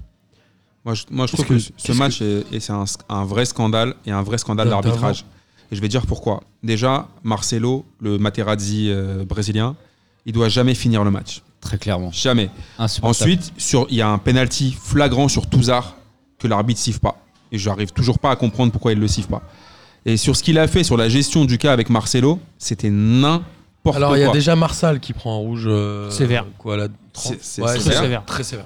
A: Moi, je, moi, je
D: Qu'est-ce
A: trouve que,
D: que-
A: ce
D: qu'est-ce
A: match, est- et c'est un, sc- un vrai scandale et un vrai scandale
D: Notamment.
A: d'arbitrage. Et je vais dire pourquoi. Déjà, Marcelo, le Materazzi euh, brésilien, il doit jamais finir le match.
F: Très clairement.
A: Jamais.
F: Insupportable.
A: Ensuite, sur- il y a un penalty flagrant sur Touzard que l'arbitre siffle pas. Et j'arrive toujours pas à comprendre pourquoi il le siffle pas. Et sur ce qu'il a fait sur la gestion du cas avec Marcelo, c'était n'importe
D: Alors,
A: quoi.
D: il y a déjà Marsal qui prend en rouge. euh,
E: Sévère.
D: Quoi, la 30.
A: C'est- c'est
D: Ouais,
A: très sévère.
D: Très sévère.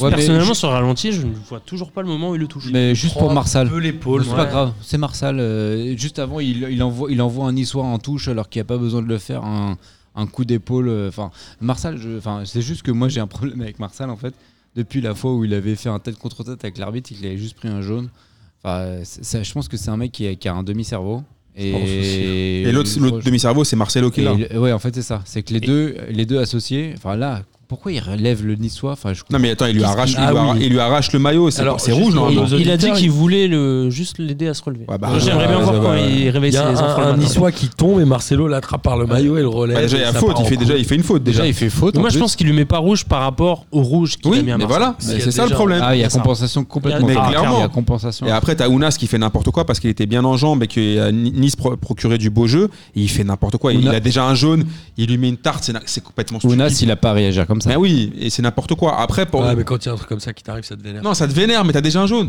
F: Ouais, mais
E: Personnellement,
F: ju-
E: sur le ralenti, je ne vois toujours pas le moment où il le touche.
F: mais juste pour
D: Prend
F: Marsal.
D: Un peu l'épaule.
F: C'est pas
D: ouais.
F: grave, c'est Marsal. euh, juste avant, il, il envoie, il envoie un Niçois en touche alors qu'il n'y a pas besoin de le faire. Un, un coup d'épaule. euh, Enfin, Marsal, je- enfin, c'est juste que moi j'ai un problème avec Marsal en fait. Depuis la fois où il avait fait un tête contre tête avec l'arbitre, il avait juste pris un jaune. Enfin, euh, c'est- ça, je pense que c'est un mec qui a, qui a un demi-cerveau.
D: pense aussi.
F: Et,
A: hein. Et l'autre l'autre demi-cerveau, c'est Marcelo qui
F: Et
A: l'a.
F: le- ouais, en fait, c'est ça. C'est que les deux, les deux associés. Enfin là, pourquoi il relève le Niçois Enfin, je
A: Non mais attends, il lui
F: Qu'est-ce
A: arrache,
F: qu'il-
A: il lui
F: Ah
A: arra-
F: oui.
A: il lui arrache le maillot, c'est
D: Alors,
A: c'est
D: juste
A: rouge
D: pour
A: normalement.
D: nos
E: Il a dit
D: auditeurs,
E: qu'il voulait le- juste l'aider à se relever.
A: Ouais, bah,
E: Moi, J'aimerais bien
A: ouais,
E: voir
A: ça
E: quand
A: va.
E: il réveille
D: Il y
E: ses
D: a
E: enfants. le
D: un, un
E: matin.
D: Niçois qui tombe et Marcelo l'attrape par le maillot et le relève.
A: Bah, déjà il
D: et
A: y a
D: ça
A: faute,
D: part
A: il
D: en
A: fait déjà
D: couille.
A: il fait une faute déjà.
F: Déjà, il fait faute.
E: Mais
F: en
E: Moi, je
F: plus.
E: pense qu'il lui met pas rouge par rapport au rouge qu'il a
A: Oui,
E: mis à
A: mais
E: Marseille.
A: voilà,
D: Il y a
A: c'est ça
D: déjà-
A: le problème.
F: Ah, il y a
E: C'est ça.
F: compensation complètement.
E: Mais
F: Ah,
A: clairement.
F: Il y a compensation.
A: Et après, t'as Ounas qui fait n'importe quoi parce qu'il était bien en jambes et que euh, Ni- Nice pro- procurait du beau jeu. Et il fait n'importe quoi. Il,
F: Ounas-
A: a déjà un jaune, il lui met une tarte, c'est na- c'est complètement stupide.
F: Ounas, il a pas à réagir comme ça.
A: Mais oui, et c'est n'importe quoi. Après, pour...
D: Ouais, mais quand il y a un truc comme ça qui t'arrive, ça te vénère.
A: non, ça te vénère, mais t'as déjà un jaune.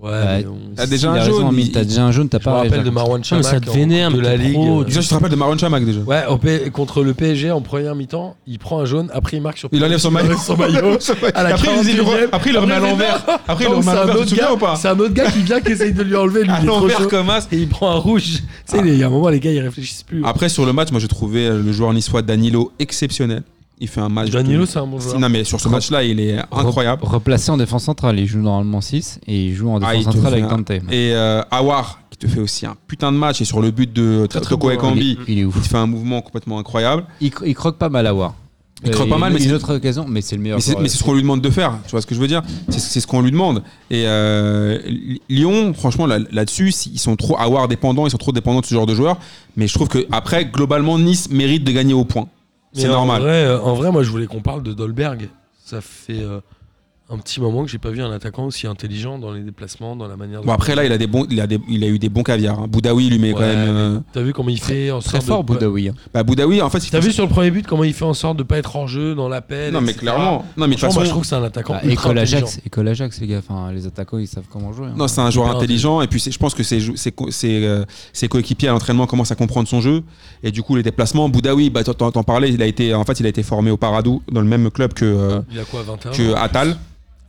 D: Ouais,
F: Bah,
D: mais on-
A: Ah, déjà
F: il
A: un
F: a raison,
A: jaune,
F: mais
A: il-
F: T'as déjà un jaune, t'as
D: Je me
F: pas.
D: rappelle
F: Jacques.
D: de Marwan Chamakh
E: ça te
D: en-
E: vénère,
D: de
E: mais
D: la
E: t'es
D: Ligue.
E: pro,
D: euh,
A: Déjà, tu te rappelles de Marwan Chamak déjà
D: Ouais, au P- contre le PSG en première mi-temps, il prend un jaune, après il marque sur
A: Il enlève son maillot.
D: son maillot. À la
A: après, il le re-
D: 41e,
A: après, il le remet à
D: après, il fait
A: l'envers. Après, il le
D: Donc,
A: remet
D: C'est
A: à
D: un
A: l'envers, tu te
D: autre
A: souviens
D: gars-
A: ou pas
D: c'est un autre gars qui vient qui essaye de lui enlever, lui
A: À
D: il est trop
A: l'envers Ah.
D: chaud.
A: comme as.
D: Et il prend un rouge. Tu sais, il y a un moment, les gars, ils réfléchissent plus. hein.
A: Après, sur le match, moi, j'ai trouvé euh, le joueur niçois Danilo exceptionnel. Il fait un match.
D: Danilo,
A: de-
D: c'est un bon joueur.
A: Non, mais sur ce
F: Rem-
A: match-là, il est incroyable.
F: Replacé en défense centrale, il joue normalement 6 et il joue en
A: Ah,
F: défense
A: il te
F: centrale
A: fait
F: avec
A: un-
F: Dante.
A: Et euh, Awar, qui te fait aussi un putain de match, et sur le but de
D: Très, très
A: Toko
D: bon, hein.
A: Ekambi,
F: Il est ouf.
A: il te fait un mouvement complètement incroyable.
F: Il, cro- il croque pas mal à voir.
A: Il croque pas mal, mais
F: mais une
A: c'est-
F: autre occasion, mais c'est le meilleur.
A: Mais c'est
F: joueur. euh,
A: mais c'est ce qu'on lui demande de faire, tu vois ce que je veux dire C'est c'est ce qu'on lui demande. Et euh, Li- Lyon, franchement, là- là-dessus, si- ils sont trop avoir dépendants, ils sont trop dépendants de ce genre de joueurs. Mais je trouve que après, globalement, Nice mérite de gagner au point.
D: Mais
A: C'est
D: en
A: normal.
D: vrai, euh, en vrai, moi, je voulais qu'on parle de Dolberg. Ça fait euh, un petit moment que j'ai pas vu un attaquant aussi intelligent dans les déplacements, dans la manière. de-
A: Bon, après là, il a des bons, il a, des- il a eu des bons caviars. hein. Boudaoui lui met
D: Ouais,
A: quand même. euh,
D: T'as vu comment il fait en
F: Très
D: sorte
F: fort,
D: de-
F: Boudaoui. hein.
A: Bah Boudaoui, en fait, il
D: T'as
A: fait-
D: vu sur le premier but comment il fait en sorte de pas être hors jeu dans l'appel.
A: Non mais
D: etc..
A: clairement. Non mais de toute
D: Franchement, moi, je
A: façon.
D: trouve que c'est un attaquant
F: Bah,
D: ultra
F: école
D: intelligent.
F: Ajax, école Ajax, les gars. Enfin, les attaquants, ils savent comment jouer. hein.
A: Non, c'est un joueur
D: Hyper
A: intelligent et puis c'est- je pense que ses, jou- ses co- ses, euh, ses coéquipiers à l'entraînement commencent à comprendre son jeu et du coup les déplacements. Boudaoui, bah t'en- t'en t'en parlais, il a été en fait il a été formé au Paradou dans le même club que euh,
D: Il a quoi, 21
A: que Atal.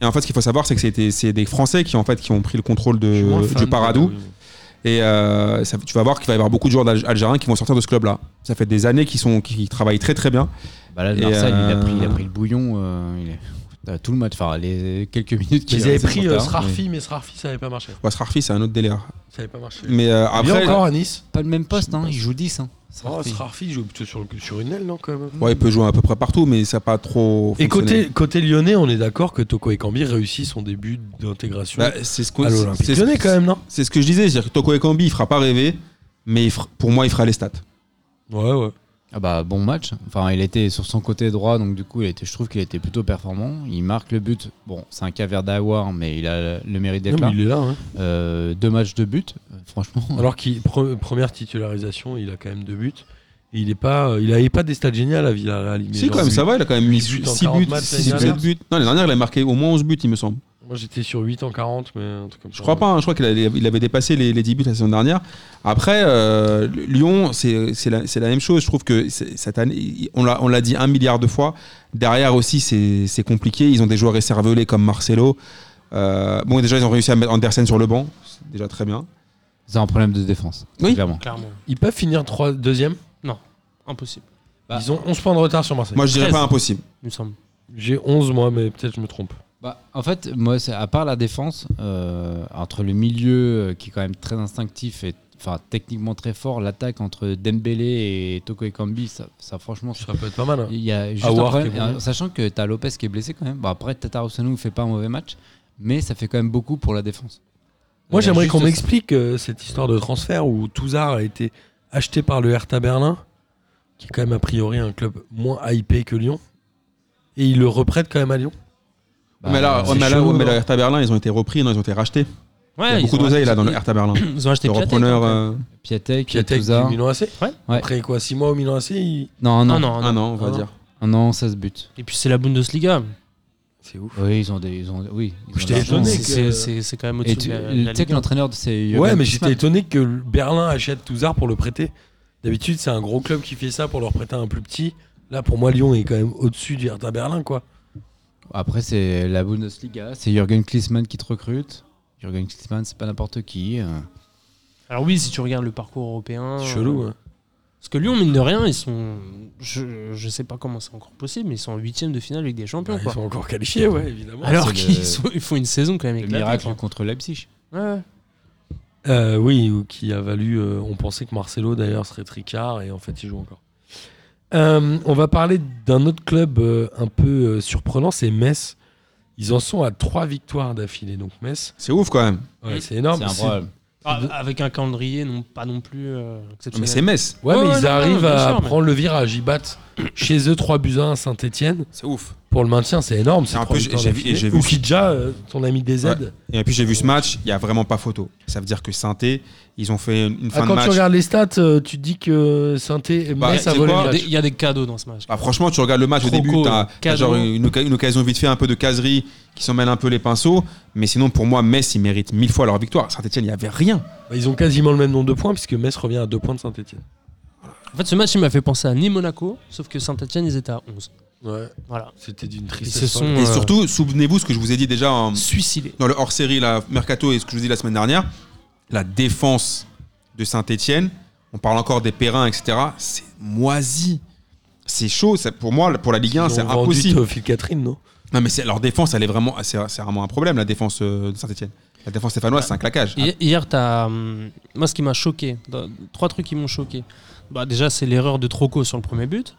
A: Et en fait, ce qu'il faut savoir, c'est que c'était- c'est des Français qui en fait qui ont pris le contrôle
D: Je suis moins
A: de,
D: fan
A: du
D: de
A: Paradou.
D: Boudaoui.
A: Et euh, ça- tu vas voir qu'il va y avoir beaucoup de joueurs d'Al- algériens qui vont sortir de ce club-là. Ça fait des années qu'ils sont qui travaillent très très bien.
F: Bah là, le
A: Et,
F: Marseille, il, a
A: euh,
F: pris, il a pris le bouillon. euh, il est- T'as tout le match, enfin, les quelques minutes
D: Mais
F: qu'ils
D: Ils avaient pris euh, Srarfi, mais Srarfi, ça avait pas marché.
A: Ouais, Srarfi, c'est un autre délire.
D: Ça avait pas marché.
A: Mais euh, après,
D: Après, encore à Nice.
F: Pas le même poste, hein, il joue 10. Hein,
D: Oh,
F: Srarfi.
D: Srarfi joue plutôt sur, le- sur une aile, non, quand même.
A: ouais, il peut jouer à peu près partout, mais ça n'a pas trop.
D: Et
A: fonctionné.
D: côté, côté lyonnais, on est d'accord que Toko Ekambi réussit son début d'intégration
A: Bah, c'est ce qu'on-
D: à l'Olympique
A: c'est-
D: lyonnais quand même, non
A: C'est ce que je disais, c'est-à-dire que Toko Ekambi, il fera pas rêver, mais il fera- pour moi, il fera les stats.
D: Ouais, ouais.
F: Ah bah, bon match. Enfin, il était sur son côté droit, donc du coup, il était, je trouve qu'il était plutôt performant. Il marque le but. Bon, c'est un caverne d'avoir, mais il a le mérite d'être là.
D: il est là. hein.
F: Euh, deux matchs de but, euh, franchement.
D: Alors qu'il pre- première titularisation, il a quand même deux buts. Et il est pas, euh, il avait pas des stats géniales à Villarreal. mais
A: Si,
D: genre,
A: quand même, ça va, il a quand même mis 6
D: buts
A: buts,
D: en 40 matchs l'année
A: 6
D: dernière.
A: buts. Non, l'année dernière, il a marqué au moins 11 buts, il me semble.
D: Moi, j'étais sur 8 en 40, mais un truc comme ça.
A: Je crois pas, hein, je crois qu'il avait, il avait dépassé les, les 10 buts la saison dernière. Après, euh, Lyon, c'est c'est la, c'est la même chose. Je trouve que c'est- cette année, il- on l'a on l'a dit un milliard de fois. Derrière aussi, c'est c'est compliqué. Ils ont des joueurs récervelés comme Marcelo. Euh, bon, déjà, ils ont réussi à mettre Andersen sur le banc. C'est déjà très bien.
F: C'est un problème de défense.
A: Oui.
F: Clairement.
E: Clairement.
D: Ils peuvent finir 3 deuxième.
E: Impossible,
F: Bah,
D: Ils ont 11 points de retard sur Marseille.
A: Moi, je dirais
E: 13.
A: pas impossible.
E: il me semble.
D: J'ai 11 moi, mais peut-être je me trompe.
F: Bah, en fait, moi, c'est- à part la défense, euh, entre le milieu euh, qui est quand même très instinctif et enfin techniquement très fort, l'attaque entre Dembélé et Toko Ekambi, ça, ça franchement,
D: Ça peut être pas mal. hein.
F: il y a juste un
D: Awar
F: problème,
D: qui est bon.
F: euh, sachant que t'as Lopez qui est blessé quand même. Bon, après, Tatar ne fait pas un mauvais match, mais ça fait quand même beaucoup pour la défense.
D: Moi,
F: Il y a
D: j'aimerais
F: juste
D: qu'on
F: ça.
D: m'explique euh, cette histoire de transfert où Touzard a été acheté par le Hertha Berlin, qui est quand même a priori un club moins hypé que Lyon, et il le reprête quand même à Lyon.
F: Bah,
A: mais là,
F: c'est
A: on a là,
D: chaud,
A: mais
D: hein.
A: le Hertha Berlin, ils ont été repris, non, ils ont été rachetés.
E: Ouais,
A: Il y a
E: ils
A: beaucoup
E: ont
A: d'oseilles
E: acheté-
A: là dans le Hertha Berlin.
E: Ils ont acheté
A: Le
E: Piatek,
A: repreneur,
E: hein, quand même.
A: euh,
F: Piatek,
D: Piatek du
F: Gattuso.
D: Milan AC.
E: Ouais.
D: Après quoi, 6 mois au Milan AC, il-
F: Non,
E: Non,
F: Ah non,
E: non,
A: un
E: non.
A: an, ah on va
D: un an.
A: dire.
F: un an, 16 buts.
E: Et puis c'est la Bundesliga.
D: c'est ouf.
F: Oui, ils ont des, ils ont, oui. ils ont
D: J'étais
F: de l'argent.
D: étonné
E: C'est-
D: que-
E: c'est- C'est c'est quand même
F: Et
E: au-dessus
F: tu
E: de la, la
F: tu sais
E: Ligue
F: que l'entraîneur de ces
D: Ouais, mais j'étais étonné que le Berlin achète Touzard pour le prêter. D'habitude, c'est un gros club qui fait ça pour leur prêter un plus petit. Là, pour moi, Lyon est quand même au-dessus du Hertha Berlin, quoi.
F: Après, c'est la Bundesliga, c'est Jürgen Klinsmann qui te recrute. Jürgen Klinsmann, c'est pas n'importe qui. euh.
E: un. Alors oui, si tu regardes le parcours européen.
D: C'est chelou.
E: euh,
D: hein.
E: Parce que Lyon, mine de rien, ils sont. Je, je sais pas comment c'est encore possible, mais ils sont en huitième de finale avec des champions.
D: Bah, ils
E: quoi.
D: sont encore qualifiés, ouais, évidemment.
E: Alors
F: c'est
E: qu'ils
F: le-
E: sont- ils font une saison quand même
F: Le
E: éclatée.
F: miracle
E: quoi.
F: contre Leipzig.
E: Ouais, ouais.
D: Euh, oui, ou qui a valu. euh, on pensait que Marcelo d'ailleurs serait tricard et en fait il joue encore. Euh, on va parler d'un autre club euh, un peu euh, surprenant, c'est Metz. Ils en sont à trois victoires d'affilée, donc Metz,
A: C'est ouf quand même.
D: ouais,
E: Mm.
D: c'est énorme.
F: c'est un
D: C'est-
F: problème.
E: Ah, avec un calendrier non pas non plus euh, exceptionnel.
A: Mais c'est Metz.
D: Ouais,
E: Ouais,
D: mais
E: ouais,
D: ils
E: Oh, non,
D: arrivent
E: non, bien
D: à
E: sûr, mais-
D: prendre le virage. Ils battent chez eux 3 buts à 1 Saint-Etienne.
A: C'est ouf.
D: Pour le maintien, c'est énorme. C'est
A: Un
D: trois
A: peu,
D: victoires
A: j'ai vu- et
D: d'affilée.
A: j'ai vu-
D: Ou Kidja, euh, ton ami Ah, DZ.
A: Ouais. Et puis j'ai vu ce match, il n'y a vraiment pas photo. Ça veut dire que Sainté, ils ont fait une
D: Ah,
A: fin
D: quand
A: de
D: tu
A: match.
D: regardes les stats, euh, tu te dis que Sainté et
A: Bah,
D: Metz a
A: c'est
D: volé
A: quoi
D: le
E: Il y a
D: match.
E: des- il y a des cadeaux dans ce match.
A: Bah, franchement, tu regardes le match
E: Croco,
A: au début, t'as as
E: cadeau.
A: genre une, oca- une occasion vite fait un peu de caserie qui s'en mêle un peu les pinceaux. Mais sinon, pour moi, Metz, ils méritent mille fois leur victoire. Saint-Etienne, il n'y avait rien.
D: Bah, ils ont quasiment le même nombre de points puisque Metz revient à deux points de Saint-Etienne.
E: En fait, ce match, il m'a fait penser à Nîmes-Monaco, sauf que Saint-Etienne, ils étaient à 11.
D: Ouais,
E: Voilà.
D: c'était d'une
E: Ils
D: tristesse.
E: se sont
A: Et
E: euh,
A: surtout, souvenez-vous ce que je vous ai dit déjà en-
E: suicidés.
A: dans le hors-série la Mercato et ce que je vous ai dit la semaine dernière. La défense de Saint-Etienne, on parle encore des Perrins, etc. C'est moisi. C'est chaud. ça- pour moi, pour la Ligue 1,
D: Ils
A: c'est
D: ont vendu
A: impossible.
D: Théophile Catherine, non
A: Non, mais c'est- leur défense, elle est vraiment, c'est c'est vraiment un problème, la défense euh, de Saint-Etienne. La défense stéphanoise, c'est un claquage.
D: Ah.
E: Hi- Hier, t'as. hum, Moi, ce qui m'a choqué, dans- trois trucs qui m'ont choqué. Bah, déjà, c'est l'erreur de Troco sur le premier but.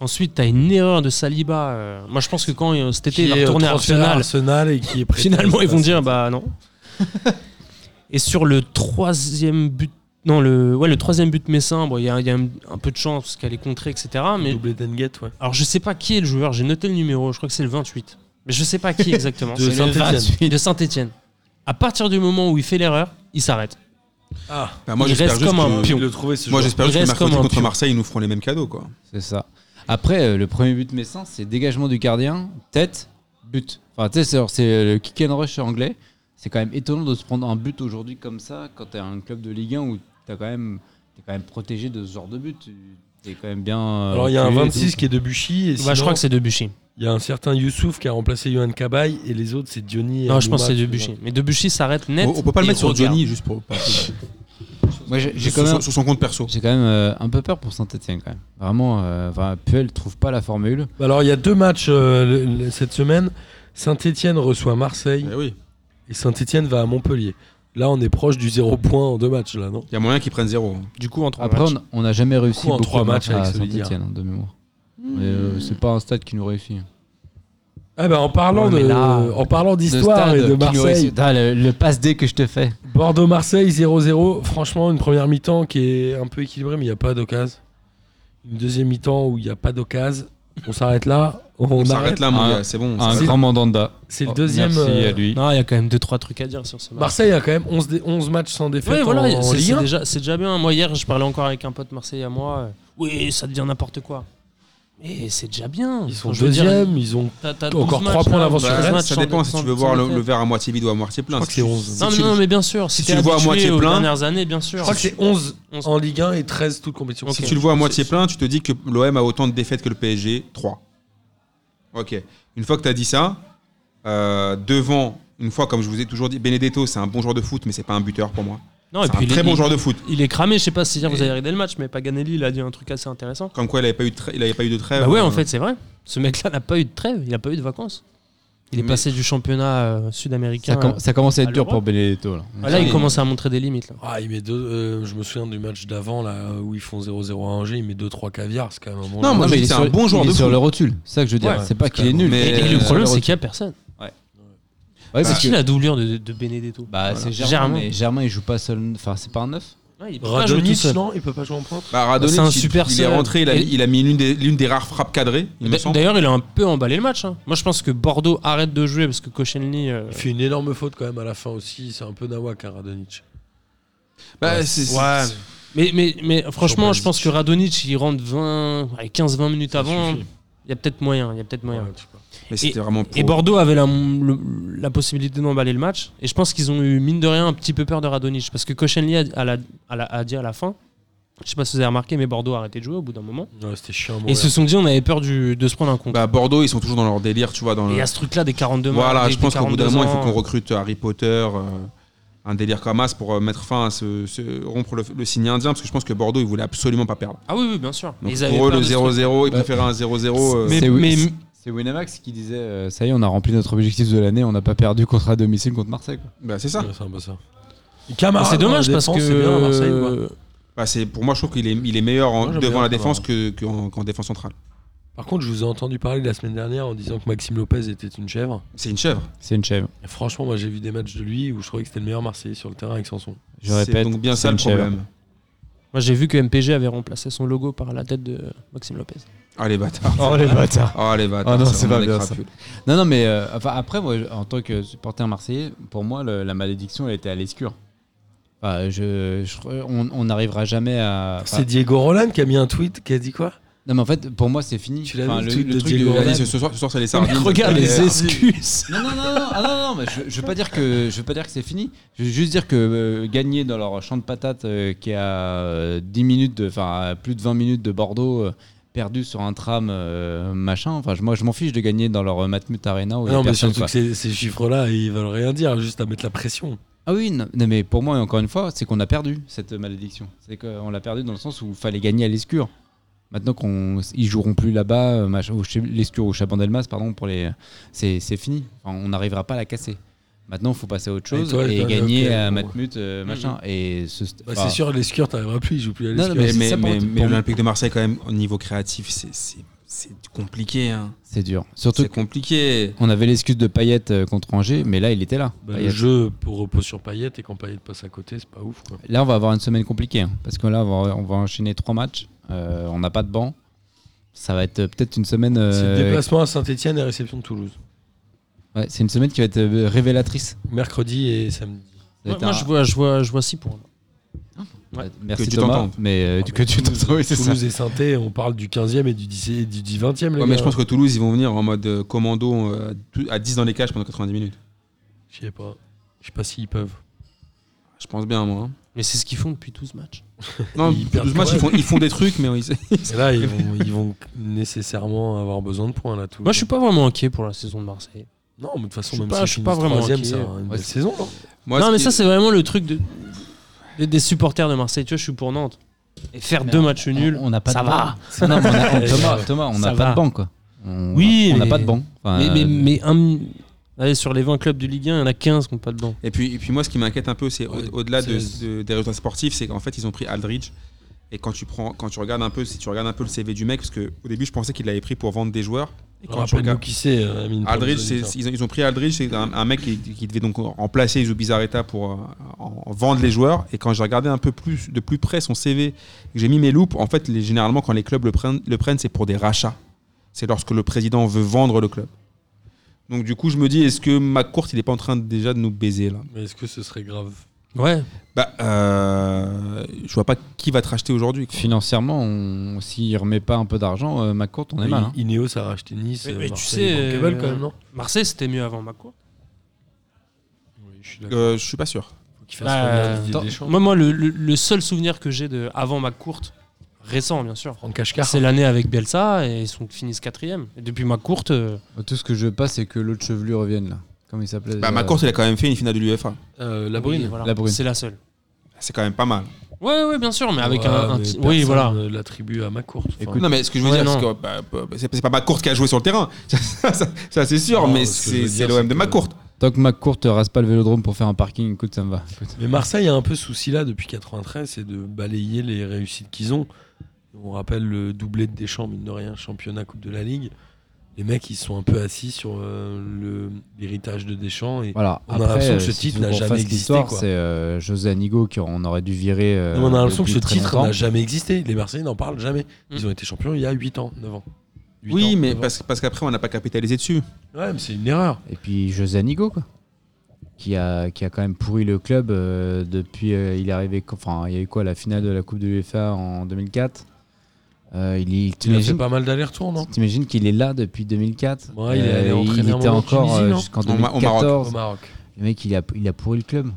E: Ensuite, t'as une erreur de Saliba. euh, Moi, je pense que quand euh, cet été,
D: Qui
E: il
D: est,
E: va
D: euh,
E: retourner à
D: transféré
E: Arsenal,
D: Arsenal et qui est prêté
E: finalement,
D: à
E: ils vont
D: Arsenal.
E: dire bah non. Et sur le troisième but. Non, le, ouais, le troisième but messin, bon, il y a, il y a un, un peu de chance qu'elle est contrée, etc. Mais
D: Doublé d'Enguette, ouais.
E: alors, je sais pas qui est le joueur, j'ai noté le numéro, je crois que c'est le 28. Mais je sais pas qui exactement.
D: De
E: C'est le
D: Saint-Étienne.
E: 28. De Saint-Etienne. À partir du moment où il fait l'erreur, il s'arrête.
D: Ah,
A: Bah, moi,
E: il
A: j'espère
E: reste
A: juste
E: comme un
A: que-
E: pion.
D: le trouver ce
A: Moi,
D: joueur.
A: j'espère
E: Il
A: juste que
E: reste
A: mercredi
E: comme un
A: contre
E: pion.
A: Marseille, ils nous feront les mêmes cadeaux. Quoi.
F: C'est ça. Après, euh, le premier but Messin, c'est dégagement du gardien, tête, but. Enfin, tu sais, c'est- c'est le kick and rush anglais. C'est quand même étonnant de se prendre un but aujourd'hui comme ça quand t'es un club de Ligue 1 où t'as quand même t'es quand même protégé de ce genre de but. T'es quand même bien. euh,
D: Alors, il y a un
F: reculé et
D: 26
F: tout.
D: qui est de Buchy. Et
E: Bah, je
D: sinon,
E: crois que c'est Debuchy.
D: Il y a un certain Youssouf qui a remplacé Johan Cabaye et les autres, c'est Diony. et
E: Non, je pense que
D: Anouma,
E: c'est
D: tout
E: Debuchy. Mais Debuchy s'arrête net.
A: On, on peut pas
E: et
A: le mettre sur
E: regarde.
A: Johnny, juste pour. pour-
F: Moi, j'ai j'ai
A: sur,
F: quand même.
A: son- sur son compte perso.
F: J'ai quand même euh, un peu peur pour Saint-Etienne quand même. Vraiment, euh, enfin, Puel trouve pas la formule.
D: ça. Alors, il y a deux matchs euh, le- le- cette semaine. Saint-Etienne reçoit Marseille
A: Eh oui.
D: et Saint-Etienne va à Montpellier. Là, on est proche du zéro point en deux matchs, là, non
A: Il y a moyen qu'ils prennent zéro.
E: Du coup, en trois
F: Après,
E: matchs.
F: on- on n'a jamais réussi
D: Coup, en
F: beaucoup
D: trois
F: de
D: matchs
F: à
D: avec Solidien.
F: Saint-Etienne hein, de mémoire. Mais, euh, c'est pas un stade qui nous réussit.
D: Ah ben, en parlant
E: Ouais, mais
D: de,
E: là,
D: en parlant
F: De
D: d'histoire
F: stade
D: et de
F: qui nous
D: Marseille,
F: réussit. Ah, le, le passe dé que je te fais.
D: Bordeaux-Marseille 0-0. Franchement, une première mi-temps qui est un peu équilibrée, mais il n'y a pas d'occasion. Une deuxième mi-temps où il n'y a pas d'occasion. On s'arrête là. On,
A: On
D: arrête.
A: s'arrête là, mon
F: Un-
A: gars, c'est bon. on
F: Un
A: s'arrête.
F: grand mandanda.
D: C'est le
F: Oh,
D: deuxième.
F: Merci
D: euh,
F: à lui.
E: Non, il y a quand même 2-3 trucs à dire sur ce match.
D: Marseille a quand même 11, dé- 11 matchs sans défaite
E: Ouais,
D: en,
E: voilà,
D: en
E: c'est
D: Ligue
E: c'est
D: 1.
E: déjà, c'est déjà bien. Moi, hier, je parlais encore avec un pote marseillais à moi. euh, Oui, ça devient n'importe quoi. Mais c'est déjà bien.
D: Ils sont
E: Enfin, je veux dire,
D: deuxième, ils ont.
E: t'as- t'as
D: Encore
E: 12
D: trois
E: matchs,
D: points
E: là,
D: d'avance sur
E: douze
A: Bah,
D: Rennes,
E: matchs
A: ça
E: sans-
A: dépend si
E: sans-
A: tu veux voir
E: sans
A: le,
E: défaite.
A: le verre à moitié vide ou à moitié plein.
D: crois que
A: Si
D: c'est
A: tu-
D: 11.
A: si
E: Non, mais
A: tu-
E: non, mais bien sûr.
A: si
E: t'es
A: tu le vois à
E: habitué
A: moitié
E: aux
A: plein-
E: dernières années, bien sûr.
D: Je crois que c'est 11
E: 11.
D: en Ligue 1 et 13 toutes compétitions.
E: Ok.
A: Si tu le vois à moitié plein, tu te dis que l'OM a autant de défaites que le PSG, 3. Ok. Une fois que tu as dit ça, euh, devant, une fois, comme je vous ai toujours dit, Benedetto, c'est un bon joueur de foot, mais c'est pas un buteur pour moi.
E: Non, et
A: C'est
E: puis
A: un
E: il est-
A: très bon
E: il-
A: joueur de foot.
E: Il est cramé, je sais pas si hier vous avez regardé le match, mais Paganelli, il a dit un truc assez intéressant.
A: Comme quoi, il n'avait pas, eu de tra- il avait pas eu de trêve.
E: Bah ouais, en
A: euh,
E: fait, c'est vrai. Ce mec-là n'a pas eu de trêve, il n'a pas eu de vacances. Il est
A: Mais-
E: passé du championnat euh, sud-américain.
F: Ça, com- ça commence à
E: à
F: être dur
E: l'Europe.
F: pour Benedetto. Là.
E: Ah, là, il
A: Oui.
E: commence à montrer des limites. là.
D: Ah, il met deux, euh, je me souviens du match d'avant là où ils font 0-0 à Angers, il met 2-3 caviar, c'est quand même un bon
A: Non,
D: joueur.
A: moi, je
F: mais
A: dis
F: il est
A: c'est
F: sur-
A: un bon joueur
F: il est
A: de
F: sur
A: foot.
F: le recul. C'est ça que je veux dire.
D: Ouais,
F: c'est pas
D: c'est
F: qu'il est
D: pas
F: nul.
A: bon.
E: Et,
A: Mais-
E: et
A: Euh,
E: le problème, c'est
F: sur le
E: qu'il n'y a personne.
F: Ouais, parce
E: c'est qui
F: que-
E: la doublure de, de Benedetto
F: Bah, c'est Germain,
E: Germain.
F: mais Germain, il joue pas seul. Enfin, c'est pas un neuf.
E: Ouais, il peut pas jouer tout
D: Radonjic,
E: seul.
D: non, il peut pas jouer en pointe.
A: Bah, Radonjic,
E: C'est un
A: il-
E: super
A: il, est
E: seul.
A: rentré, il a,
E: Et- Bah,
A: il a mis l'une des, l'une des rares frappes cadrées, il me
E: D'a-
A: semble.
E: D'ailleurs, il a un peu emballé le match. hein. Moi, je pense que Bordeaux arrête de jouer parce que Koscielny. euh,
D: Il fait une énorme faute quand même à la fin aussi, c'est un peu nawak à Radonjic.
A: Bah, c'est- c'est-
E: Ouais. Mais, mais, mais franchement,
D: pas
E: je pense que Radonic, il rentre 20, ouais, 15-20 minutes avant.
D: suffit.
E: Il y a peut-être moyen. Il y a peut-être moyen.
D: Ouais, je sais pas.
A: Mais c'était vraiment
E: Et
A: pro.
E: Bordeaux avait la, le- la possibilité d'emballer le match. Et je pense qu'ils ont eu, mine de rien, un petit peu peur de Radonjic. Parce que Koscielny a, a la- a la- a dit à la fin, je sais pas si vous avez remarqué, mais Bordeaux a arrêté de jouer au bout d'un moment.
D: Ouais, c'était chiant.
E: Et ils se sont dit, on avait peur du- de se prendre un compte.
A: Bah, Bordeaux, ils sont toujours dans leur délire, tu vois. Dans
E: et
A: le-
E: il y a ce truc-là des 42 matchs.
A: Bah, Voilà,
E: des-
A: je
E: des
A: pense qu'au bout d'un
E: 42
A: moment, il faut
E: ans.
A: qu'on recrute Harry Potter, euh, un délire comme as pour euh, mettre fin à ce, ce- rompre le, le signe indien, parce que je pense que Bordeaux, ils voulaient absolument pas perdre.
E: Ah oui, oui, bien sûr.
A: Donc,
E: Ils avaient
A: pour eux,
E: peur
A: le
E: de ce truc.
A: 0-0, ils
F: Bah,
A: préféraient un 0-0. euh,
E: Mais-
F: c'est, Wi-
E: mais-
F: c'est- c'est Winamax qui disait euh, Ça y est, on a rempli notre objectif de l'année, on n'a pas perdu contre à domicile contre Marseille. quoi.
A: bah, c'est ça.
D: Ouais, c'est un peu ça.
E: Bah,
D: Camara,
E: C'est dommage
D: dans la
E: parce que.
D: défense, c'est bien à Marseille, ou pas
E: euh,
A: Bah, c'est- pour moi, je trouve qu'il est, il est meilleur en-
D: Moi, j'aime
A: devant
D: bien
A: la
D: Camara.
A: défense que- qu'en qu'en défense centrale.
D: Par contre, je vous ai entendu parler la semaine dernière en disant que Maxime Lopez était une chèvre.
A: C'est une chèvre.
F: C'est une chèvre.
D: Et franchement, moi j'ai vu des matchs de lui où je trouvais que c'était le meilleur Marseillais sur le terrain avec Sanson.
F: Je répète.
A: C'est donc bien
F: c'est
A: ça le
F: une chèvre.
A: problème.
E: Moi, j'ai vu que MPG avait remplacé son logo par la tête de Maxime Lopez.
A: Ah les bâtards.
B: Oh les bâtards.
A: Ah les bâtards.
B: Ah non,
A: ça,
B: c'est
A: on
B: pas
A: est
B: bien,
A: crapule.
F: Non, non, mais euh, enfin, après, moi, je- en tant que supporter marseillais, pour moi, le- la malédiction, elle était à l'escure. Enfin, je, je- on on n'arrivera jamais à. enfin,
D: C'est Diego Roland qui a mis un tweet qui a dit quoi
F: non, mais en fait, pour moi, c'est fini.
D: Tu l'as vu,
F: Enfin,
D: le tweet de
F: truc
D: Diego
A: Il a
F: la-
A: dit, Ce soir, ce soir, c'est les sardines. euh,
E: Regarde
A: Et-
E: les excuses
F: Non, non, non, non, ah, non, non, mais je, je veux pas dire que je veux pas dire que c'est fini. Je veux juste dire que euh, gagner dans leur champ de patates euh, qui est à euh, 10 minutes, de- enfin à plus de 20 minutes de Bordeaux, euh, perdu sur un tram euh, machin. Enfin, je- moi, je m'en fiche de gagner dans leur euh, Matmut Arena. Où il y a
D: Ah Non, mais
F: personne,
D: surtout
F: quoi.
D: que ces, ces chiffres-là, ils veulent rien dire, juste à mettre la pression.
F: Ah oui, non, non, mais pour moi, encore une fois, c'est qu'on a perdu cette malédiction. C'est qu'on l'a perdu dans le sens où il fallait gagner à l'escure. Maintenant qu'on ils joueront plus là-bas, euh, mach- au Ch- l'escure au Chabandelmas, pardon, pour les, c'est c'est fini. Enfin, on n'arrivera pas à la casser. Maintenant, il faut passer à autre chose et,
D: Et toi, toi,
F: gagner
D: ok,
F: à
D: bon.
F: Matmut, euh, machin. Et ce,
D: Bah,
F: enfin,
D: c'est sûr, l'escure, t'arriveras plus, ils jouent plus à
F: Non, non,
D: l'escure.
A: Mais,
F: c'est
A: mais,
F: ça, pour-
A: mais-
F: pour
A: mais
F: moi.
A: l'Olympique de Marseille, quand même, au niveau créatif, c'est- c'est c'est compliqué. hein.
F: c'est dur. Surtout
A: C'est compliqué.
F: qu'on avait l'excuse de Payet euh, contre Angers, mais là, il était là.
D: Bah,
F: Payet.
D: le jeu pour repos sur paillettes et quand paillettes passe à côté, c'est pas ouf. Quoi.
F: Là, on va avoir une semaine compliquée hein, parce que là, on va, on va enchaîner trois matchs. Euh, on n'a pas de banc. Ça va être euh, peut-être une semaine.
D: C'est le
F: euh,
D: déplacement à Saint-Etienne et réception de Toulouse.
F: ouais, c'est une semaine qui va être euh, révélatrice.
D: Mercredi et samedi.
F: Ça va
E: Moi,
F: être
E: moi,
F: un-
E: je vois, je vois, je vois 6 points. ouais,
F: Merci
A: que tu
F: Thomas,
A: t'entendes.
F: mais euh, que tu t'entends, oui, c'est ça.
D: Ah, Toulouse et saint on parle du 15e et du 10 et du 10 20e. les
A: Ouais, mais euh,
D: gars.
A: je pense que Toulouse, ils vont venir en mode euh, commando euh, tout- à 10 dans les cages pendant 90 minutes.
D: Je sais pas. Je sais pas s'ils peuvent.
A: Je pense bien, moi. hein.
E: Mais c'est ce qu'ils font depuis 12 matchs.
A: Non,
D: Ils perdent
A: 12 matchs,
D: quand
A: ils font, ils font des trucs, mais ils-
D: Et là, ils vont, ils vont nécessairement avoir besoin de points là. Toulouse.
E: Moi, je suis pas vraiment inquiet pour la saison de Marseille.
D: Non, mais de toute façon,
E: Je suis
D: même
E: pas-
D: si
E: je suis pas vraiment
D: troisième,
E: inquiet.
D: c'est une
F: Ouais,
D: belle
F: c'est-
D: saison. hein. non
A: Moi,
E: non,
A: ce
E: mais
A: qui-
E: ça, c'est vraiment le truc de... des, des supporters de Marseille. Tu vois, je suis pour Nantes. Et faire
F: Mais
E: deux
F: on-
E: matchs nuls,
F: On n'a pas
E: ça
F: de
E: va.
F: banc. Non, mais on a- Thomas, Thomas, on
E: Ça
F: n'a
E: va.
F: pas de banc, quoi. On
E: Oui,
F: on n'a
E: mais-
F: pas de banc. Enfin,
E: Mais, mais,
F: euh,
E: mais un... Allez, sur les 20 clubs de Ligue 1, il y en a 15 qui n'ont pas de banc.
A: Et puis, et puis moi, ce qui m'inquiète un peu, c'est au-
D: Ouais,
A: au-delà de-
D: c'est-
A: de- des résultats sportifs, c'est qu'en fait, ils ont pris Aldridge. Et quand tu prends, quand tu regardes un peu, si tu regardes un peu le CV du mec, parce qu'au début, je pensais qu'il l'avait pris pour vendre des joueurs. Et quand tu
D: Rappelle-nous
A: regardes-
D: qui c'est, euh, Amine. pour
A: Aldridge,
D: les
A: c'est-
D: auditeurs.
A: ils, ont, ils ont pris Aldridge, c'est un, un mec qui, qui devait donc remplacer Izu Bizarreta pour euh, en- en vendre les joueurs. Et quand j'ai regardé un peu plus de plus près son CV, que j'ai mis mes loupes, en fait, les- généralement, quand les clubs le prennent, le prennent c'est pour des rachats. C'est lorsque le président veut vendre le club. Donc du coup, je me dis, est-ce que McCourt, il n'est pas en train de- déjà de nous baiser là
D: Mais est-ce que ce serait grave
E: Ouais.
A: Bah, euh, je vois pas qui va te racheter aujourd'hui. quoi.
F: Financièrement, on- s'il ne remet pas un peu d'argent, euh, McCourt, on est
D: Oui,
F: mal. hein.
D: Ineos a racheté Nice.
E: Mais-
D: euh,
E: mais tu
D: Marseille,
E: sais,
D: Bankable,
E: euh,
D: quand même, non
E: Marseille, c'était mieux avant Mako.
D: Oui, je suis d'accord.
A: Euh, je suis pas sûr.
D: Faut qu'il fasse
E: Bah,
D: revenir Didier
F: attends,
D: Deschamps.
E: Moi, moi le, le- le seul souvenir que j'ai de avant McCourt, récent bien sûr,
D: Franck Ashkar.
E: c'est l'année avec Bielsa et ils sont, finissent quatrième. Et depuis McCourt, euh,
F: Tout ce que je veux pas, c'est que l'autre chevelu revienne, là. Comment il s'appelait
A: Bah,
F: euh,
A: McCourt, il a quand même fait une finale de l'UEFA.
D: Euh,
E: oui,
D: la Brune.
E: voilà,
F: La Brune.
E: c'est la seule.
A: C'est quand même pas mal.
E: Ouais, ouais, bien sûr, mais avec
D: Ouais,
E: un, un
D: mais
E: ti- oui,
D: personne
E: voilà.
D: ne L'attribue à Macourte. Enfin,
F: Écoute,
A: Non, mais ce que je veux
E: Ouais,
A: dire,
E: non.
A: c'est que bah, bah, c'est c'est pas McCourt qui a joué sur le terrain. Ça, ça, ça, ça, c'est sûr,
D: Non,
A: mais
D: ce que je
A: c'est
D: veux dire,
A: c'est
D: c'est
A: l'OM de
D: que-
A: McCourt.
F: Tant que McCourt ne rase pas le vélodrome pour faire un parking, écoute, ça me va. Écoute.
D: Mais Marseille a un peu ce souci-là depuis 93, c'est de balayer les réussites qu'ils ont. On rappelle le doublé de Deschamps, mine de rien, championnat Coupe de la Ligue. Les mecs, ils sont un peu assis sur euh, le- l'héritage de Deschamps. Et
F: Voilà.
D: On a l'impression que ce
F: euh,
D: titre
F: si
D: n'a
F: on
D: jamais
F: refasse
D: existé,
F: l'histoire,
D: quoi.
F: C'est euh, José Anigo qu'on aurait dû virer. euh,
D: Non, mais on a l'impression que
F: depuis
D: ce
F: très
D: titre
F: longtemps.
D: n'a jamais existé. Les Marseillais n'en parlent jamais. Ils
E: Mm.
D: ont été champions il y a 8 ans, 9 ans. Huit
A: Oui,
D: ans,
A: mais
D: neuf ans.
A: parce, parce qu'après, on n'a pas capitalisé dessus.
D: Ouais, mais c'est une erreur.
F: Et puis José Anigo, quoi. Qui a, qui a quand même pourri le club euh, depuis. euh, il est arrivé. quand- Enfin, il y a eu quoi La finale de la Coupe de l'UEFA en 2004. Euh, il, il-
D: Tu a fait
F: t'imagines-
D: pas mal d'allers-retours, non
F: T'imagines qu'il est là depuis 2004
D: Ouais, il est allé entraîner
F: Euh, il
D: un
F: était
D: moment en
F: encore
D: Tunisie,
F: euh,
D: non
F: jusqu'en
A: Au Ma- au Maroc.
F: 2014.
D: Au Maroc.
F: Le mec, il a, il a pourri le club.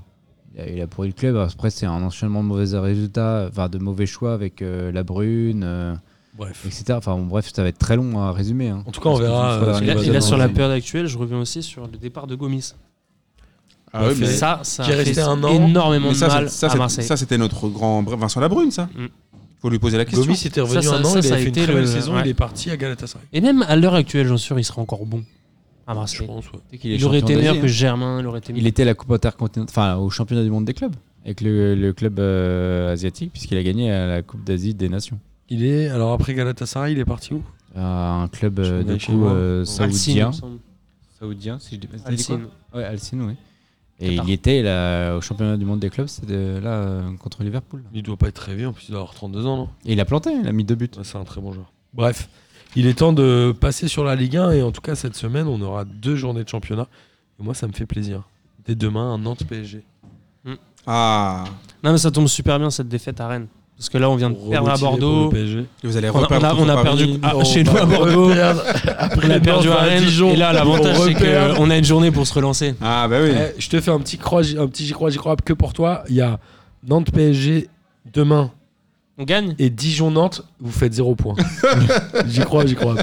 F: Il a, il a pourri le club. Après, c'est un enchaînement de mauvais résultats, enfin de mauvais choix avec euh, la Brune, euh,
D: Bref.
F: etc. Enfin, bon, bref, ça va être très long à résumer. hein.
D: En tout cas, on
F: Parce que
D: verra,
F: une fois
D: euh,
F: dans
D: ce
E: Et
D: qu'il
F: les
E: là,
D: va
E: et
F: bases,
E: là,
D: donner
F: on
E: sur
F: va
E: la
F: dire-
E: période actuelle, je reviens aussi sur le départ de Gomis.
D: Ah oui,
E: Et
D: mais-
E: ça, ça
D: qui est
E: a
D: resté
E: fait
D: un an.
E: énormément
A: Mais
E: de
A: ça,
E: mal
A: c'est- ça,
E: à
A: c'est-
E: Marseille.
A: ça, c'était notre grand Br- Vincent Labrune, ça.
E: Mm.
A: Faut lui poser la question.
D: Gomis était revenu
E: ça,
D: un an,
E: ça,
D: il
E: ça
D: a
E: a
D: fait une
E: été
D: très belle
E: le-
D: saison,
E: ouais.
D: il est parti à Galatasaray.
E: Et même à l'heure actuelle, j'en suis sûr, il sera encore bon à
D: Je
E: Marseille.
D: pense, ouais.
F: Dès qu'il est
E: Il aurait été
F: champion
E: meilleur
F: d'Asie,
E: que
F: hein.
E: Germain, il aurait été
F: Il
E: meilleur.
F: était à la Coupe intercontinentale, enfin au championnat du monde des clubs, avec le, le club euh, asiatique, puisqu'il a gagné à la Coupe d'Asie des Nations.
D: Il est alors après Galatasaray, il est parti où
F: À un club euh,
D: Championnat
F: de coup
D: chinois.
F: euh,
E: Alcine, il
F: saoudien.
E: me semble.
F: Saoudien, si je dis pas.
E: Alcine.
F: Ouais, Alcine, oui. Et il était là, au championnat du monde des clubs, c'était là euh, contre Liverpool.
D: Il doit pas être très vieux, en plus il doit avoir 32 ans, non
F: Et il a planté, il a mis deux buts.
D: Ouais, C'est un très bon joueur. Bref, il est temps de passer sur la Ligue 1 et en tout cas cette semaine on aura deux journées de championnat. Et moi ça me fait plaisir. Dès demain, un Nantes PSG.
A: Ah,
E: Non, mais ça tombe super bien cette défaite à Rennes. Parce que là, on vient de perdre à Bordeaux.
A: vous allez
E: On a, on a- on a perdu à-
D: Non,
E: chez nous
D: on
E: à
D: va
E: Bordeaux.
D: Oh, bah, perdre. Après
E: On a
D: Nantes,
E: perdu
D: on va
E: à Rennes.
D: Dijon.
E: Et là, l'avantage,
D: On
E: c'est
D: repère.
E: qu'on a une journée pour se relancer.
A: Ah, bah oui.
D: Eh, je te fais un petit croix, un petit j'y crois, j'y crois que pour toi. Il y a Nantes PSG demain
E: On gagne
D: et Dijon Nantes. Vous faites zéro point. j'y crois, j'y crois.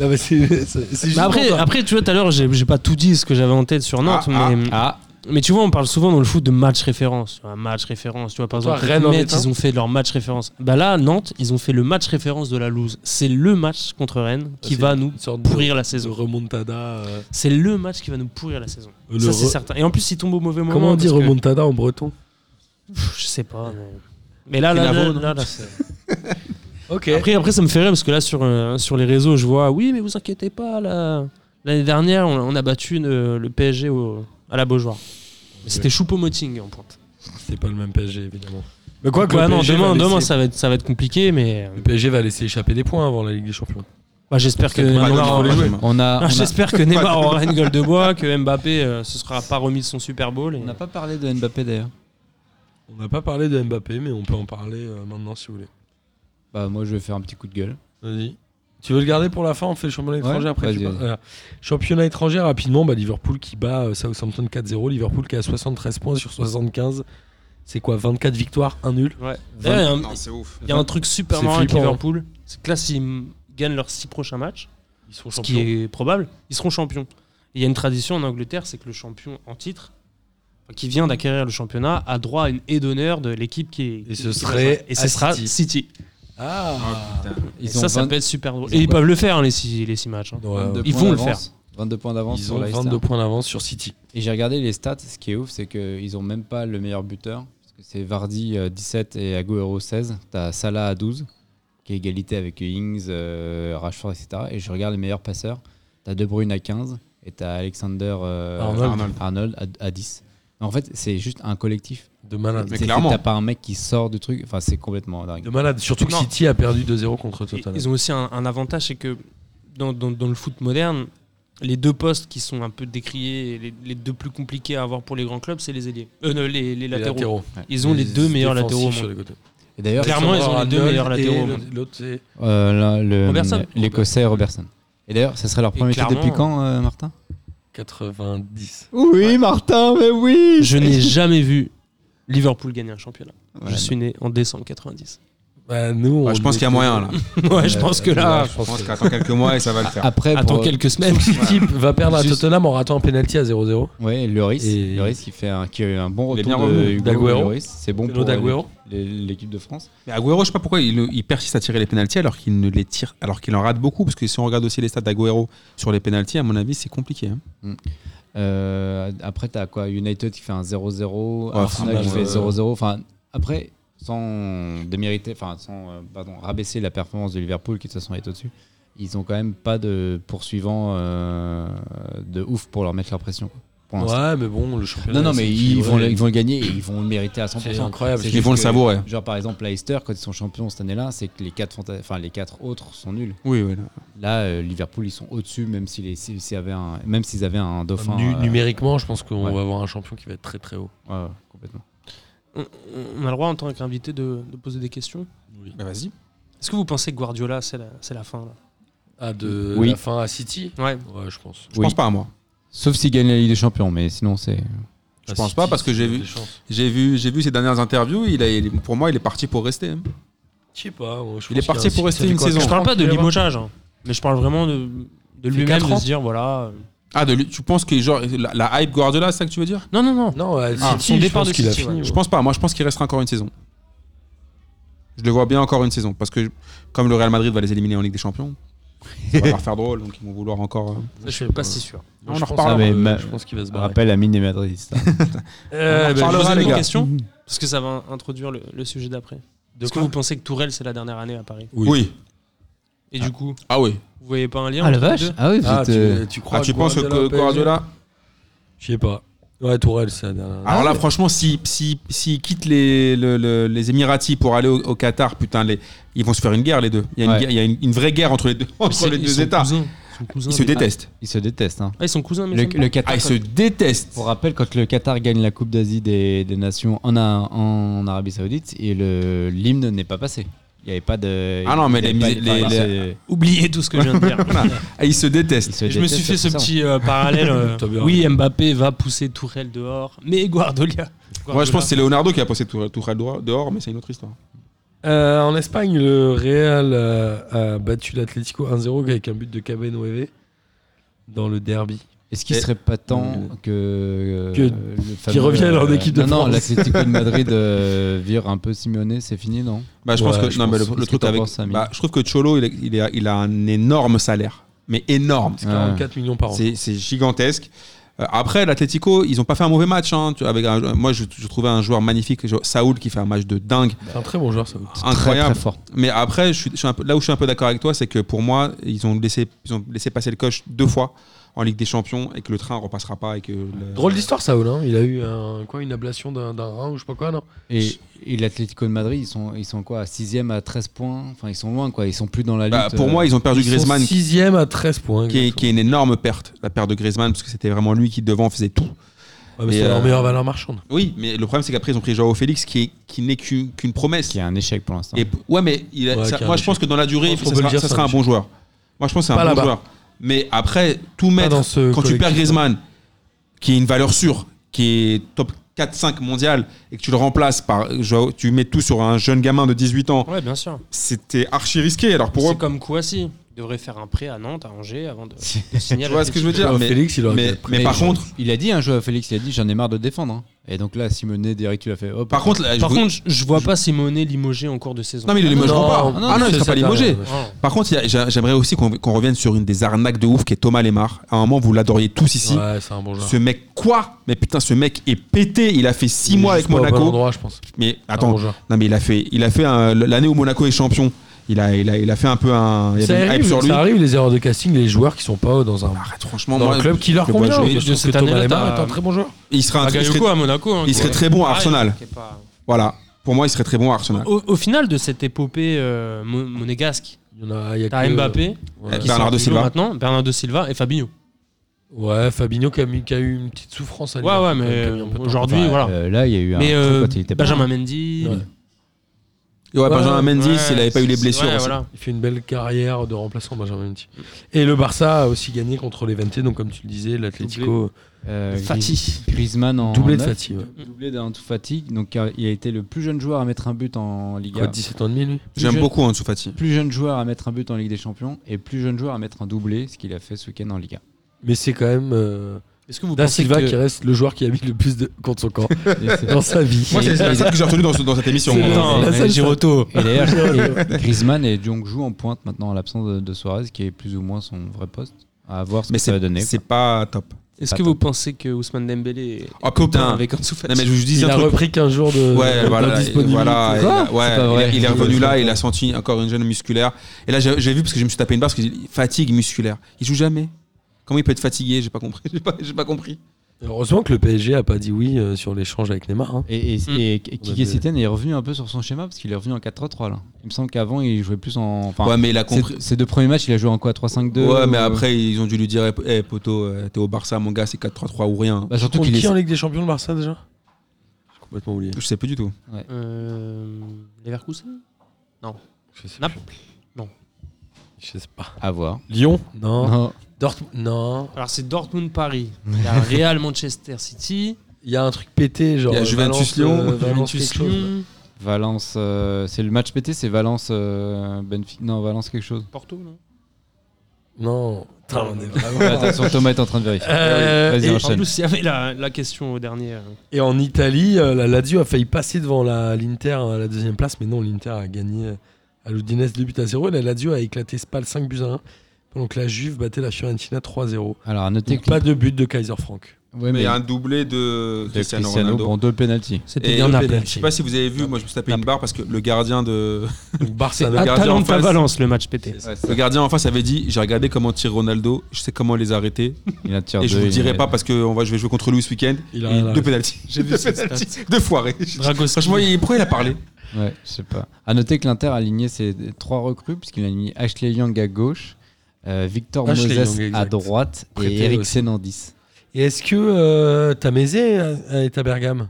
D: Non, mais c'est- c'est- c'est juste
E: Mais après,
D: pour toi.
E: après, tu vois, tout à l'heure, j'ai j'ai pas tout dit ce que j'avais en tête sur Nantes.
A: Ah,
E: mais, mais tu vois, on parle souvent dans le foot de match référence. Un match référence. Tu vois, par
D: Toi,
E: exemple,
D: Rennes en
E: Metz,
D: est un
E: ils ont fait leur match référence. Bah là, Nantes, ils ont fait le match référence de la loose. C'est le match contre Rennes qui
D: C'est
E: va nous
D: une sorte de-
E: pourrir la
D: de
E: saison.
D: remontada. euh,
E: C'est le match qui va nous pourrir la saison.
D: le
E: Ça, c'est
D: re-
E: certain. Et en plus, ils tombent au mauvais moment.
D: Comment on dit
E: parce que-
D: remontada en breton
E: Pff, Je sais pas. Mais, mais là, là, là,
A: Pénavo, non
D: hein.
E: là, là, c'est-
D: Ok.
E: Après, après, ça me fait rire parce que là, sur, euh, sur les réseaux, je vois oui, mais vous inquiétez pas, là, l'année dernière, on, on a battu une- le PSG au- à la Beaujoire. Mais C'était Choupo-Moting en pointe.
D: c'est pas le même PSG évidemment. Mais quoi que
E: Ouais,
D: le,
E: non,
D: PSG
E: demain,
D: va laisser-
E: demain ça, va être, ça va être compliqué, mais euh,
D: le PSG va laisser échapper des points avant la Ligue des Champions.
E: bah, j'espère que
A: Pas
E: Neymar,
A: de match pour les jouer.
F: On a, on
E: Ah,
F: a-
E: j'espère que Neymar aura une gueule de bois, que Mbappé euh, se sera pas remis de son Super Bowl. et-
F: on n'a pas parlé de Mbappé d'ailleurs.
D: On n'a pas parlé de Mbappé, mais on peut en parler euh, maintenant si vous voulez.
F: Bah moi je vais faire un petit coup de gueule.
D: Vas-y. Tu veux le garder pour la fin On fait le championnat
F: Ouais,
D: étranger après. tu
F: vas-y,
D: parles.
F: vas-y.
D: Voilà. Championnat étranger rapidement. Bah, Liverpool qui bat euh, Southampton 4-0. Liverpool qui a 73 points sur 75. C'est quoi 24 victoires, 1 nul.
E: Ouais.
D: Vingt-
E: D'ailleurs, il y a Eh, un-
A: Non, c'est ouf.
E: il y a un truc super
D: C'est
E: marrant avec
D: flippant, hein.
E: Liverpool. C'est que là, s'ils gagnent leurs six prochains matchs,
D: Ils sont
E: ce qui est probable, ils seront champions. Et Il y a une tradition en Angleterre, c'est que le champion en titre, enfin, qui vient d'acquérir le championnat, a droit à une haie d'honneur de l'équipe qui
D: Et ce
E: qui- qui
D: serait
E: présente. Et
D: à
E: ce sera
D: City.
E: City.
D: Ah
E: Et
F: Ils
E: ça, ça
F: 20
E: peut être super drôle.
F: ils
E: Et
F: ont
E: ils
F: vingt-
E: peuvent le faire, hein, les six, les six matchs. hein.
D: Ah, Ouais, ouais.
F: 22
E: Ils
F: points
E: vont le
F: d'avance. 22 points d'avance
D: Ils
F: sur
D: ont
F: Leicester.
D: 22 points d'avance sur City.
F: Et j'ai regardé les stats. Ce qui est ouf, c'est qu'ils ont même pas le meilleur buteur. Parce que c'est Vardy euh, 17 et Agüero 16. T'as Salah à 12, qui est égalité avec Ings, euh, Rashford, etc. Et je regarde les meilleurs passeurs. T'as De Bruyne à 15 et t'as Alexander euh,
D: Arnold.
F: Arnold à, à 10. En fait, c'est juste un collectif.
D: De malade.
A: Mais
F: C'est-
A: clairement.
F: T'as pas un mec qui sort du truc. Enfin, c'est complètement dingue.
D: De malade. Surtout que
E: Non.
D: City a perdu 2-0 contre
E: Et
D: Tottenham.
E: Ils ont aussi un, un avantage, c'est que dans, dans- dans le foot moderne, les deux postes qui sont un peu décriés, et les, les deux plus compliqués à avoir pour les grands clubs, c'est les ailiers, Euh, non, les, les latéraux. Ils ont les, deux meilleurs
D: défensifs
E: latéraux. au
D: sur
E: monde.
D: les côtés.
F: Et d'ailleurs,
E: Clairement, ils ont les deux meilleurs
D: Alexander
E: latéraux au
D: Arnold
E: monde.
D: et le- L'autre, c'est
F: Euh, là, le-
E: Robertson.
F: L'Écossais Robertson. Et d'ailleurs, ça serait leur
E: Et
F: premier titre depuis
E: clairement-
F: quand, euh, Martin
D: 90.
F: Oui, Martin, mais oui
E: Je n'ai jamais vu Liverpool gagner un championnat.
F: Ouais,
E: je suis né en décembre 90.
D: Bah, nous,
A: Ah,
D: on
A: je pense qu'il y a
D: était-
A: moyen, là.
E: ouais, euh, je pense que là,
A: Je pense qu'attends quelques mois et ça va le faire.
F: Après,
E: attends
F: pour-
E: quelques semaines.
D: City va perdre à
F: Juste-
D: Tottenham en ratant un penalty à 0-0.
F: Ouais, Lloris,
D: Et-
F: Lloris qui, fait un, qui a eu un bon
A: Il est
F: retour
A: bien
F: de
A: revenu.
F: Hugo
D: D'Aguero.
F: Lloris. C'est bon
D: Pedro
F: pour
D: d'Aguero.
F: l'é- l'équipe de France.
A: Mais Agüero, je sais pas pourquoi il, il persiste à tirer les pénalties alors qu'il ne les tire, alors qu'il en rate beaucoup parce que si on regarde aussi les stats d'Agüero sur les pénalties, à mon avis, c'est compliqué. hein.
F: Euh, après, t'as quoi United qui fait un 0-0,
A: Ouais,
F: Arsenal
A: Arsenal,
F: qui fait
A: euh,
F: 0-0. Enfin, après, sans démériter, enfin, sans euh, pardon, rabaisser la performance de Liverpool qui de toute façon est au-dessus, ils ont quand même pas de poursuivants euh, de ouf pour leur mettre la pression. quoi, Pour l'instant.
D: Ouais, mais bon, le championnat.
F: Non, non, mais
D: c'est
F: ils
D: équilibré.
F: vont, le, ils vont le gagner et ils vont le mériter à 100%.
D: C'est incroyable.
F: C'est
A: Ils
F: juste
A: vont le
F: que,
A: savourer.
F: Genre, par exemple, Leicester, quand ils sont champions cette année-là, c'est que les quatre, fanta- enfin, les quatre autres sont nuls.
A: Oui, oui.
F: Là, euh, Liverpool, ils sont au-dessus, même s'il est- s'il- s'il y avait un- même s'ils avaient un dauphin.
D: Nu-
F: euh,
D: Numériquement, je pense qu'on
F: ouais.
D: va avoir un champion qui va être très très haut.
F: ouais, ouais, complètement.
E: On, on a le droit en tant qu'invité de, de poser des questions.
A: Bah, vas-y.
E: Est-ce que vous pensez que Guardiola, c'est la, c'est la fin là
D: Ah, de
F: Oui.
D: la fin à City
E: Ouais.
D: Ouais, je pense.
A: Je pense pas à moi.
F: Sauf s'ils gagnent la Ligue des Champions, mais sinon, c'est.
A: Je pense pas parce que j'ai vu- J'ai vu, j'ai vu ses dernières interviews. Il a, il- pour moi, il est parti pour rester. hein.
D: Je sais pas. moi, je
A: Il
D: pense
A: est parti
D: qu'il y a un
A: pour
D: City-
A: rester une
D: ça fait quoi,
A: saison.
E: Je parle pas de
D: Franck,
E: limogeage, hein, mais je parle vraiment de,
D: fait
E: de lui-même,
D: quatre
E: de
D: ans.
E: se dire voilà. euh,
A: Ah, de lui- tu penses que genre la, la hype Guardiola, c'est ça que tu veux dire
E: Non, non, non.
D: Non, à City,
E: Ah, son
D: je
E: départ
D: pense
E: de
D: qu'il a
E: City,
D: fini.
E: ouais.
D: ouais.
A: Je pense pas. Moi, je pense qu'il restera encore une saison. Je le vois bien encore une saison parce que comme le Real Madrid va les éliminer en Ligue des Champions, ça va leur faire drôle, donc ils vont vouloir encore. euh,
E: Ça, je suis pas si sûr.
D: Moi,
A: On
D: je
A: en
D: pense-
A: reparlera.
D: ah, mais
F: Euh,
D: ma-
F: je
D: Je pense qu'il va se barrer.
F: Rappel à Mine et Madrid. ça.
D: Euh,
E: bah,
A: On en
D: ben, je
A: reparlera,
D: vous
A: les
D: ai-
E: une
A: gars.
E: question parce que ça va introduire le, le sujet d'après.
D: De
E: Est-ce que
D: quoi
E: vous Ah. pensez que Tourelle, c'est la dernière année à Paris
A: Oui.
E: Et du coup,
A: Ah oui.
E: vous voyez pas un lien
F: Ah la
E: entre les
F: vache
E: deux
F: Ah oui, vous
D: Ah,
F: êtes, euh,
D: tu, tu crois
A: Ah, tu
D: que
A: penses que
D: Guardiola,
A: Guardiola
D: Je sais pas. Ouais, Tourelle, c'est la dernière. Euh,
F: Ah
A: Alors là, franchement, si, si, si ils quittent les, le- le- les Émiratis pour aller au, au Qatar, putain, les, ils vont se faire une guerre, les deux. Il y a une,
F: Ouais.
A: guerre- il y a une- une vraie guerre entre les deux, entre les
E: Ils
A: deux
E: sont
A: États.
E: cousins. Ils sont cousins.
A: Ils se détestent.
F: Ils se détestent. Hein.
E: Ah, ils sont cousins, mais
F: Le,
E: ils s'aiment
F: le Qatar,
A: Ah, ils se détestent.
F: Pour rappel, quand le Qatar gagne la Coupe d'Asie des, des Nations en, A- en Arabie Saoudite, et le l'hymne n'est pas passé. Il n'y avait pas de.
A: Ah non, mais
F: il y avait
A: les
F: pas-
A: musées-
F: enfin,
A: les-
F: c'est-
E: pas. Oubliez tout ce que je viens de dire.
A: Ah, ils se détestent.
F: ils se
E: Et je me
F: détestent,
E: suis fait ce
F: c'est pour ça.
E: petit euh, parallèle. euh,
D: T'as bien
E: oui, Mbappé va pousser Tourelle dehors, mais Guardolia.
A: Moi, je pense que c'est Leonardo qui a passé Tourelle Tourelle dehors, mais c'est une autre histoire.
D: Euh, en Espagne, le Real euh, a battu l'Atlético 1-0 avec un but de Cabenueve dans le derby.
F: hein. Est-ce qu'il
A: Et-
F: serait pas temps que. euh,
D: Que-
F: le fameux,
D: revienne en
F: euh,
D: équipe de
F: non, Non,
D: France.
F: l'Atlético de Madrid euh, vire un peu Simeone, c'est fini, non
A: Bah, je
D: Ouais,
A: pense que,
F: je
A: non, mais
F: pense.
A: le- le,
F: Qu'est-ce que
A: truc
F: t'en
A: avec.
F: penses, Samy
A: bah, je trouve que Cholo, il a, il a- il a un énorme salaire. Mais énorme.
D: C'est 44 millions par an.
A: C'est c'est gigantesque. Euh, Après, l'Atletico, ils ont pas fait un mauvais match. hein. Tu- avec un- moi, je, je trouvais un joueur magnifique, jo- Saoul, qui fait un match de dingue,
D: C'est un très bon joueur, ça.
A: incroyable.
F: Très, très fort.
A: Mais après, je suis, je suis un peu- là où je suis un peu d'accord avec toi, c'est que pour moi, ils ont laissé, ils ont laissé passer le coche deux fois en Ligue des Champions et que le train repassera pas et que. le-
D: Drôle d'histoire, Saoul. hein. Il a eu un, quoi, une ablation d'un d'un rein ou je sais pas quoi, non
F: Et, et l'Atlético de Madrid, ils sont, ils sont quoi 6ème à 13 points Enfin, ils sont loin, quoi. Ils sont plus dans la lutte. euh,
A: Bah, pour moi, ils ont perdu Griezmann,
D: 6 à 13 points.
A: qui est,
D: exactement.
A: qui est une énorme perte, la perte de Griezmann, parce que c'était vraiment lui qui devant faisait tout.
D: Ouais, mais
A: Et,
D: c'est leur
A: euh,
D: meilleure valeur marchande.
A: Oui, mais le problème c'est qu'après ils ont pris Joao Félix, qui, est- qui n'est qu'une qu'une promesse.
F: Qui est un échec pour l'instant.
A: Et p- ouais, mais il a-
D: Ouais,
A: ça-
D: qui a
A: moi
D: un
A: je pense que dans la durée,
D: Je pense qu'on
A: ça
D: peut le
A: sera,
D: dire,
A: ça
D: ça,
A: sera un
D: monsieur.
A: bon joueur. Moi je pense que c'est
D: Pas
A: un bon
D: là-bas.
A: joueur. Mais après, tout
D: Pas
A: mettre,
D: dans ce
A: quand tu
D: collectif,
A: perds Griezmann, qui est une valeur sûre, qui est top 4-5 mondial, et que tu le remplaces par Joao- tu mets tout sur un jeune gamin de 18 ans,
E: Ouais, bien sûr.
A: c'était archi risqué. Alors pour
E: c'est
A: eux,
E: comme Kouassi. Il devrait faire un prêt à Nantes, à Angers, avant de, de signer. à
A: Tu vois ce que je veux
E: l'Atlético.
A: dire,
D: Alors,
A: mais-
D: Félix, il aurait dû
A: mais,
D: être
A: mais
F: Mais
A: par
F: je-
A: contre,
F: Il a dit un jeu à Félix, il a dit j'en ai marre de défendre. hein. Et donc là, Simeone, direct, il a fait hop.
A: par contre, là, je
E: Par
A: vous-
E: contre, je- je vois pas Simonet limogé en cours de saison.
A: non mais il ne
E: Ah,
A: les
D: non,
A: pas.
D: non,
A: ah non, il
D: c'est
A: sera pas
D: ça,
A: limogé.
D: t'as-
E: non.
A: Par contre, il y a- j'a- j'aimerais aussi qu'on qu'on revienne sur une des arnaques de ouf qui est Thomas Lemar. À un moment, vous l'adoriez tous ici.
D: Ouais, c'est un bon joueur.
A: Ce mec, quoi Mais putain, ce mec est pété. Il a fait 6 mois avec
D: Au Ah, bon
A: Monaco.
D: endroit, je pense.
A: Mais
D: Un
A: attends,
D: bon joueur.
A: non, mais il a fait, il a fait un- l'année où Monaco est champion. Il a, il a, il a fait un peu un. Il y
D: Ça
A: avait une hype
D: arrive,
A: sur lui.
D: ça arrive, les erreurs de casting, les joueurs qui sont pas dans un
A: Arrête, franchement,
D: dans
A: moi,
D: un club qui leur
A: je le vois
D: convient.
A: jouer.
D: Je
E: de
D: trouve
E: cette
D: que Thomas
E: année-là,
D: Lemar est
E: t'as-
D: un très bon joueur.
A: Il serait, un- il serait-
E: Bakayoko à Monaco. hein,
A: il
E: qui
A: serait
E: est-
A: très bon à
E: pareil,
A: Arsenal.
E: qui est pas-
A: Voilà. Pour moi, il serait très bon à Arsenal.
E: Au, au final de cette épopée euh, mo- monégasque,
D: Il y en a, il y a
E: t'as
D: que-
E: Mbappé,
D: Ouais.
A: Bernardo
E: qui sort du lot
A: Silva.
E: maintenant, Bernardo Silva et Fabinho.
D: Ouais, Fabinho qui a, mis- qui a eu une petite souffrance à
E: Ouais, ouais, mais aujourd'hui,
F: Enfin,
E: voilà.
F: euh, là, il y a eu un.
E: mais
F: truc
E: euh,
F: quand il était pas-
E: Benjamin Mendy.
D: Ouais.
A: Et ouais, Benjamin
E: Ouais,
A: Mendy,
E: ouais,
A: s'il n'avait pas eu les
E: c'est-
A: blessures.
E: ouais,
A: aussi.
E: voilà.
D: Il fait une belle carrière de remplaçant, Benjamin Mendy. Et le Barça a aussi gagné contre les Venté, donc comme tu le disais, l'Atlético.
F: Euh, Gris-
E: Fatih.
F: Griezmann en.
D: Doublé de
F: neuf,
D: Fatih, ouais.
F: Doublé d'un tout fatigue. Donc euh, il a été le plus jeune joueur à mettre un but en Liga.
D: Quoi, 17 ans et demi, lui
F: Plus
A: J'aime
F: jeune-
A: beaucoup Ansu Fati.
F: Plus jeune joueur à mettre un but en Ligue des Champions et plus jeune joueur à mettre un doublé, ce qu'il a fait ce week-end en Liga.
D: Mais c'est quand même euh,
E: Est-ce que vous
D: Da
E: pensez
D: Silva
E: que...
D: qui reste le joueur qui a mis le plus de contre son camp
F: Et c'est-
D: dans sa vie.
A: Moi, c'est la seule que j'ai retenue dans, ce- dans cette émission.
D: C'est-
A: moi.
E: Attends,
D: la seule-
E: Giroto.
F: Et d'ailleurs, et Griezmann et Jong jouent en pointe maintenant en l'absence de, de Suarez, qui est plus ou moins son vrai poste. À voir ce
A: Mais
F: que ça va
A: c'est
F: donner.
A: c'est pas top.
E: Est-ce que vous pensez que Ousmane Dembélé est
A: Oh
E: copain
A: putain.
E: avec Ansu Fati
A: Non, mais je vous dis
D: Il
A: un
D: a
A: truc.
D: repris 15 jours
F: Euh,
D: de
A: Ouais, voilà, et
D: d'indisponibilité.
A: voilà, et là- ouais,
F: C'est pas
A: il-
F: vrai.
A: il, est revenu
D: Ouais,
A: là,
D: c'est
A: il a senti encore une gêne musculaire. Et là, j'ai j'ai vu parce que je me suis tapé une barre parce que j'ai dit, fatigue musculaire. Il joue jamais. Comment il peut être fatigué J'ai pas compris. J'ai pas, j'ai pas compris.
D: Heureusement que le PSG a pas dit oui euh, sur l'échange avec Neymar. hein.
F: Et, et,
E: Mm.
F: et
D: On a
A: Bah,
F: Kike
D: des-
F: Setien est revenu un peu sur son schéma parce qu'il est revenu en 4-3-3 là. Il me semble qu'avant il jouait plus en. Enfin,
A: ouais, mais il a
F: ses,
A: compris.
F: ses deux premiers matchs il a joué en quoi 3-5-2
A: Ouais, mais
F: ou-
A: après, ils ont dû lui dire, eh eh, poteau, euh, t'es au Barça, mon gars, c'est 4-3-3 ou rien.
F: Bah, surtout
D: Contre
F: qu'il
D: qui hein
F: est.
D: en Ligue des Champions le Barça déjà J'ai complètement oublié.
A: Je sais plus du tout.
E: Euh, Leverkusen
D: Je sais,
E: Naples
D: je sais pas.
F: À voir.
D: Lyon Non.
F: Non.
D: Dortmund Non.
E: Alors c'est Dortmund Paris, il y a Real Manchester City,
D: Il y a un truc pété genre.
A: Il y a Juventus
D: Valence,
A: Lyon,
D: euh, Valence
E: Juventus
D: quelque chose, là.
E: Lyon,
F: Valence, euh, c'est le match pété, c'est Valence euh, Benfica. Non, Valence quelque chose.
E: Porto non
D: Non. Putain, on est
F: Ouais,
D: vraiment.
F: Attention, Thomas est en train de vérifier.
D: Euh,
F: Vas-y,
E: Et en
F: enchaîne.
E: plus il y avait la, la question au dernier. euh,
D: Et en Italie, euh, la Lazio a failli passer devant la- l'Inter à la deuxième euh, place, mais non, l'Inter a gagné à l'Udinese 2 buts à 0. Et la Lazio a éclaté Spal 5 buts à 1. Donc la Juve battait la Fiorentina 3-0.
F: Alors, à noter que.
D: Pas de but de Kaiser Frank.
F: Ouais,
A: Mais il
F: mais
A: y a un doublé de
F: de
A: Cristiano,
F: Cristiano,
A: Ronaldo.
F: bon, deux penalties.
E: C'était
A: Et
E: bien
A: le
E: Naples.
A: penalty, je sais pas si vous avez vu, moi je me suis tapé une barre parce que le gardien de
D: Donc Barça
A: Ah, gardien en
E: Atalanta
A: face.
E: Valence, le match pété.
A: le gardien en face avait dit j'ai regardé comment tire Ronaldo, je sais comment les arrêter
F: Il en tire
A: et je
F: deux,
A: vous le
F: il-
A: dirai pas parce que on va je vais jouer contre lui ce week-end.
D: Il a
A: Et
D: rien à
A: deux
D: rajouter.
A: pénaltys.
E: J'ai vu
A: deux
E: cette
A: pénaltys, deux foirés.
E: Dragos.
A: Franchement, il, pourquoi il a parlé
F: Ouais, je sais pas. À noter que l'Inter a aligné ses trois recrues, puisqu'il a aligné Ashley Young à gauche, euh, Victor
D: Ashley
F: Moses
D: Young,
F: à
D: exact.
F: droite
D: Prêté
F: et Eric
D: aussi.
F: Senandis.
D: Et est-ce que euh, Tamézé euh, est à Bergame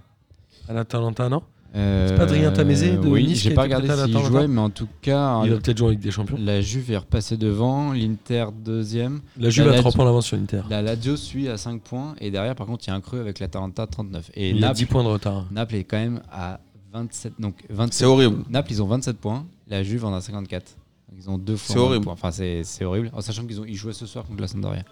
D: À l'Atalanta, non
F: C'est
D: pas Adrien Tamézé de
F: Euh, Oui,
D: Nice
F: j'ai
D: qui
F: pas
D: était
F: regardé
D: prêté à la
F: s'il
D: Atalanta
F: jouait, mais en tout cas, euh,
D: Il a peut-être joué en Ligue des Champions.
F: la Juve est repassée devant, l'Inter deuxième,
D: La Juve
F: la
D: a 3
F: Lazio-
D: points d'avance sur l'Inter.
F: la Lazio suit à 5 points, et derrière, par contre, il y a un creux avec l'Atalanta 39. Et
D: Il a
F: Naples,
D: 10 points de retard.
F: Naples est quand même à 27. Donc 27
A: C'est horrible.
F: Naples, ils ont 27 points. La Juve en a 54. Donc, ils ont deux fois.
A: C'est
F: moins de
A: horrible.
F: points. Enfin, c'est c'est horrible. En sachant qu'ils ont ils jouaient ce soir contre la Sampdoria.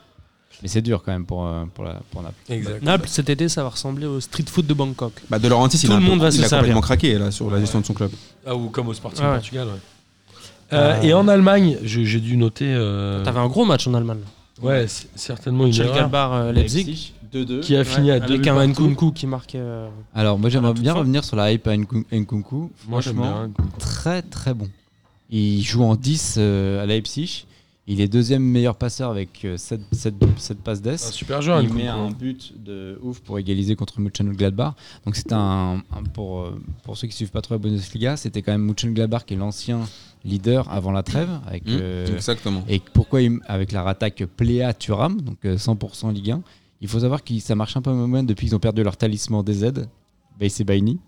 F: Mais c'est dur quand même pour, euh, pour, la, pour Naples.
D: Exact.
E: Naples, cet été, ça va ressembler au street foot de Bangkok.
A: Bah de Laurentiis, il
E: Tout
A: a, un
E: le
A: peu-
E: monde va
A: il
E: se
A: a
E: servir.
A: complètement craqué là sur la gestion de son club.
D: Ah, ou comme au Sporting
E: Ah ouais.
D: Portugal, ouais. Euh, et en Allemagne, je- j'ai dû noter. euh,
E: T'avais un gros match en Allemagne.
D: ouais, c- certainement une
E: Chez
D: erreur
E: Galbar Leipzig.
F: 2-2.
D: qui a fini à 2
E: Avec un Nkunku qui marque. euh,
F: Alors, moi, j'aimerais
E: toute
F: bien
E: fin.
F: revenir sur la hype à Nkun- Nkunku.
D: Ah, Moi, j'aime
F: Franchement,
D: bien.
F: très très bon. Il joue en 10 euh, à Leipzig. Il est deuxième meilleur passeur avec euh, 7, passes
D: Un
F: d'ess.
D: super joueur,
F: il
D: Nkunku.
F: met un but de ouf pour égaliser contre Mönchengladbach. Donc c'est un, un- pour euh, pour ceux qui suivent pas trop la Bundesliga, c'était quand même Mönchengladbach qui est l'ancien leader avant la trêve avec
D: Mmh.
A: Hmm,
F: euh,
A: Exactement.
F: et pourquoi il- avec leur attaque Pléa Turam donc euh, 100% Ligue 1. Il faut savoir que ça marche un peu moins depuis qu'ils ont perdu leur talisman DZ, Baïsé Baini.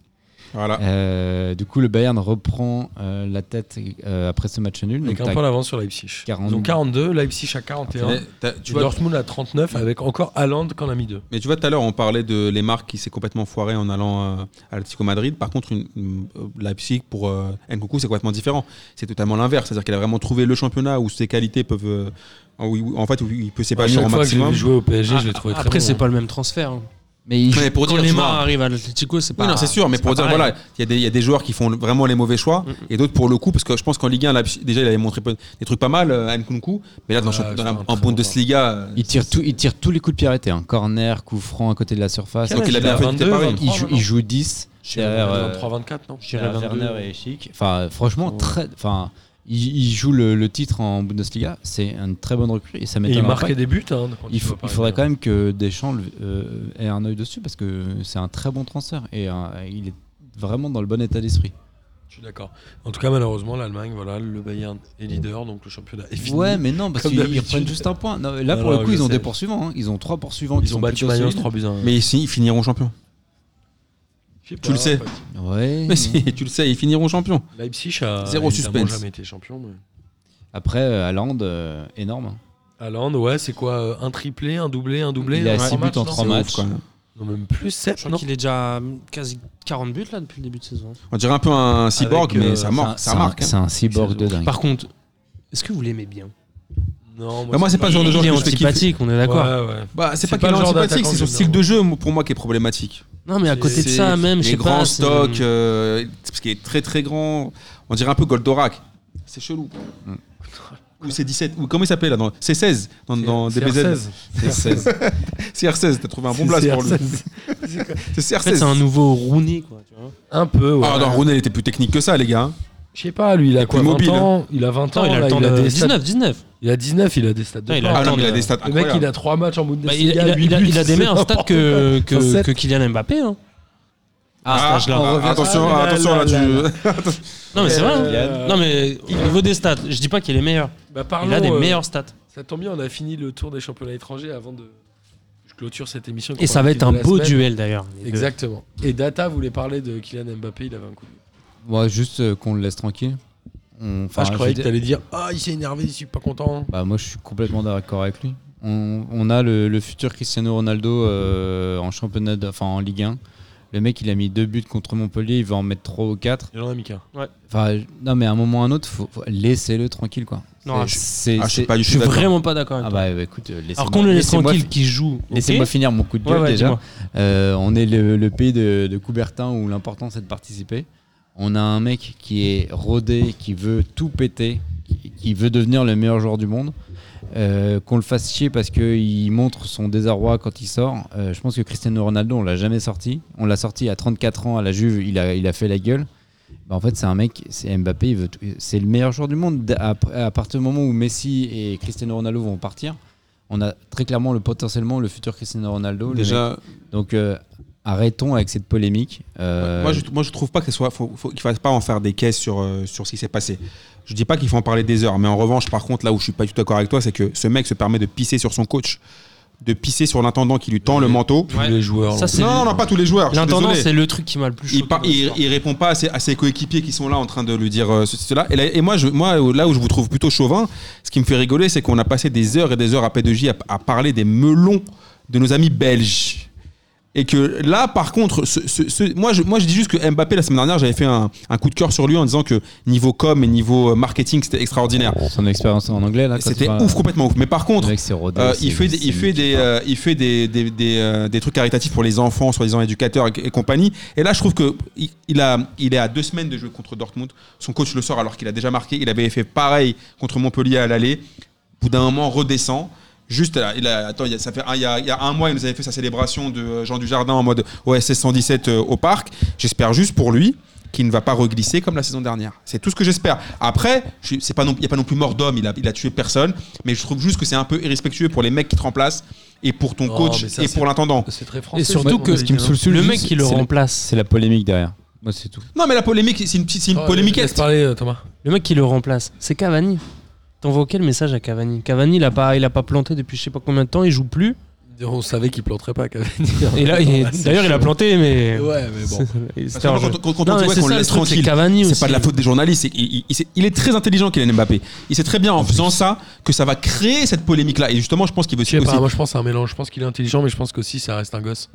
A: Voilà.
D: Ah.
F: Euh, du coup, le Bayern reprend euh, la tête euh, après ce match nul.
D: Avec
F: Donc,
D: un
F: t'as-
D: point d'avance sur Leipzig.
F: 40.
D: Ils ont 42, Leipzig à 41.
A: Mais t'as- tu
D: et
A: vois,
D: Dortmund à 39 avec encore Haaland qu'en a mis 2.
A: Mais tu vois, tout à l'heure, on parlait de Lemar qui s'est complètement foiré en allant euh, à l'Atlético Madrid. Par contre, une, une- euh, Leipzig pour euh, Nkunku, c'est complètement différent. C'est totalement l'inverse. C'est-à-dire qu'il a vraiment trouvé le championnat où ses qualités peuvent. euh, où il- où- en fait, où il peut
D: À
A: s'épanouir
D: chaque
A: en
D: fois que j'ai
A: Bah, maximum.
D: vu jouer au PSG, je l'ai
E: ah,
D: trouvé très
E: Après,
D: bon.
E: c'est pas le même transfert. hein.
F: Mais il joue-
A: Mais pour
E: Quand
A: dire, tu
E: Neymar
A: vois-
E: arrive à l'Atlético, Bah, c'est pas.
A: Oui, non, c'est sûr, mais pour
E: pas
A: dire,
E: pareil.
A: voilà, il y a des- il y, a des joueurs qui font vraiment les mauvais choix et d'autres pour le coup, parce que je pense qu'en Ligue 1, Leipzig- déjà, il avait montré peu- des trucs pas mal euh, à Nkunku, mais là, dans,
D: Ouais,
A: le champ- dans la-
D: c'est un
A: en
D: très bon
A: Bundesliga, euh,
F: Il tire, tout, il tire tous les coups de pied arrêtés. hein. Corner, coup franc à côté de la surface.
D: Quel
A: donc
D: âge
A: il a bien
D: a
A: fait, c'était
D: 22,
A: pareil.
D: 23,
F: Il joue,
D: maintenant
F: il joue 10 derrière euh,
D: 23, 24, non
F: derrière
E: J'irais 22.
F: Werner et Chic. Enfin, franchement,
D: Ouais.
F: très, enfin, il, il joue le, le titre en Bundesliga. C'est une très bonne recrue et ça
D: Et il
F: m'étonne pas.
D: marquait des buts. hein, quand
F: Il,
D: tu
F: faut-
D: vois,
F: il
D: par
F: faudrait
D: exemple.
F: quand même que Deschamps le- euh, ait un œil dessus parce que c'est un très bon transfert et euh, il est vraiment dans le bon état d'esprit.
D: Je suis d'accord. En tout cas, malheureusement, l'Allemagne, voilà, le Bayern est leader, donc le championnat est fini.
F: Ouais, mais non, parce
D: Comme
F: qu'ils ils
D: d'habitude.
F: reprennent juste un point. Non, là,
D: Non,
F: pour
D: non,
F: le coup,
D: je
F: ils ont
D: sais.
F: des poursuivants. hein. Ils ont trois poursuivants qui
D: Ils
F: sont
D: ont battu
F: plutôt
D: Mayence
F: solides.
D: 3 buts à 1.
A: Mais ici, ils finiront champions.
D: tu
A: le sais.
F: Ouais.
A: Mais si, tu le sais, ils finiront champions.
D: Leipzig a
A: Zéro
D: évidemment
A: suspense.
D: jamais été champion. Mais...
F: Après, euh, Haaland, euh, énorme.
D: Haaland, ouais, c'est quoi euh, Un triplé, un doublé, un doublé
F: Il a
D: un
F: six
D: trois
F: buts
D: matchs,
F: en
D: non
F: trois
A: C'est
F: match.
A: ouf, quand même.
D: Non, même plus,
E: Je
D: 7,
E: crois
D: non
E: qu'il est déjà euh, quasi 40 buts là depuis le début de saison.
A: On dirait un peu un cyborg,
D: Avec, euh,
A: mais ça marque.
F: C'est
A: Ça
F: un-
A: marque. hein.
F: C'est un cyborg de dingue.
E: Par contre, est-ce que vous l'aimez bien
D: Non,
A: Bah, moi, c'est pas le genre de
E: Il
A: joueur
E: est
A: que je fais kiffer.
E: antipathique, on est d'accord.
D: Ouais, ouais.
A: Bah, c'est
D: C'est
A: pas
D: pas
A: qu'il est
D: le genre
A: antipathique,
D: d'attaquant
A: c'est son
D: que j'aime
A: style
D: bien.
A: de jeu moi, pour moi qui est problématique.
E: Non, mais à
D: C'est-
E: côté de
A: C'est
E: ça, même, je
A: Les
E: sais
A: grands
E: pas. c'est-
A: stocks, euh, parce qu'il est très très grand. On dirait un peu Goldorak. C'est chelou.
F: Mm.
A: Ou c'est 17. Ou comment il s'appelle là dans- C'est 16 dans, dans
D: C'est
A: DBZ.
D: R16.
A: CR16, t'as trouvé un bon
D: C'est
A: blast pour lui.
D: R16.
A: C'est
E: En fait,
A: CR16.
E: c'est un nouveau Rooney, quoi. Tu vois.
D: Un peu, ouais.
A: Ah non, Rooney il était plus technique que ça, les gars. hein.
D: Je sais pas, lui, il a
A: est
D: quoi
A: plus
D: 20
A: mobile.
D: ans Il a 20 ans,
E: Attends, il a
D: là,
E: le temps
D: il, a
E: de.
D: des stats,
E: 19, 19.
D: il a 19, il a des stats de
E: Putain, il a
D: dingue.
A: Ah non, mais il a
E: euh,
A: des stats
D: Le mec, il
A: incroyables.
D: a 3 matchs en
E: Bah, il,
D: Bundesliga.
E: il a,
D: huit
E: il a-
D: buts,
E: il a des
D: c'est
E: meilleurs stats
D: n'importe quoi.
E: que, que,
D: Sur sept.
E: que Kylian Mbappé. hein.
A: Ah,
E: stage-là.
A: ah, attention,
D: Ah, là,
A: attention
D: là,
A: là,
D: là,
A: tu.
E: Non, mais c'est vrai. hein.
D: Kylian.
E: Non, mais au niveau des stats, je dis pas qu'il est meilleur.
D: Bah,
E: Il a des
D: parlons, euh,
E: meilleurs stats.
D: Ça tombe bien, on a fini le tour des championnats étrangers avant de. Je clôture cette émission.
E: Et ça va être un
D: De la
E: beau
D: semaine.
E: duel d'ailleurs. Les deux.
D: Exactement. Et Data voulait parler de Kylian Mbappé, il avait un coup de.
F: Moi, juste euh, qu'on le laisse tranquille.
D: Enfin,
F: On- enfin,
D: je croyais
F: veux
D: que
F: dire-
D: t'allais dire Ah, il s'est énervé, il suis pas content.
F: Bah, moi, je suis complètement d'accord avec lui. On, on a le, le futur Cristiano Ronaldo euh, en championnat, de- enfin en Ligue 1. Le mec, il a mis deux buts contre Montpellier, il va en mettre trois ou quatre.
D: Il en a mis qu'un.
F: Enfin, je- non, mais à un moment ou à un autre, faut, faut- laissez-le tranquille, quoi.
E: Non, je-
F: C'est-
A: Ah, je suis
F: c'est-
A: pas du
E: Je
A: tout
E: suis
A: d'accord.
E: vraiment pas d'accord avec
F: Ah
E: toi.
F: bah, euh, écoute, euh, laissez-moi-
E: Alors qu'on le laisse
F: laissez-moi
E: tranquille,
F: fi-
E: qui joue. ok
F: Laissez-moi finir mon coup de
E: Ouais,
F: gueule
E: ouais,
F: déjà.
E: dis-moi.
F: Euh, on est le, le pays de, de Coubertin où l'important c'est de participer. On a un mec qui est rodé, qui veut tout péter, qui, qui veut devenir le meilleur joueur du monde. euh, qu'on le fasse chier parce qu'il montre son désarroi quand il sort. Euh, je pense que Cristiano Ronaldo, on l'a jamais sorti. On l'a sorti à 34 ans à la Juve, il a, il a fait la gueule. Bah, en fait, c'est un mec, c'est Mbappé, il veut tout- c'est le meilleur joueur du monde. D- À, à partir du moment où Messi et Cristiano Ronaldo vont partir, on a très clairement le potentiellement le futur Cristiano Ronaldo. le mec.
A: Déjà,
F: Donc euh, arrêtons avec cette polémique. Euh,
A: Moi, je, moi, je trouve pas qu'il soit, faut, faut- qu'il fasse pas en faire des caisses sur, euh, sur ce qui s'est passé. Je dis pas qu'il faut en parler des heures, mais en revanche, par contre, là où je suis pas du tout d'accord avec toi, c'est que ce mec se permet de pisser sur son coach, de pisser sur l'intendant qui lui tend le manteau.
D: Tous les joueurs.
E: Ça,
D: l'ont-
E: c'est-
A: Non, non, non, pas tous les joueurs. je suis
E: L'intendant,
A: désolé.
E: c'est le truc qui m'a le plus choqué.
A: Il, par-
E: dans
A: il,
E: l'histoire.
A: il répond pas à ses, à ses coéquipiers qui sont là en train de lui dire euh, ceci, cela. Et, là, et moi, je, moi, euh, là où je vous trouve plutôt chauvin, ce qui me fait rigoler, c'est qu'on a passé des heures et des heures à P2J à, à parler des melons de nos amis belges. Et que là, par contre, ce- ce- ce- moi, je, moi, je dis juste que Mbappé, la semaine dernière, j'avais fait un, un coup de cœur sur lui en disant que niveau com et niveau euh, marketing, c'était extraordinaire.
F: Son expérience en anglais
E: Ah,
F: là. quand
A: C'était
F: il va-
A: ouf, complètement ouf. Mais par contre,
F: Le mec, c'est rodé,
A: euh,
F: c'est-
A: il fait des, il
F: c'est-
A: fait des, euh, il fait des, des, des, euh, des trucs caritatifs pour les enfants, soi-disant éducateurs et, et compagnie. Et là, je trouve que il, il a, il est à deux semaines de jouer contre Dortmund. Son coach le sort alors qu'il a déjà marqué. Il avait fait pareil contre Montpellier à l'aller. Au bout d'un moment, redescend. Juste, là, il a, attends, il y a- ça fait un, il, y a, il y a un mois, il nous avait fait sa célébration de euh, Jean Dujardin en mode OSS 117 euh, au parc. J'espère juste pour lui qu'il ne va pas reglisser comme la saison dernière. C'est tout ce que j'espère. Après, je suis- c'est pas non- il n'y a pas non plus mort d'homme, il a, il a tué personne, mais je trouve juste que c'est un peu irrespectueux pour les mecs qui te remplacent et pour ton
D: Oh,
A: coach
D: mais ça,
A: et
D: c'est-
A: pour l'intendant.
D: C'est très français.
E: Et surtout que
F: ce qui me saoule,
E: le
F: juste,
E: mec qui le
F: c'est la-
E: remplace,
F: C'est la polémique derrière. Moi, c'est tout.
A: Non, mais la polémique, c'est une, petite- c'est une
D: Oh,
A: polémique.
D: laisse parler, euh, Thomas.
E: le mec qui le remplace, c'est Cavani. T'envoies quel message à Cavani Cavani, il a pas, il a pas planté depuis je sais pas combien de temps, il joue plus.
D: Euh, On savait qu'il planterait pas Cavani.
E: Et là, il-
D: Ouais, Ah, c'est
E: d'ailleurs, il a
D: chaud.
E: planté, mais.
D: Ouais, mais bon.
E: C'est-
A: Parce
E: c'était
A: que
E: un
A: moi,
E: jeu.
A: quand, quand- quand
E: Non,
A: on dit
E: mais
A: ouais,
E: c'est
A: qu'on
E: ça,
A: le
E: le
A: laisse
E: truc, c'est
A: tranquille,
E: Cavani
A: c'est
E: aussi.
A: pas de la faute des journalistes. c'est- Il, il- il sait- il est très intelligent, Kylian Mbappé. Il sait très bien en faisant ça que ça va créer cette polémique-là. Et justement, je pense qu'il veut
D: Je sais
A: aussi.
D: pas, moi je pense que c'est un mélange. Je pense qu'il est intelligent, mais je pense qu'aussi ça reste un gosse.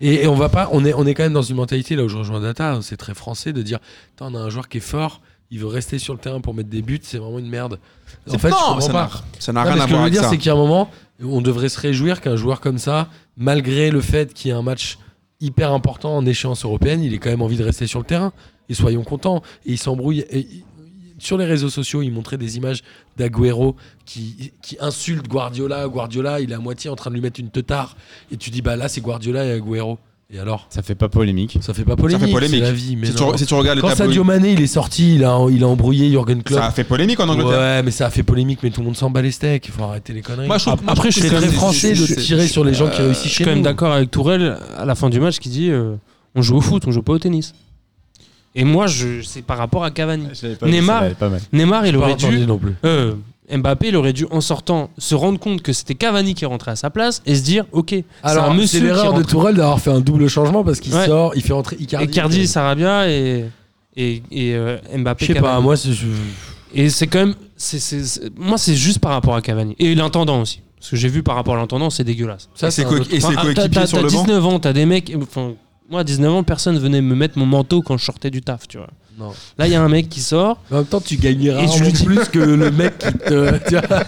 D: Et, et on va pas, on est, on est quand même dans une mentalité là où je rejoins Data, hein, c'est très français de dire, Putain, on a un joueur qui est fort, il veut rester sur le terrain pour mettre des buts, c'est vraiment une merde. En
A: c'est-
D: fait, je
A: non,
D: comprends
A: ça n'a-
D: pas.
A: ça n'a
D: Non,
A: rien
D: mais
A: à
D: ce
A: voir
D: que je veux
A: avec
D: dire,
A: ça.
D: c'est qu'il y a un moment, on devrait se réjouir qu'un joueur comme ça, malgré le fait qu'il y ait un match hyper important en échéance européenne, il ait quand même envie de rester sur le terrain. Et soyons contents. Et il s'embrouille. Et il- Sur les réseaux sociaux, il montrait des images d'Aguero qui, qui insulte Guardiola. Guardiola, il est à moitié en train de lui mettre une teutard. Et tu dis, bah là, c'est Guardiola et Aguero. Et alors
F: Ça fait pas polémique.
D: Ça fait pas polémique.
A: Ça fait polémique.
D: C'est la vie. Mais
A: Si tu,
D: non.
A: re- si tu regardes
D: Quand
A: les tableaux-
D: Sadio Mané, il est sorti, il a, il a embrouillé Jürgen Klopp.
A: ça a fait polémique en Angleterre.
D: Ouais, mais ça a fait polémique, mais tout le monde s'en bat les steaks. Il faut arrêter les conneries.
A: Moi, je trouve- moi,
D: Après,
A: je
D: je
A: trouve
D: suis
A: que
D: très
A: c'est-
D: français
A: je-
D: de
A: je-
D: tirer sur les gens qui réussissent
E: Je
D: chez
E: suis Euh, quand
D: nous.
E: même d'accord avec Tourelle à la fin du match qui dit euh, on joue au foot, on joue pas au tennis. Et moi, je, c'est par rapport à Cavani.
F: pas
E: vu, Neymar. celle-là, elle
F: pas mal.
E: Neymar, il
D: Pas
E: aurait
D: entendu
E: dû.
D: non plus.
E: euh, Mbappé, il aurait dû, en sortant, se rendre compte que c'était Cavani qui rentrait à sa place et se dire ok, c'est
D: Alors,
E: un
D: c'est
E: monsieur qui
D: l'erreur de
E: rentre.
D: Tourelle d'avoir fait un double changement parce qu'il
E: Ouais.
D: sort, il fait entrer Icardi.
E: Et Cardi, Sarabia et, et, et, euh, Mbappé.
D: Je sais pas,
E: Cavani.
D: moi, c'est- je-
E: Et c'est quand même. c'est- c'est- c'est- moi, c'est juste par rapport à Cavani. Et l'intendant aussi. Ce que j'ai vu par rapport à l'intendant, c'est dégueulasse.
D: ça,
A: Et ses
D: c'est un
A: coéqu-
D: autre- Ah,
A: et ses
E: Enfin, t'as-
A: coéquipiers
E: t'as-
A: sur
E: t'as
A: le banc.
E: 19 ans, t'as des mecs. Enfin, moi, à 19 ans, personne venait me mettre mon manteau quand je sortais du taf, tu vois.
D: Non.
E: Là, il y a un mec qui sort.
D: En même temps, tu gagnes
E: je lui
D: rarement
E: dis-
D: plus que le mec qui te. tu vois.
E: Non,
D: C'est-à-dire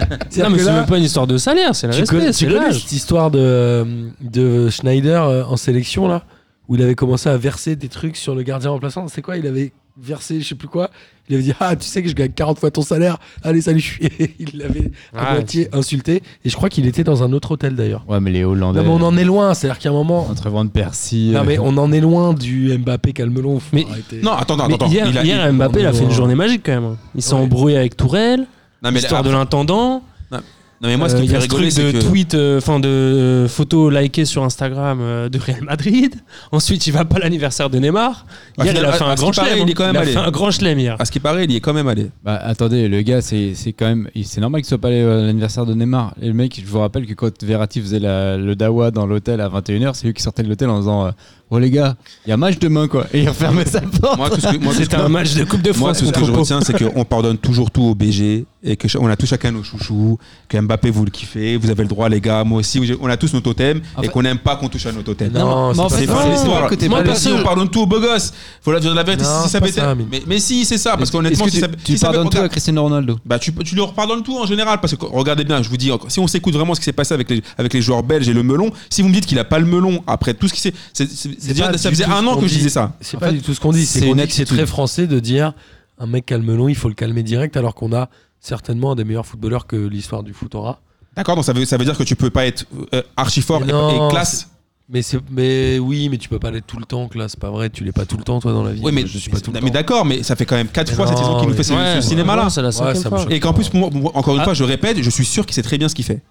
E: mais
D: que
E: c'est
D: là,
E: même pas une histoire de salaire, c'est le
D: Tu connais,
E: respect,
D: tu
E: c'est
D: connais
E: l'âge.
D: cette histoire de, de Schneider euh, en sélection là où il avait commencé à verser des trucs sur le gardien remplaçant. C'est quoi Il avait versé, je sais plus quoi. Il avait dit ah tu sais que je gagne 40 fois ton salaire. Allez salut. Et il l'avait à
E: Ah,
D: moitié insulté. Et je crois qu'il était dans un autre hôtel d'ailleurs.
F: Ouais, mais les Hollandais.
D: Non mais on en est loin. C'est-à-dire qu'à un moment.
F: Entre Van Persie.
D: Non
F: euh,
D: mais on en est loin du Mbappé calmelon.
E: Mais-
A: Non, attends, attends,
E: Mais
A: attends.
E: hier,
A: Il a-
E: hier,
D: euh,
A: il-
E: Mbappé, il a fait une
D: Ouais.
E: journée magique quand même. hein. Il s'est
D: Ouais.
E: embrouillé avec Tourelle,
A: Non, mais,
E: l'histoire
A: là-
E: de l'intendant.
A: non, mais moi, ce
E: Euh,
A: qui me
E: il y
A: fait
E: a ce
A: rigoler,
E: truc
A: c'est
E: de
A: que.
E: tweet, euh, enfin de photos likées sur Instagram euh, de Real Madrid. Ensuite, il va pas à l'anniversaire de Neymar.
A: Ah,
E: Hier, il
A: finalement,
E: a fait
A: à
E: un
A: ce
E: grand
A: qui paraît,
E: chelem.
A: il est quand
E: hein.
A: même
E: Il a
A: allé. Ah,
E: fait un grand chelem hier.
A: À ce qui paraît, il y est quand même allé.
F: Bah attendez, le gars, c'est c'est quand même. il- C'est normal qu'il soit pas allé euh, à l'anniversaire de Neymar. Et le mec, je vous rappelle que quand Verratti faisait la- le dawa dans l'hôtel à 21h, c'est lui qui sortait de l'hôtel en disant euh, Oh les gars, il y a match demain quoi. Et il refermait sa porte.
A: Moi, tout ce que- moi, tout ce
E: C'était
A: que-
E: un match de Coupe de
A: Moi,
E: France.
A: tout ce que je
E: contre Pau.
A: retiens, c'est qu'on pardonne toujours tout au BG et que ch- on a tous chacun nos chouchous, que Mbappé vous le kiffez, vous avez le droit, les gars. Moi aussi, j'ai- on a tous nos totems
F: En
A: et
F: fait-
A: qu'on n'aime pas qu'on touche à nos totems.
D: Non,
F: mais
D: c'est
F: en
D: pas
F: fait,
A: C'est
D: ça.
A: pas
E: non,
A: l'histoire.
F: que t'es
A: Moi,
F: pas
A: perso,
F: le
A: on
F: seul.
A: pardonne tout aux beaux gosses. Faut la dire la vérité.
D: Non,
A: si ça
D: c'est pas
A: pétait-
D: ça, mais-
A: mais, mais si, c'est ça. Parce qu'honnêtement,
F: Est-ce
A: si ça,
F: que tu,
A: si
F: tu
A: ça pétait-
F: pardonnes tout à Cristiano Ronaldo.
A: bah, tu, tu leur pardonnes tout en général parce que regardez bien, je vous dis si on s'écoute vraiment ce qui s'est passé avec les, avec les joueurs belges et le melon, si vous me dites qu'il a pas le melon après tout ce qui s'est c'est- c'est- c'est déjà-
D: pas
A: ça
D: du
A: faisait
D: tout
A: un
D: ce
A: an
D: qu'on
A: que je
D: dit.
A: disais ça.
D: C'est
F: En
D: pas
F: fait,
D: du tout ce qu'on dit. C'est
F: c'est
D: qu'on
F: une
D: dit que c'est
F: attitude.
D: très français de dire un mec calmelon, il faut le calmer direct alors qu'on a certainement un des meilleurs footballeurs que l'histoire du foot aura.
A: D'accord, donc ça veut, ça veut dire que tu peux pas être euh, archi fort
D: Mais
A: et,
D: non,
A: et classe.
D: Mais, c'est, mais oui, mais tu peux pas l'être tout le temps, que là, c'est pas vrai. Tu l'es pas tout le temps, toi, dans la vie.
A: Oui, mais,
D: Moi, je suis pas tout le
A: mais
D: temps.
A: d'accord, mais ça fait quand même 4
D: Mais
A: fois cette
D: non,
A: saison qu'il nous fait
D: mais-
A: ce, ce
E: Ouais,
A: cinéma-là.
E: ouais, C'est la cinquième
D: ça me
E: fois.
D: choque.
A: Et qu'en plus, pour moi- encore une
E: Ah.
A: fois, je répète, je suis sûr qu'il sait très bien ce qu'il fait.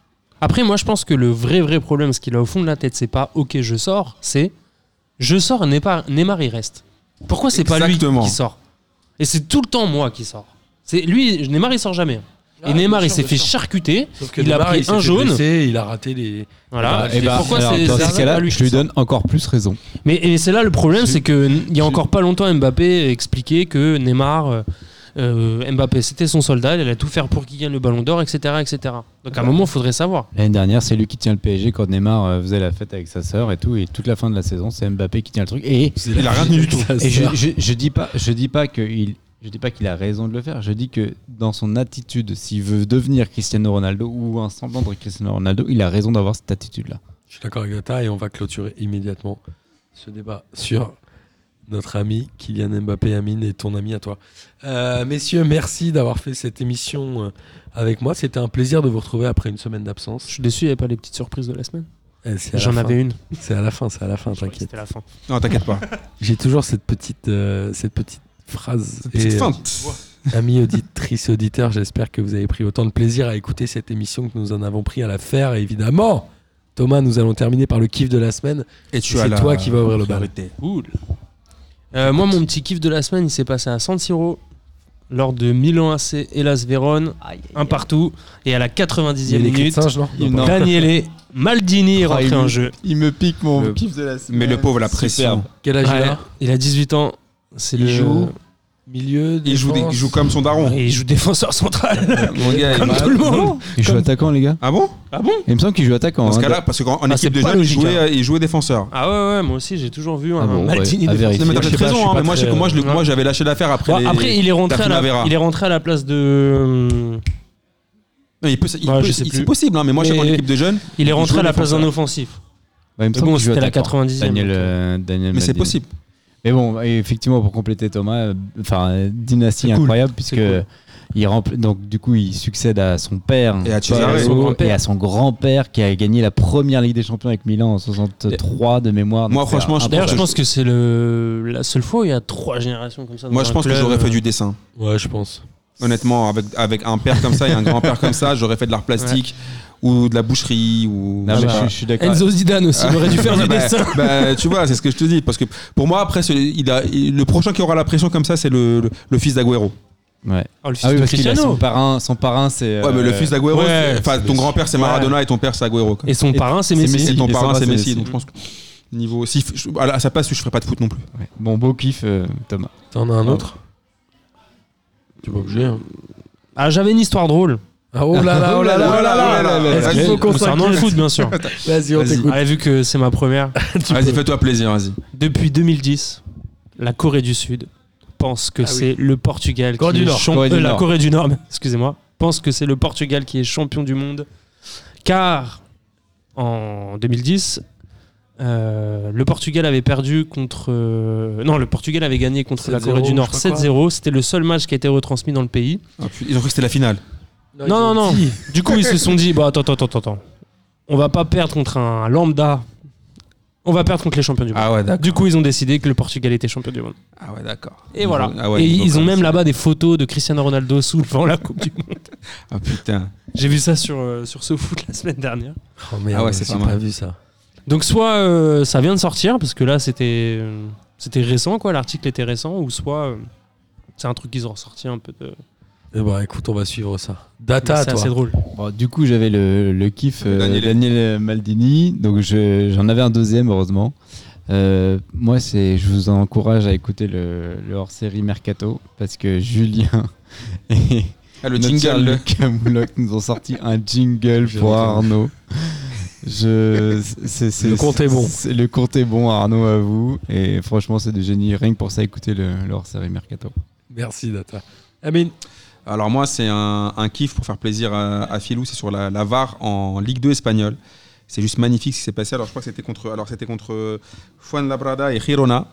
E: Après, moi, je pense que le vrai, vrai problème, ce qu'il a au fond de la tête, c'est pas OK, je sors, c'est je sors, Neymar, Neymar il reste. Pourquoi c'est pas lui
A: Exactement.
E: qui sort Et c'est tout le temps moi qui sors. C'est lui, Neymar il sort jamais.
D: Ah,
E: Et Neymar il s'est fait charcuter.
D: Sauf que
E: il a
D: Neymar,
E: pris
D: s'est
E: un
D: fait
E: jaune.
D: blesser, il a raté les.
E: Voilà.
F: Bah,
D: Ah,
E: Et
D: eh ben,
E: pourquoi
D: alors,
E: c'est
D: dans ce
E: Zaza,
D: cas-là,
E: pas lui qui sort
F: encore plus raison.
E: Mais et c'est là le problème,
F: J'ai-
E: c'est que n- il y a
F: j'ai-
E: encore pas longtemps Mbappé expliquait que Neymar, euh, euh, Mbappé c'était son soldat, il allait tout faire pour qu'il gagne le Ballon d'Or, etc., etc. Donc à un
D: Bah.
E: moment, il faudrait savoir.
F: L'année dernière, c'est lui qui tient le PSG quand Neymar euh, faisait la fête avec sa sœur et tout. Et toute la fin de la saison, c'est Mbappé qui tient le truc. Et,
A: Il a rien tenu du tout.
F: et je, je, je dis pas, je dis pas que il, je dis pas qu'il a raison de le faire. Je dis que dans son attitude, s'il veut devenir Cristiano Ronaldo ou un semblant de Cristiano Ronaldo, il a raison d'avoir cette attitude-là.
D: Je suis d'accord avec Data et on va clôturer immédiatement ce débat sur notre ami Kylian Mbappé, Amine et ton ami à toi. Euh, messieurs, merci d'avoir fait cette émission euh, avec moi. C'était un plaisir de vous retrouver après une semaine
E: Je
D: d'absence.
E: suis déçu, il n'y avait pas les petites surprises de la semaine.
D: Eh, c'est à la
E: J'en
D: fin.
E: avais une.
D: C'est à la fin, c'est à la fin, t'inquiète.
E: C'était la fin.
A: Non, t'inquiète pas.
D: J'ai toujours cette petite, euh, cette petite phrase.
A: Petite
D: Et, euh,
A: feinte.
D: Amis auditrices, auditeurs, j'espère que vous avez pris autant de plaisir à écouter cette émission que nous en avons pris à la faire. Et évidemment, Thomas, nous allons terminer par le kiff de la semaine.
A: Et tu
D: C'est
A: as la
D: toi qui vas ouvrir le bal.
A: priorité.
E: Euh, moi, mon petit kiff de la semaine, il s'est passé à San Siro lors de Milan AC Hélas Vérone, un partout, et à la 90e
D: les cris de
E: minute,
D: singe, non
F: Non.
E: Daniele Maldini est rentré en jeu.
F: Il me pique mon
A: Le-
F: kiff de la semaine.
A: Mais le pauvre, la pression.
D: Quel âge il
E: Ouais,
D: a
E: il a 18 ans. C'est
D: Il
E: le
D: joue Milieu
A: Il joue, des- il
D: défense.
A: joue comme son daron.
E: Et il joue défenseur central.
A: Mon gars, il
E: Comme
A: va-
E: tout le monde.
F: Il joue attaquant, les gars.
A: Ah bon
E: Ah bon
F: Il me semble qu'il joue attaquant.
A: Dans ce
F: hein,
A: cas-là, parce qu'en en
E: Ah, c'est
A: équipe de
E: pas
A: jeunes, il
E: logique,
A: jouait, il jouait défenseur.
E: Ah ouais, ouais, moi aussi, j'ai toujours vu un
F: Ah bon, ouais,
E: Maldini
F: à
E: défenseur.
F: vérifier.
A: Non, mais t'as
D: Je
A: peut-être
D: sais pas, je
A: raison,
D: suis
A: hein,
D: pas
A: mais moi,
D: très,
A: j'ai- moi, je- moi, j'avais lâché l'affaire après.
E: euh, Bon,
A: les-
E: après, il est, rentré à la,
A: Primavera.
E: il est rentré à la place de.
A: Non, il peut- il
E: Ouais,
A: peut-
E: je sais
A: il-
E: plus.
A: c'est possible, hein, mais moi, je sais
E: Mais-
A: qu'en équipe de jeunes,
E: Il est rentré
A: joue
E: à la place d'un
A: défenseur.
E: offensif.
F: Ouais, il me
E: Mais
F: semble
E: bon,
F: qu'il joue
E: c'était la
F: attaquant.
E: 90e.
F: hein. Daniel, euh, Daniel
A: mais c'est
F: Maldini.
A: possible.
F: Mais bon, et effectivement, pour compléter Thomas, euh, enfin, euh, dynastie
E: C'est cool.
F: incroyable puisque
E: cool.
F: il rempl- donc du coup il succède à son père
A: Et à Cesare.
F: Paolo,
A: Et à son
E: grand-père.
F: et à son grand-père qui a gagné la première Ligue des Champions avec Milan en 63 de mémoire.
A: Moi,
F: Donc, c'est
A: franchement,
F: un-
A: je-
F: un
E: D'ailleurs, je
F: bon
E: pense que c'est le... la seule fois où il y a trois générations comme ça. dans
A: Moi, je
E: un
A: pense que
E: club. euh,
A: j'aurais fait du dessin.
D: Ouais, je pense.
A: Honnêtement, avec, avec un père comme ça et un grand-père comme ça, j'aurais fait de l'art plastique ou de la boucherie ou.
F: Non,
A: je sais
F: mais je,
A: pas.
F: je suis d'accord.
E: euh, Enzo Zidane aussi, il aurait dû faire du
A: Bah,
E: dessin.
A: bah, tu vois, c'est ce que je te dis. Parce que pour moi, après, ce- il a, il- le prochain qui aura la pression comme ça, c'est le, le- le fils d'Aguero.
F: Ouais.
E: Oh, le fils
F: Ah oui,
E: de
F: parce qu'il a son
E: Cristiano.
F: parrain, son parrain, c'est.
A: Ouais, mais le
F: euh,
A: fils d'Aguero,
E: ouais,
A: c'est- enfin,
E: c'est
A: ton grand-père, c'est Maradona et ton père, c'est Aguero. quoi.
E: Et son parrain, c'est
F: c'est
E: Messi.
F: Messi.
A: Et ton
F: et son
A: parrain,
F: bras,
A: c'est
F: c'est
A: Messi.
F: Messi.
A: Donc, je pense que niveau. Si, je- à, la- à sa place, je ferais pas de foot non plus.
F: ouais. Bon, beau kiff, euh, Thomas.
D: T'en as un
F: Ah.
D: autre Tu pas obligé. hein.
E: Ah, j'avais une histoire drôle.
D: Ah, oh là là, oh là là, oh là là. Est-ce qu'il
A: Vas-y.
D: faut qu'on
E: Concernant le
D: s'inquiète
E: foot, bien sûr.
D: Vas-y, on
A: Vas-y.
D: t'écoute.
E: Allez, vu que c'est ma première.
A: Vas-y, fais-toi plaisir, vas-y.
E: Depuis 2010, la Corée du Sud pense que
D: Ah oui.
E: c'est le Portugal
D: Corée
E: qui
D: du
E: est
D: Nord,
E: champ-
F: Corée du
E: euh, la
F: Nord.
E: Corée du Nord, excusez-moi, pense que c'est le Portugal qui est champion du monde car en 2010 euh, le Portugal avait perdu contre euh, non le Portugal avait gagné contre la
D: 7-0,
E: Corée du Nord
D: je sais pas quoi.
E: 7-0 c'était le seul match qui a été retransmis dans le pays
A: Ah, puis, ils ont cru que c'était la finale.
E: non non non du coup ils se sont dit bah attends attends attends attends on va pas perdre contre un lambda on va perdre contre les champions du monde
A: Ah ouais, d'accord.
E: du coup ils ont décidé que le Portugal était champion du monde
A: Ah ouais, d'accord.
E: et voilà.
A: Ah ouais,
E: et
A: ils ont
E: ils ont même
A: commencé.
E: là-bas des photos de Cristiano Ronaldo soulevant la Coupe du Monde.
A: Ah putain.
E: J'ai vu ça sur, euh, sur ce foot la semaine dernière.
D: Oh merde,
A: Ah ouais, c'est
D: j'ai
A: pas
D: pas
A: mal.
D: vu ça.
E: Donc soit euh, ça vient de sortir parce que là c'était euh, c'était récent quoi, l'article était récent ou soit euh, c'est un truc qu'ils ont ressorti un peu de
D: Eh ben, écoute, on va suivre ça.
E: Mais
D: Data,
E: c'est assez
D: toi.
E: drôle.
F: Bon, du coup, j'avais le, le kiff euh,
A: Daniel.
F: Daniel. Maldini, donc je- j'en avais un deuxième, heureusement. Euh, moi, c'est, je vous encourage à écouter le, le hors-série Mercato, parce que Julien et
A: Ah, le
F: notre cher
A: jingle. le-
F: Lucas Mouloc nous ont sorti un jingle pour Arnaud. Je, c'est- c'est-
D: Le compte est bon.
F: c'est- le compte est bon, Arnaud, à vous. Et franchement, c'est du génie. Rien que pour ça, écoutez le, le hors-série Mercato.
D: Merci, Data. Amine.
A: Alors moi, c'est un, un kiff pour faire plaisir à, à Filou, c'est sur la, la VAR en Ligue 2 espagnole. C'est juste magnifique ce qui s'est passé. Alors je crois que c'était contre, alors c'était contre Fuenlabrada euh, et Girona.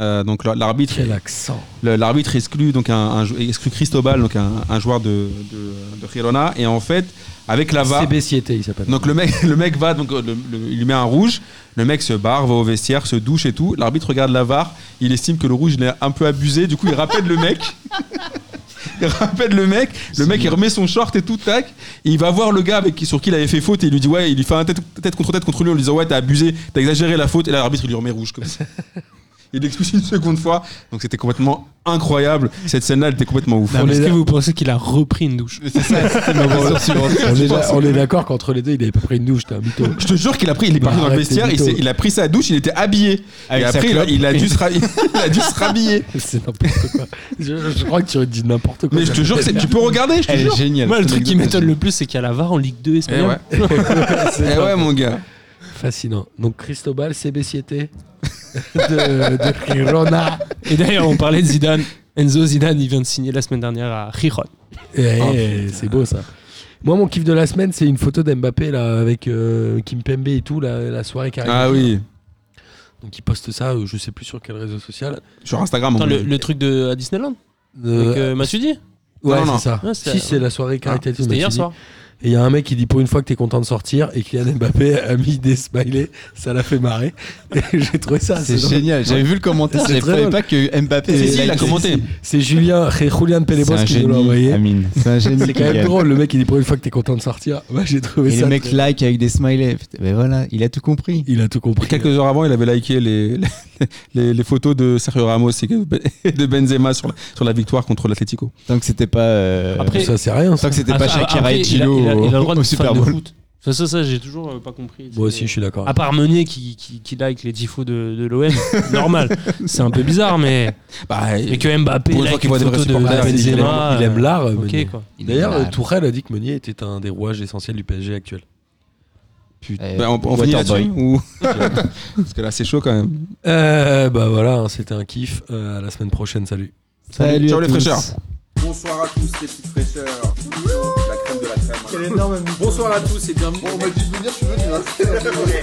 A: Euh, donc la- l'arbitre
D: Quel accent
A: le- l'arbitre exclut donc un, un jou- exclut Cristobal donc un, un joueur de, de, de Girona et en fait avec la VAR
D: C'est Bessiété, il s'appelle.
A: donc le mec le mec va donc euh, le- le- il lui met un rouge le mec se barre va au vestiaire se douche et tout l'arbitre regarde la VAR il estime que le rouge il est un peu abusé du coup il rappelle le mec il rappelle le mec le mec il remet son short et tout tac et il va voir le gars avec qui- sur qui il avait fait faute et il lui dit ouais il lui fait un tête, tête contre tête contre lui en lui disant ouais t'as abusé t'as exagéré la faute et là l'arbitre il lui remet rouge comme ça il l'expulse une seconde fois donc c'était complètement incroyable cette scène là elle était complètement ouf
E: Non, mais
D: On
E: Est-ce
D: est
E: que
D: là.
E: vous pensez qu'il a repris une douche
D: on est, d'a- on est d'accord qu'entre les deux, il avait pas pris une douche, t'es un mytho.
A: Je te jure qu'il a pris, il est parti
D: Bah,
A: dans le
D: arrête,
A: vestiaire,
D: t'es
A: il,
D: mytho.
A: s'est- il a pris sa douche, il était habillé.
F: Avec
A: et
F: sa
A: après, il a,
F: clope.
A: il a dû se ra- il a dû se rhabiller.
D: C'est n'importe quoi. Je, je crois que tu aurais dit n'importe quoi.
A: Mais je te jure, que c'est- tu peux regarder, je te
F: Elle est
A: jure.
F: géniale.
E: Moi, le truc qui m'étonne
F: le
E: le plus, c'est qu'à la VAR en Ligue 2
A: Eh ouais.
E: espagnole.
A: Eh ouais, mon gars.
D: Fascinant. Donc Cristobal, c'est Bessiété de, de Girona.
E: Et d'ailleurs, on parlait de Zidane. Enzo Zidane, il vient de signer la semaine dernière à Giron.
D: Eh, c'est beau ça. Moi, mon kiff de la semaine, c'est une photo d'Mbappé là, avec euh, Kim Kimpembe et tout, la, la soirée qui arrive.
A: Ah oui,
D: Donc il poste ça, euh, je sais plus sur quel réseau social.
A: sur Instagram. en
E: Attends, le,
A: vrai.
E: le truc de à Disneyland
D: Euh,
E: avec euh, Masuidi
D: ouais,
A: non, non.
D: c'est ça.
E: Ouais, c'est- ah,
D: si, c'est la soirée caritative.
E: C'était
D: mais
E: hier
D: tu dis-
E: soir.
D: Et il y a un mec qui dit pour une fois que t'es content de sortir et Kylian Mbappé a mis des smileys, ça l'a fait marrer. Et j'ai trouvé ça
F: C'est
D: assez drôle.
F: génial. J'avais vu le commentaire.
D: C'est
F: Je
D: très
F: savais
D: drôle.
F: pas que Mbappé.
A: Si, si,
F: avait
A: il a
F: liké.
A: commenté.
D: C'est Julien, Julian
F: C'est
D: Pelebos
F: un
D: qui nous l'a
F: génie,
D: envoyé.
F: Amine. C'est un génie.
D: C'est quand
F: Kylian.
D: même drôle, le mec il dit pour une fois que t'es content de sortir. Bah, j'ai trouvé
F: Et
D: ça.
F: le mec
D: très-
F: like avec des smileys. Putain, Mais voilà, il a tout compris.
D: Il a tout compris.
A: Quelques heures avant, il avait liké les, les, les- les photos de Sergio Ramos et de Benzema sur la, sur la victoire contre l'Atlético.
F: Tant que c'était pas. euh,
E: Après-
D: Ça c'est rien. ça.
F: Tant que c'était
E: Ah,
F: pas
E: ah,
F: Shakira
E: après, il a- il
F: et
E: a-
F: Chilo
E: il a le droit
F: au
E: d'être fan
F: Super
E: de
F: Bowl.
E: foot. Ça, ça, ça, j'ai toujours euh, pas compris.
D: Moi aussi, je suis d'accord.
E: À part Meunier qui, qui, qui like les tifos de, de l'OM, normal. C'est un peu bizarre, mais,
A: Bah,
E: mais que Mbappé
A: Pour une fois
E: like
A: qu'il
E: une
A: voit des vrais
E: photo de
A: supporters, il aime-
E: Benzema,
D: il aime
E: euh,
D: l'art. Meunier.
E: Ok, quoi.
D: D'ailleurs,
F: Il aime
D: euh, Tourelle a dit que Meunier était un des rouages essentiels du PSG actuel.
F: Eh,
A: bah, on, on finit
F: Waterboy.
A: là-dessus ou- Parce que là, c'est chaud quand même.
D: Euh, bah voilà, hein, c'était un kiff. Euh, à la semaine prochaine, salut.
F: Salut
A: Ciao
F: à
A: les
F: tous.
A: fraîcheurs.
B: Bonsoir à tous les petites fraîcheurs. La crème de la crème.
C: Quelle énorme
B: Bonsoir à tous et bienvenue.
C: On m'a dit de venir, je suis venu. hein.
B: Ouais.